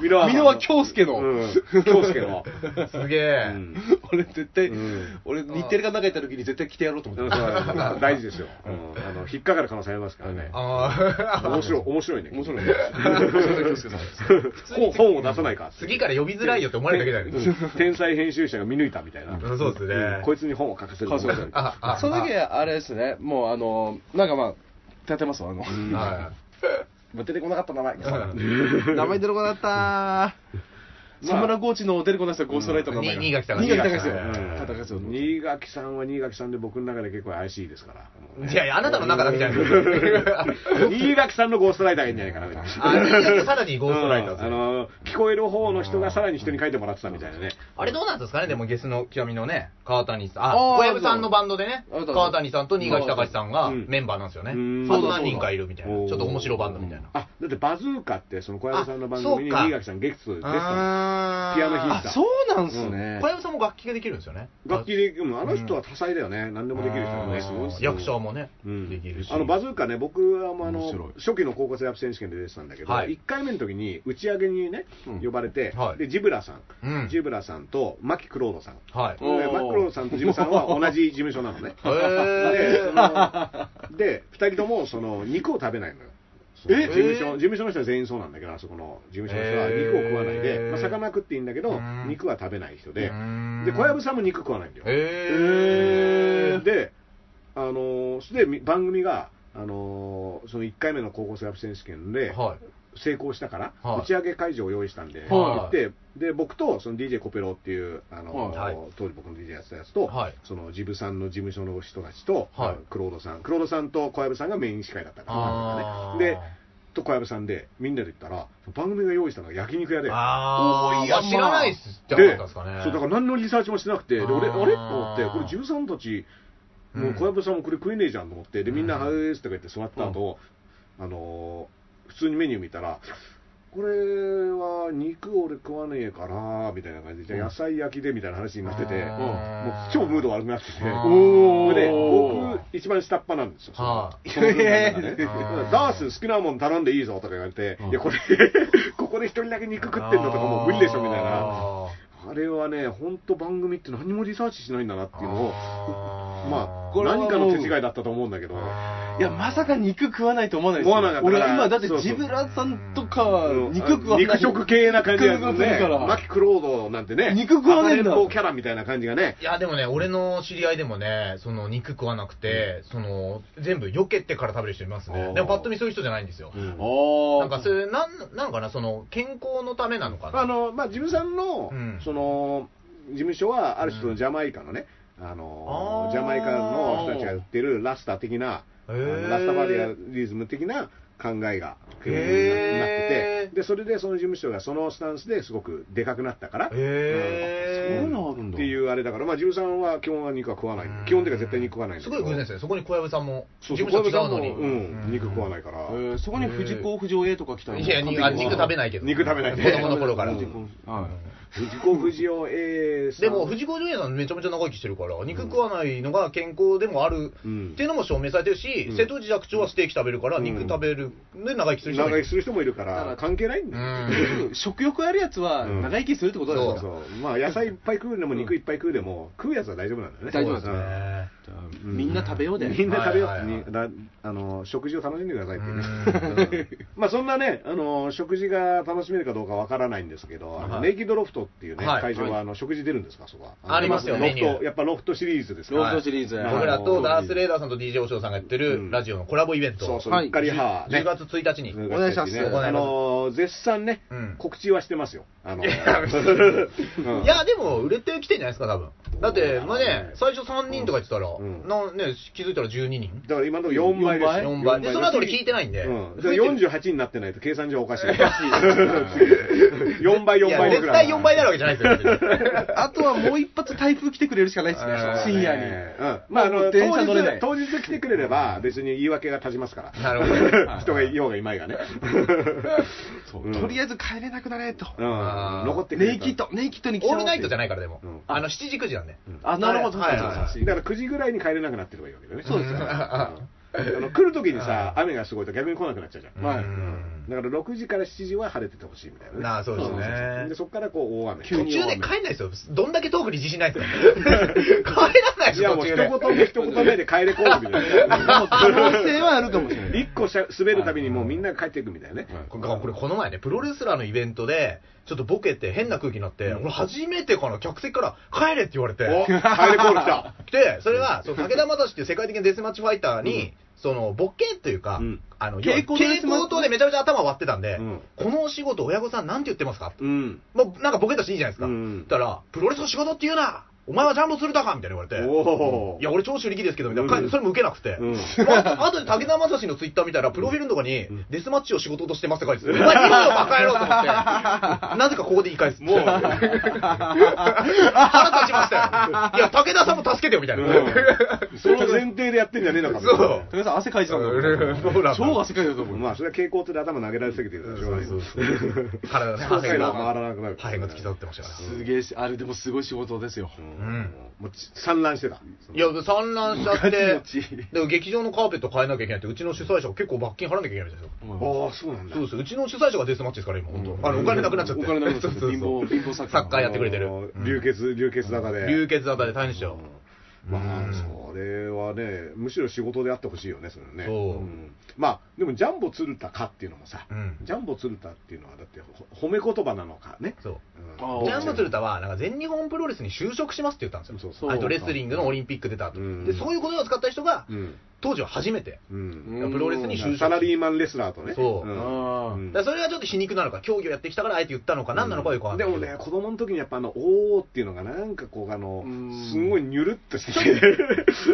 Speaker 1: ミノワ、ミノワ。
Speaker 2: 輪京介の。
Speaker 1: うん、京介の。
Speaker 3: すげえ、
Speaker 1: うん
Speaker 2: 俺、絶対、
Speaker 1: うん
Speaker 2: 俺、日テレかなんか行った時に絶対着てやろうと
Speaker 1: う
Speaker 2: 思っ
Speaker 1: ん
Speaker 2: て。
Speaker 1: そう大事ですよ。うんあの、引っかかる可能性ありますからね。
Speaker 3: ああ
Speaker 1: 面 白い、面白いね。
Speaker 2: 面白いね。京介さんです
Speaker 1: 本本を出さないか。
Speaker 3: 次から呼びづらいよって思われるだけだよね、
Speaker 1: うん天才編集者が見抜いたみたいな。
Speaker 3: うんそうですね、
Speaker 1: うんこいつに本を書かせる
Speaker 2: そうそうそう
Speaker 3: ああ
Speaker 2: その時はあれですね、もうあの、なんかまあ、立てますわ、あの、
Speaker 1: ん
Speaker 3: は
Speaker 2: もう出てこなかった名前。
Speaker 3: ん
Speaker 2: 名前出てこなかった。サムラゴーチの出てこない人はゴーストライターの名前が。
Speaker 3: に新垣隆
Speaker 2: 新垣隆
Speaker 1: う
Speaker 2: です
Speaker 1: ん
Speaker 2: よ。叩かせようと思って
Speaker 1: 新垣さんは新垣さんで僕の中で結構怪しいですから。もう
Speaker 3: い、い
Speaker 1: ね
Speaker 3: やいやあなたの中だけじゃないです か
Speaker 1: 新垣さんのゴーストライターがいいんじゃないかなみたいな。
Speaker 3: あ新垣さらにゴーストライター
Speaker 1: う
Speaker 3: で
Speaker 1: ん
Speaker 3: す
Speaker 1: あ
Speaker 3: ね
Speaker 1: の、聞こえる方の人がさらに人に書いてもらってたみたいなね。
Speaker 3: あれどうなんですかねでもゲスの極みのね川谷さん
Speaker 2: あ
Speaker 3: あ
Speaker 2: ー
Speaker 3: 小籔さんのバンドでね
Speaker 2: あそう
Speaker 3: 川谷さんと新垣隆さんが
Speaker 1: うん
Speaker 3: メンバーなんですよね
Speaker 1: うん
Speaker 3: そん何人かいるみたい
Speaker 1: おー
Speaker 3: なちょっと面白バンドみたいな
Speaker 1: あ、だってバズーカって、その小籔さんの番組に
Speaker 3: あそうか
Speaker 1: 新垣さんゲストで出てたの
Speaker 3: あー
Speaker 1: ピアノ弾いて
Speaker 2: あ、そうなんすね
Speaker 3: 小。籔さんも楽器ができるんですよね
Speaker 1: 楽器で、うんあの人は多彩だよね。何でもできる人だね。すごいっすよ
Speaker 3: 役者もね、
Speaker 1: うん
Speaker 3: できるし
Speaker 1: あのバズーカね、僕はもうあ
Speaker 2: 面
Speaker 1: の
Speaker 2: 白い
Speaker 1: 初期の高校生ラップ選手権で出てたんだけど、
Speaker 3: はい
Speaker 1: 1回目の時に打ち上げにね、
Speaker 2: うん
Speaker 1: 呼ばれて、
Speaker 3: はい
Speaker 1: でジブラさん、
Speaker 3: うん
Speaker 1: ジブラさんとマキクロードさん、
Speaker 3: はい
Speaker 2: お
Speaker 1: で
Speaker 2: ー
Speaker 1: マキクロードさんとジブさんは同じ事務所なの ね、
Speaker 3: へ
Speaker 1: で
Speaker 3: え
Speaker 1: あので2人ともその肉を食べないのよ。その
Speaker 2: え
Speaker 1: 事務所事務所の人は全員そうなんだけど、あそこの事務所の人は肉を食わないで、
Speaker 3: へー
Speaker 1: まあ、魚食っていいんだけ
Speaker 3: う
Speaker 1: ど
Speaker 3: ん、
Speaker 1: 肉は食べない人で、
Speaker 3: うん
Speaker 1: で小籔さんも肉食わないんだよ。
Speaker 3: へー
Speaker 1: で、あのー、すでに番組が、あのーその1回目の高校生ラップ選手権で
Speaker 3: はい
Speaker 1: 成功したから、
Speaker 3: はい
Speaker 1: 打ち上げ会場を用意したんで、
Speaker 2: い
Speaker 1: 行ってで僕とその DJ コペロっていう、あのー
Speaker 3: はい
Speaker 1: 当時僕の DJ やってたやつと、
Speaker 3: はい
Speaker 1: そのジブさんの事務所の人たちと、
Speaker 3: はい
Speaker 1: クロードさん、クロードさんと小籔さんがメイン司会だったから
Speaker 3: あ、ー
Speaker 1: ね、でと小籔さんで、みんなで行ったら、番組が用意したのが焼肉屋で。
Speaker 3: あ
Speaker 2: お
Speaker 3: あ
Speaker 2: ー
Speaker 3: い
Speaker 2: い
Speaker 3: や
Speaker 2: や
Speaker 3: 知らないっすじゃな
Speaker 1: で、
Speaker 3: かったですかね
Speaker 1: そうだから何のリサーチもしなくて、で俺、
Speaker 3: あ
Speaker 1: あ
Speaker 3: ー
Speaker 1: れと思って、これ、自分さんたち、もう小籔さんもこれ食えねえじゃんと思って、で、みんな、
Speaker 3: うん
Speaker 1: はーいっすとか言って座った後、あのー普通にメニュー見たら、これは肉俺食わねえかなみたいな感じで、じゃあ野菜焼きでみたいな話になってて、
Speaker 3: うん
Speaker 1: もう超ムード悪くなってて、
Speaker 3: うん
Speaker 1: それで、
Speaker 2: おー
Speaker 1: 僕、一番下っ端なんですよ。その
Speaker 3: は
Speaker 1: その分なんかね
Speaker 2: え
Speaker 3: ー
Speaker 1: ダース好きなもん頼んでいいぞとか言われて、
Speaker 2: うん
Speaker 1: いや、これ、 ここで一人だけ肉食ってんのとかもう無理でしょみたいな。あれはね、本当番組って何もリサーチしないんだなっていうのを、まあ、
Speaker 2: これはも
Speaker 1: 何
Speaker 2: う
Speaker 1: かの手違いだったと思うんだけど、
Speaker 2: いや、まさか肉食わないと思わないです
Speaker 1: 思わなかった
Speaker 2: 俺、
Speaker 1: から
Speaker 2: 今、だって
Speaker 1: そうそう
Speaker 2: ジブラさんとか
Speaker 1: う、ん
Speaker 2: 肉食わない。
Speaker 1: 肉食系な感じだよ
Speaker 2: 肉食わな
Speaker 1: ね
Speaker 2: いから。
Speaker 1: マキクロードなんてね、
Speaker 2: 肉食わないんだ
Speaker 1: アパレルのキャラみたいな感じがね、
Speaker 3: いやでもね俺の知り合いでもねその肉食わなくて、その全部避けてから食べる人います
Speaker 1: あ
Speaker 3: ね
Speaker 1: ー
Speaker 3: でもパッと見そういう人じゃないんですよ、
Speaker 1: うん
Speaker 2: あ
Speaker 3: な
Speaker 2: あ。
Speaker 3: んかそれなんなんかなその健康のためなのかな
Speaker 1: あの、まあ、ジムさんの、
Speaker 3: うん
Speaker 1: その、事務所は、ある種のジャマイカのね、あの
Speaker 3: あー
Speaker 1: ジャマイカの人たちが売ってるラスタ的な、
Speaker 3: へ
Speaker 1: あ
Speaker 3: ー
Speaker 1: のラスタバリアリズム的な考えが来るようになって
Speaker 3: へー
Speaker 1: て、で、それでその事務所がそのスタンスですごくでかくなったから、
Speaker 3: へー
Speaker 1: うん
Speaker 2: そういうのあるん
Speaker 1: ってっ
Speaker 2: だ
Speaker 1: ていうあれだから、まあ、13は基本は肉は食わない、基本的には絶対肉食わないんだ
Speaker 3: す
Speaker 1: けど
Speaker 3: ごい偶然ですね。そこに小籔さんも、
Speaker 1: そう
Speaker 3: 事
Speaker 1: そう小籔
Speaker 3: 務所違
Speaker 1: さ
Speaker 3: うん
Speaker 1: も、
Speaker 3: の
Speaker 1: う
Speaker 3: に。
Speaker 1: ん、肉食わないから、
Speaker 2: えーそこに藤子不二雄 A とか来たら
Speaker 3: いや、にあ肉食べないけど。
Speaker 1: 肉食べない
Speaker 3: 子供の頃から。
Speaker 1: うん
Speaker 3: で
Speaker 2: は
Speaker 1: 藤子不二雄 A さん
Speaker 3: も、藤子ジュニアさんめちゃめちゃ長生きしてるから、肉食わないのが健康でもある
Speaker 1: うん
Speaker 3: っていうのも証明されてるし、
Speaker 1: うん
Speaker 3: 瀬戸内寂聴はステーキ食べるから、
Speaker 1: うん
Speaker 3: 肉食べる。で、長生きする人
Speaker 1: 長
Speaker 3: も
Speaker 1: 生
Speaker 3: いる
Speaker 1: き。する人もいるか
Speaker 2: だからら
Speaker 1: 関係ないんだよ、
Speaker 2: い、食欲あるやつは
Speaker 1: うん
Speaker 2: 長生きするってことです
Speaker 1: そう
Speaker 2: から
Speaker 1: そうまあ野菜いっぱい食うでも肉いっぱい食うでも、食うやつは大丈夫なんだよね
Speaker 2: 大丈夫ですね
Speaker 3: ね
Speaker 2: じゃあ
Speaker 1: うん
Speaker 2: みんな食べようで、
Speaker 1: みんな食べよう、
Speaker 3: はいはいはい
Speaker 1: にだあの食事を楽しんでくださいっていうね
Speaker 3: うん
Speaker 1: まあそんなね、あの食事が楽しめるかどうかわからないんですけど、あの
Speaker 3: はい
Speaker 1: ネイキッドロフトっていうね、
Speaker 3: はい
Speaker 1: 会場
Speaker 2: は
Speaker 1: はあの食事出るんですか、そこは。
Speaker 3: ありますよ
Speaker 1: ロ
Speaker 3: メニュ
Speaker 1: フト、
Speaker 3: ー
Speaker 1: やっぱロフトシリーズですか
Speaker 2: ロ
Speaker 1: ら、
Speaker 2: ードシリーズ、
Speaker 1: はい
Speaker 3: 僕らとダース・レ
Speaker 2: ー
Speaker 3: ーダーさんと DJ おしょうさんがやって
Speaker 1: うん
Speaker 3: るラジオのコラボイベント。
Speaker 1: そうそう、
Speaker 2: は
Speaker 1: う
Speaker 2: い
Speaker 1: っかりは、ね、
Speaker 3: 10月1日に。
Speaker 1: 10
Speaker 2: お願いします
Speaker 1: 月ねあの絶賛ね、
Speaker 3: うん
Speaker 1: 告知はしてますよ。あの
Speaker 3: いや別に
Speaker 1: うん
Speaker 3: いや、でも、売れてきてんじゃないですか、多分。だって、まあね、最初3人とか言ってたら、
Speaker 1: うん
Speaker 3: なね、気づいたら12人。
Speaker 1: だから今のとこ4倍です
Speaker 2: え
Speaker 3: 4倍。で、その後俺聞いてないんで。
Speaker 1: うん、だから48になってないと計算上おかしい。4倍、
Speaker 3: い
Speaker 1: 4
Speaker 3: や
Speaker 1: 倍
Speaker 3: 絶
Speaker 1: ぐらい。
Speaker 3: 対4倍になるわけじゃないですよ別 に。
Speaker 2: あとはもう一発台風来てくれるしかないですね
Speaker 3: あー
Speaker 2: 深夜に、
Speaker 1: ええうん、まああ
Speaker 2: も
Speaker 1: の
Speaker 2: う
Speaker 1: 当
Speaker 2: 電車乗れな
Speaker 1: 日
Speaker 2: い
Speaker 1: 当日来てくれれば別に言い訳が立ちますから
Speaker 3: なるほどね。
Speaker 1: 人がいようがいまいがね
Speaker 2: そう
Speaker 1: うん
Speaker 2: とりあえず帰れなくなれと、
Speaker 1: うん
Speaker 3: あー
Speaker 1: 残ってくれ
Speaker 2: ネイキッドネイキッドに来
Speaker 3: オールナイトじゃ
Speaker 2: ない
Speaker 3: ないから、でも
Speaker 1: うん。
Speaker 3: あの、7時、9時なんで。
Speaker 2: あなるほど
Speaker 3: はいはい
Speaker 2: そうそう
Speaker 3: は
Speaker 2: そ
Speaker 1: だから9時ぐらいに帰れなくなってればいいわけだよね
Speaker 2: そうですよ
Speaker 1: んあの来る時にさ雨がすごいと逆に来なくなっちゃうじゃん、
Speaker 3: はい
Speaker 1: うんだから6時から7時は晴れててほしいみたいなね
Speaker 3: なあそうですね
Speaker 1: でそこからこう大雨
Speaker 2: 急
Speaker 3: 途
Speaker 2: に
Speaker 3: 中で帰んないですよ。どんだけトークに自信ないですか。 帰らないで
Speaker 1: い
Speaker 3: すよ、
Speaker 1: やも
Speaker 3: 途
Speaker 1: う
Speaker 3: 中
Speaker 1: 一
Speaker 3: で。
Speaker 1: 言目一言目で帰れこうみたいな
Speaker 2: でも可能性はあるかもしれない
Speaker 1: 一個しゃ滑るたびにもうみんなが帰っていくみたいなね、
Speaker 3: これこれこの前ね、プロレスラーのイベントで、ちょっとボケて変な空気になって、俺初めてかな、客席から帰れって言われて。
Speaker 1: お帰れコール来た
Speaker 3: で、それは、その武田正史っていう世界的なデスマッチファイターに、その、ボケというか、
Speaker 1: うん
Speaker 3: あの、
Speaker 2: 蛍
Speaker 3: 蛍
Speaker 2: 光
Speaker 3: 光
Speaker 2: のデスマッチ
Speaker 3: 灯でめちゃめちゃ頭割ってたんで、
Speaker 1: うん
Speaker 3: このお仕事、親御さんなんて言ってますか、
Speaker 1: うん
Speaker 3: まあ、なんかボケたしいいじゃないですか。
Speaker 1: う
Speaker 3: だ
Speaker 1: ん
Speaker 3: たら、プロレスの仕事って言うなお前はジャンボするだかみたいな言われて、
Speaker 1: おー
Speaker 3: いや、俺長州力ですけど、みたいな、
Speaker 1: うん
Speaker 3: それも受けなくて。
Speaker 1: うん
Speaker 3: まあ、あとで武田正史のツイッター見たら、プロフィールのとこに、
Speaker 1: ん
Speaker 3: デスマッチを仕事としてます って書いてて、お前、今のバカ野郎と思って、なぜかここで言い返 す。もう、腹立ちましたよ。いや、武田さんも助けてよ、みたいな。
Speaker 1: うんその前提でやってんじゃねえのかみたいなね
Speaker 2: とりあえず汗かいてたんだもん
Speaker 3: そうなんだ
Speaker 2: 超汗かいてたと思う、
Speaker 1: まあそれは蛍光灯で頭投げられすぎてるからしょうがない
Speaker 3: そうそう体の
Speaker 1: そう回路が回らなくなる
Speaker 3: 破片が突き刺さってましたから。
Speaker 2: すげえしあれでもすごい仕事ですよ、
Speaker 3: ん
Speaker 1: もう散乱してた
Speaker 3: いや、散乱しちゃって
Speaker 2: ガチガチ、
Speaker 3: でも劇場のカーペット変えなきゃいけないって、うちの主催者が結構罰金払わなきゃいけないみたいですよ。
Speaker 1: ああそうなんだ
Speaker 3: そうですうちの主催者がデスマッチですから、今、
Speaker 1: う
Speaker 3: 本
Speaker 1: ん
Speaker 3: 当。あの、お金なくなっちゃって。
Speaker 2: お金なくなっちゃって
Speaker 3: そうそうそう
Speaker 2: 貧乏貧乏サッカー
Speaker 3: サッカーやってくれてる。
Speaker 1: 流血流血型で
Speaker 3: 流血型で大変でしたよ。
Speaker 1: ま
Speaker 3: う
Speaker 1: あ
Speaker 3: ん
Speaker 1: それはねむしろ仕事であってほしいよねそれね
Speaker 3: そうん
Speaker 1: まあでもジャンボ鶴田かっていうのもさ
Speaker 3: うん
Speaker 1: ジャンボ鶴田っていうのはだってほ褒め言葉なのかね
Speaker 3: そう。
Speaker 1: うん
Speaker 2: あー
Speaker 3: ジャンボ鶴田は、なんか全日本プロレスに就職しますって言ったんです
Speaker 1: そう
Speaker 3: よ。
Speaker 1: そう
Speaker 3: あとレスリングのオリンピック出た後。
Speaker 1: うん
Speaker 3: で、そういう言葉を使った人が
Speaker 1: う、ん
Speaker 3: 当時は初めて、
Speaker 1: うん
Speaker 2: うん
Speaker 3: プロレスに就職。
Speaker 1: サラリーマンレスラーとね
Speaker 3: そうん
Speaker 2: あー
Speaker 1: うん
Speaker 3: だからそれがちょっと皮肉なのか、競技をやってきたからあえて言ったのか、何なのかはよくわかん
Speaker 1: で
Speaker 3: ないけ
Speaker 1: も
Speaker 3: ど。
Speaker 1: ね子供の時にやっぱあの「おー」っていうのがなんかこうあの
Speaker 2: うん
Speaker 1: すごいニュルっとしてきて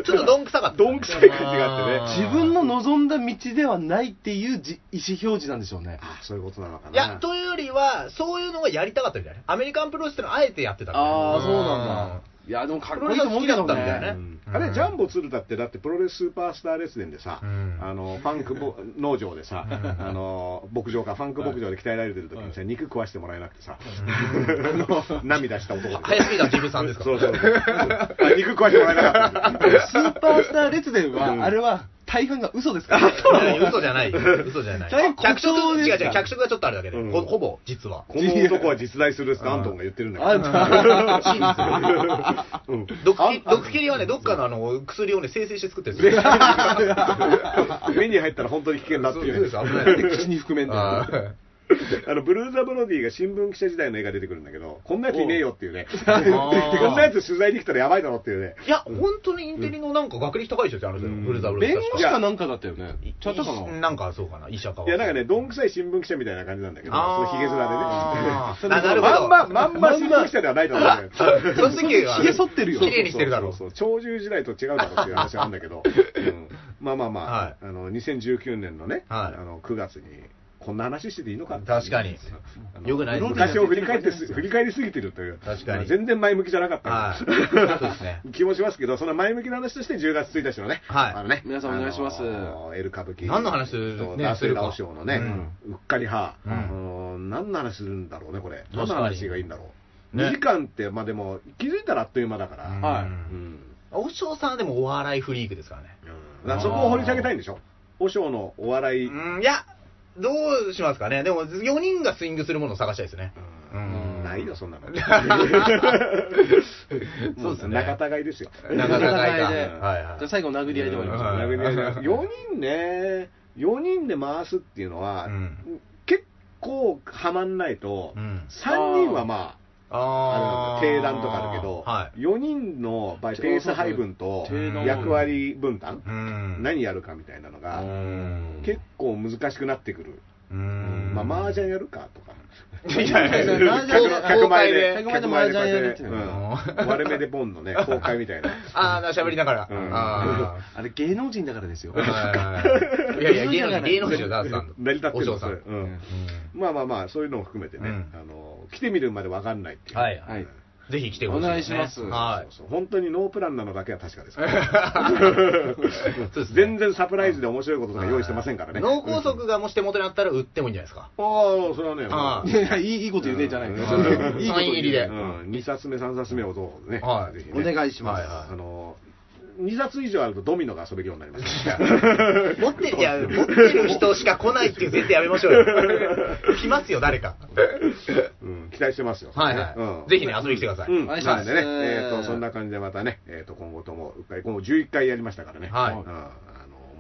Speaker 3: ちょっとどんくさかった。
Speaker 1: どんくさい感じがあってね
Speaker 2: 自分の望んだ道ではないっていうじ意思表示なんでしょうね
Speaker 1: あそういうことなのかない
Speaker 3: や、というよりは、そういうのがやりたかったみたいな。アメリカンプロレスってのはあえてやってたみたい
Speaker 2: ああ
Speaker 3: な
Speaker 2: そうなんだいやでもかっこいいと思うけど
Speaker 3: プロレス好きだった
Speaker 1: う
Speaker 3: んだよ
Speaker 2: ね
Speaker 3: ね
Speaker 1: ん
Speaker 3: うん
Speaker 1: あれジャンボ鶴田ってだってプロレススーパースターレスデンでさ、
Speaker 3: うん
Speaker 1: あのファンクボ農場でさあの牧場かファンク牧場で鍛えられてる時にさ、肉食わしてもらえなくてさ、 あの涙した男が
Speaker 3: 林リーダージブさんですか
Speaker 1: そうそうそう あ肉食わしてもらえなかったんだ
Speaker 2: スーパースター列伝は、
Speaker 1: うん
Speaker 2: あれは大半が嘘ですから
Speaker 3: いや嘘じ ゃない。嘘じゃない。
Speaker 2: 大
Speaker 3: 脚色、
Speaker 2: 誇張
Speaker 3: 違う違
Speaker 2: ですか
Speaker 3: う、脚色がちょっとあるだけで、
Speaker 1: うん
Speaker 3: ほほぼ、実は。
Speaker 1: この男は実在するってアントンが言ってるんだけど
Speaker 2: あんた
Speaker 1: うん
Speaker 3: 毒キ毒キリはね、どっかのあの薬をね、生成して作ってるんですよ。
Speaker 1: 目に入ったら本当に危険だってい
Speaker 3: そ
Speaker 1: う
Speaker 3: うです、危ない。
Speaker 2: 口に含めんだよ
Speaker 3: あ
Speaker 1: あのブルーザ・ブロディが新聞記者時代の映画出てくるんだけどこんなやついねえよっていうね
Speaker 3: ー
Speaker 1: こんなやつ取材に来たらやばいだろっていうね
Speaker 3: ーいや、本当にインテリのなんか学歴高い人ですよ、あの人。
Speaker 1: うん
Speaker 3: ブルーザブル
Speaker 2: 弁
Speaker 3: ー
Speaker 2: 護士かなんかだったよねちゃったかな
Speaker 3: なんかそうかな、医者か。
Speaker 1: いやなんかねどんくさい新聞記者みたいな感じなんだけどその
Speaker 3: あ
Speaker 1: ひ
Speaker 3: ー
Speaker 1: げ面でね
Speaker 3: あーなるほ
Speaker 1: まん
Speaker 3: ど。
Speaker 1: ままんま新聞記者ではないだろうね
Speaker 3: その時は、
Speaker 2: ひげ剃ってるよ
Speaker 3: 綺麗にしてるだろう。
Speaker 1: そうそうそう鳥獣時代と違うだろうっていう話はあ るんだけど、うんまあまあまあ、
Speaker 3: はい
Speaker 1: あの2019年のね、
Speaker 3: はい
Speaker 1: あの9月にここんな話してていいのか
Speaker 3: 確かに
Speaker 1: あの
Speaker 3: よくない
Speaker 1: 昔を振り返ってす振り返りすぎてるという
Speaker 3: 確かに
Speaker 1: まあ全然前向きじゃなかった、
Speaker 3: はいそうですね
Speaker 1: 気もしますけどその前向きな話として10月1日のね,、
Speaker 3: はい
Speaker 1: あのね
Speaker 2: 皆さんお願いします
Speaker 1: あのエル歌舞伎
Speaker 3: 何の話
Speaker 1: と
Speaker 3: ね
Speaker 1: ダース
Speaker 3: するか
Speaker 1: ラオショーのね、うっかり派、
Speaker 3: うん
Speaker 1: あの何の話するんだろうねこれ
Speaker 3: 確か
Speaker 1: 何
Speaker 3: に
Speaker 1: の話がいいんだろう、
Speaker 3: ね
Speaker 1: 2時間ってまあでも気づいたらあっという間だから、
Speaker 3: うん
Speaker 2: はい
Speaker 1: うん
Speaker 3: おしょうさんはでもお笑いフリークですからね
Speaker 1: だからそこを掘り下げたいんでしょ和尚のお笑い、
Speaker 3: うんいやどうしますかねでも4人がスイングするものを探したいですねうん
Speaker 1: ないよそんなの
Speaker 3: そうですね
Speaker 1: 仲違いですよ
Speaker 3: 仲違いか
Speaker 2: 仲違いで
Speaker 3: はいはい
Speaker 2: じゃあ最後殴り合いで終わりましょう
Speaker 3: はい
Speaker 1: 4人ね4人で回すっていうのは、
Speaker 3: うん
Speaker 1: 結構はまんないと、
Speaker 3: うん
Speaker 1: 3人はまああ
Speaker 3: あ
Speaker 1: の定
Speaker 3: ー
Speaker 1: 談とかあるけど、
Speaker 3: はい
Speaker 1: 4人の場合ペース配分と
Speaker 2: 定
Speaker 3: 談
Speaker 1: 役割分担、
Speaker 3: うん
Speaker 1: 何やるかみたいなのが、
Speaker 3: うん
Speaker 1: 結構難しくなってくる、
Speaker 3: うん
Speaker 1: まあ麻雀やるかとか
Speaker 3: いやいやいや
Speaker 2: 麻雀
Speaker 1: 客客前で
Speaker 2: 公開で麻雀やるっていううん
Speaker 1: 割れ目でボンのね公開みたいな
Speaker 3: ああ喋りながら、
Speaker 1: うん
Speaker 3: あ
Speaker 2: あれ芸能人だからですよ
Speaker 3: ーはいはいやいや芸能人芸能人だったんだ
Speaker 1: 成り立って
Speaker 3: お
Speaker 1: る
Speaker 3: 嬢さん、
Speaker 1: そうれうん
Speaker 3: ん
Speaker 1: まあまあまあそういうのも含めてね、
Speaker 3: うん
Speaker 1: あの来てみるまでわかんないっていう、
Speaker 3: はい
Speaker 2: はい
Speaker 3: ぜひ来てほしいですね
Speaker 2: お願いします
Speaker 1: は
Speaker 3: はいい、
Speaker 1: そうそう本当にノープランなのだけは確かです
Speaker 3: そうですね
Speaker 1: 全然サプライズで面白いこととか用意してませんからね
Speaker 3: 脳梗塞がもし手元にあったら売ってもいいんじゃないですか。
Speaker 1: ああそれはね
Speaker 3: あ
Speaker 2: い
Speaker 1: も
Speaker 2: やいやいいいいこと言うねじゃない
Speaker 1: うん
Speaker 3: いいこと言うサイン入りで
Speaker 1: うん、2冊目3冊目をどうね、
Speaker 3: はい
Speaker 1: ぜひ
Speaker 2: お
Speaker 1: ね
Speaker 2: 願いします、
Speaker 1: あの2冊以上あるとドミノが遊べるようになります
Speaker 3: 持ってる、いや、持ってる人しか来ないっていう前提やめましょう よ。来ますよ、誰か。
Speaker 1: うん、期待してますよ。
Speaker 3: はいはい、
Speaker 1: うん、
Speaker 3: ぜひね、遊びに来てください。
Speaker 1: うん、
Speaker 2: お願いしま
Speaker 1: な
Speaker 2: す
Speaker 1: んでね、えーと、そんな感じでまたね、えーと、今後とも、うっかり今後11回やりましたからね。
Speaker 3: はい
Speaker 1: うん、あ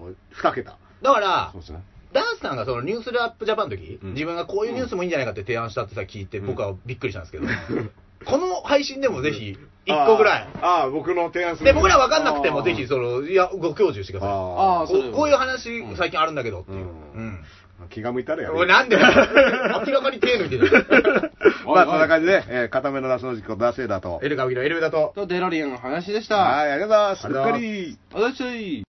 Speaker 1: の、もう2桁。
Speaker 3: だから、
Speaker 1: ですね。
Speaker 3: ダンスさんがそのニュースラップジャパンの時、
Speaker 1: うん
Speaker 3: 自分がこういうニュースもいいんじゃないかって提案したってさ、聞いて、
Speaker 1: うん
Speaker 3: 僕はびっくりしたんですけど、この配信でもぜひ、1個ぐら
Speaker 1: あ
Speaker 3: い。
Speaker 1: ーあー、僕の提案する。
Speaker 3: で、僕ら分かんなくても、
Speaker 2: あー
Speaker 3: ぜひ、その、いや、ご教授してください。
Speaker 1: あ
Speaker 2: あー
Speaker 1: あ、
Speaker 2: そうだ
Speaker 3: こ
Speaker 2: よ
Speaker 3: こういう話、最近あるんだけどっていう。
Speaker 1: う
Speaker 3: うんん
Speaker 1: 気が向いたらやる。
Speaker 3: おいなんで明らかに手抜いてる。
Speaker 1: まあ、そんな感じで、えー、固めのラスの時期、ダーセーダーと。
Speaker 3: エルガビのエルベだと。
Speaker 2: とデロリアンの話でした
Speaker 1: はい、ありがとうございます。
Speaker 3: あ
Speaker 1: うっか
Speaker 3: りがとうございます
Speaker 1: り。
Speaker 2: ありがとうございました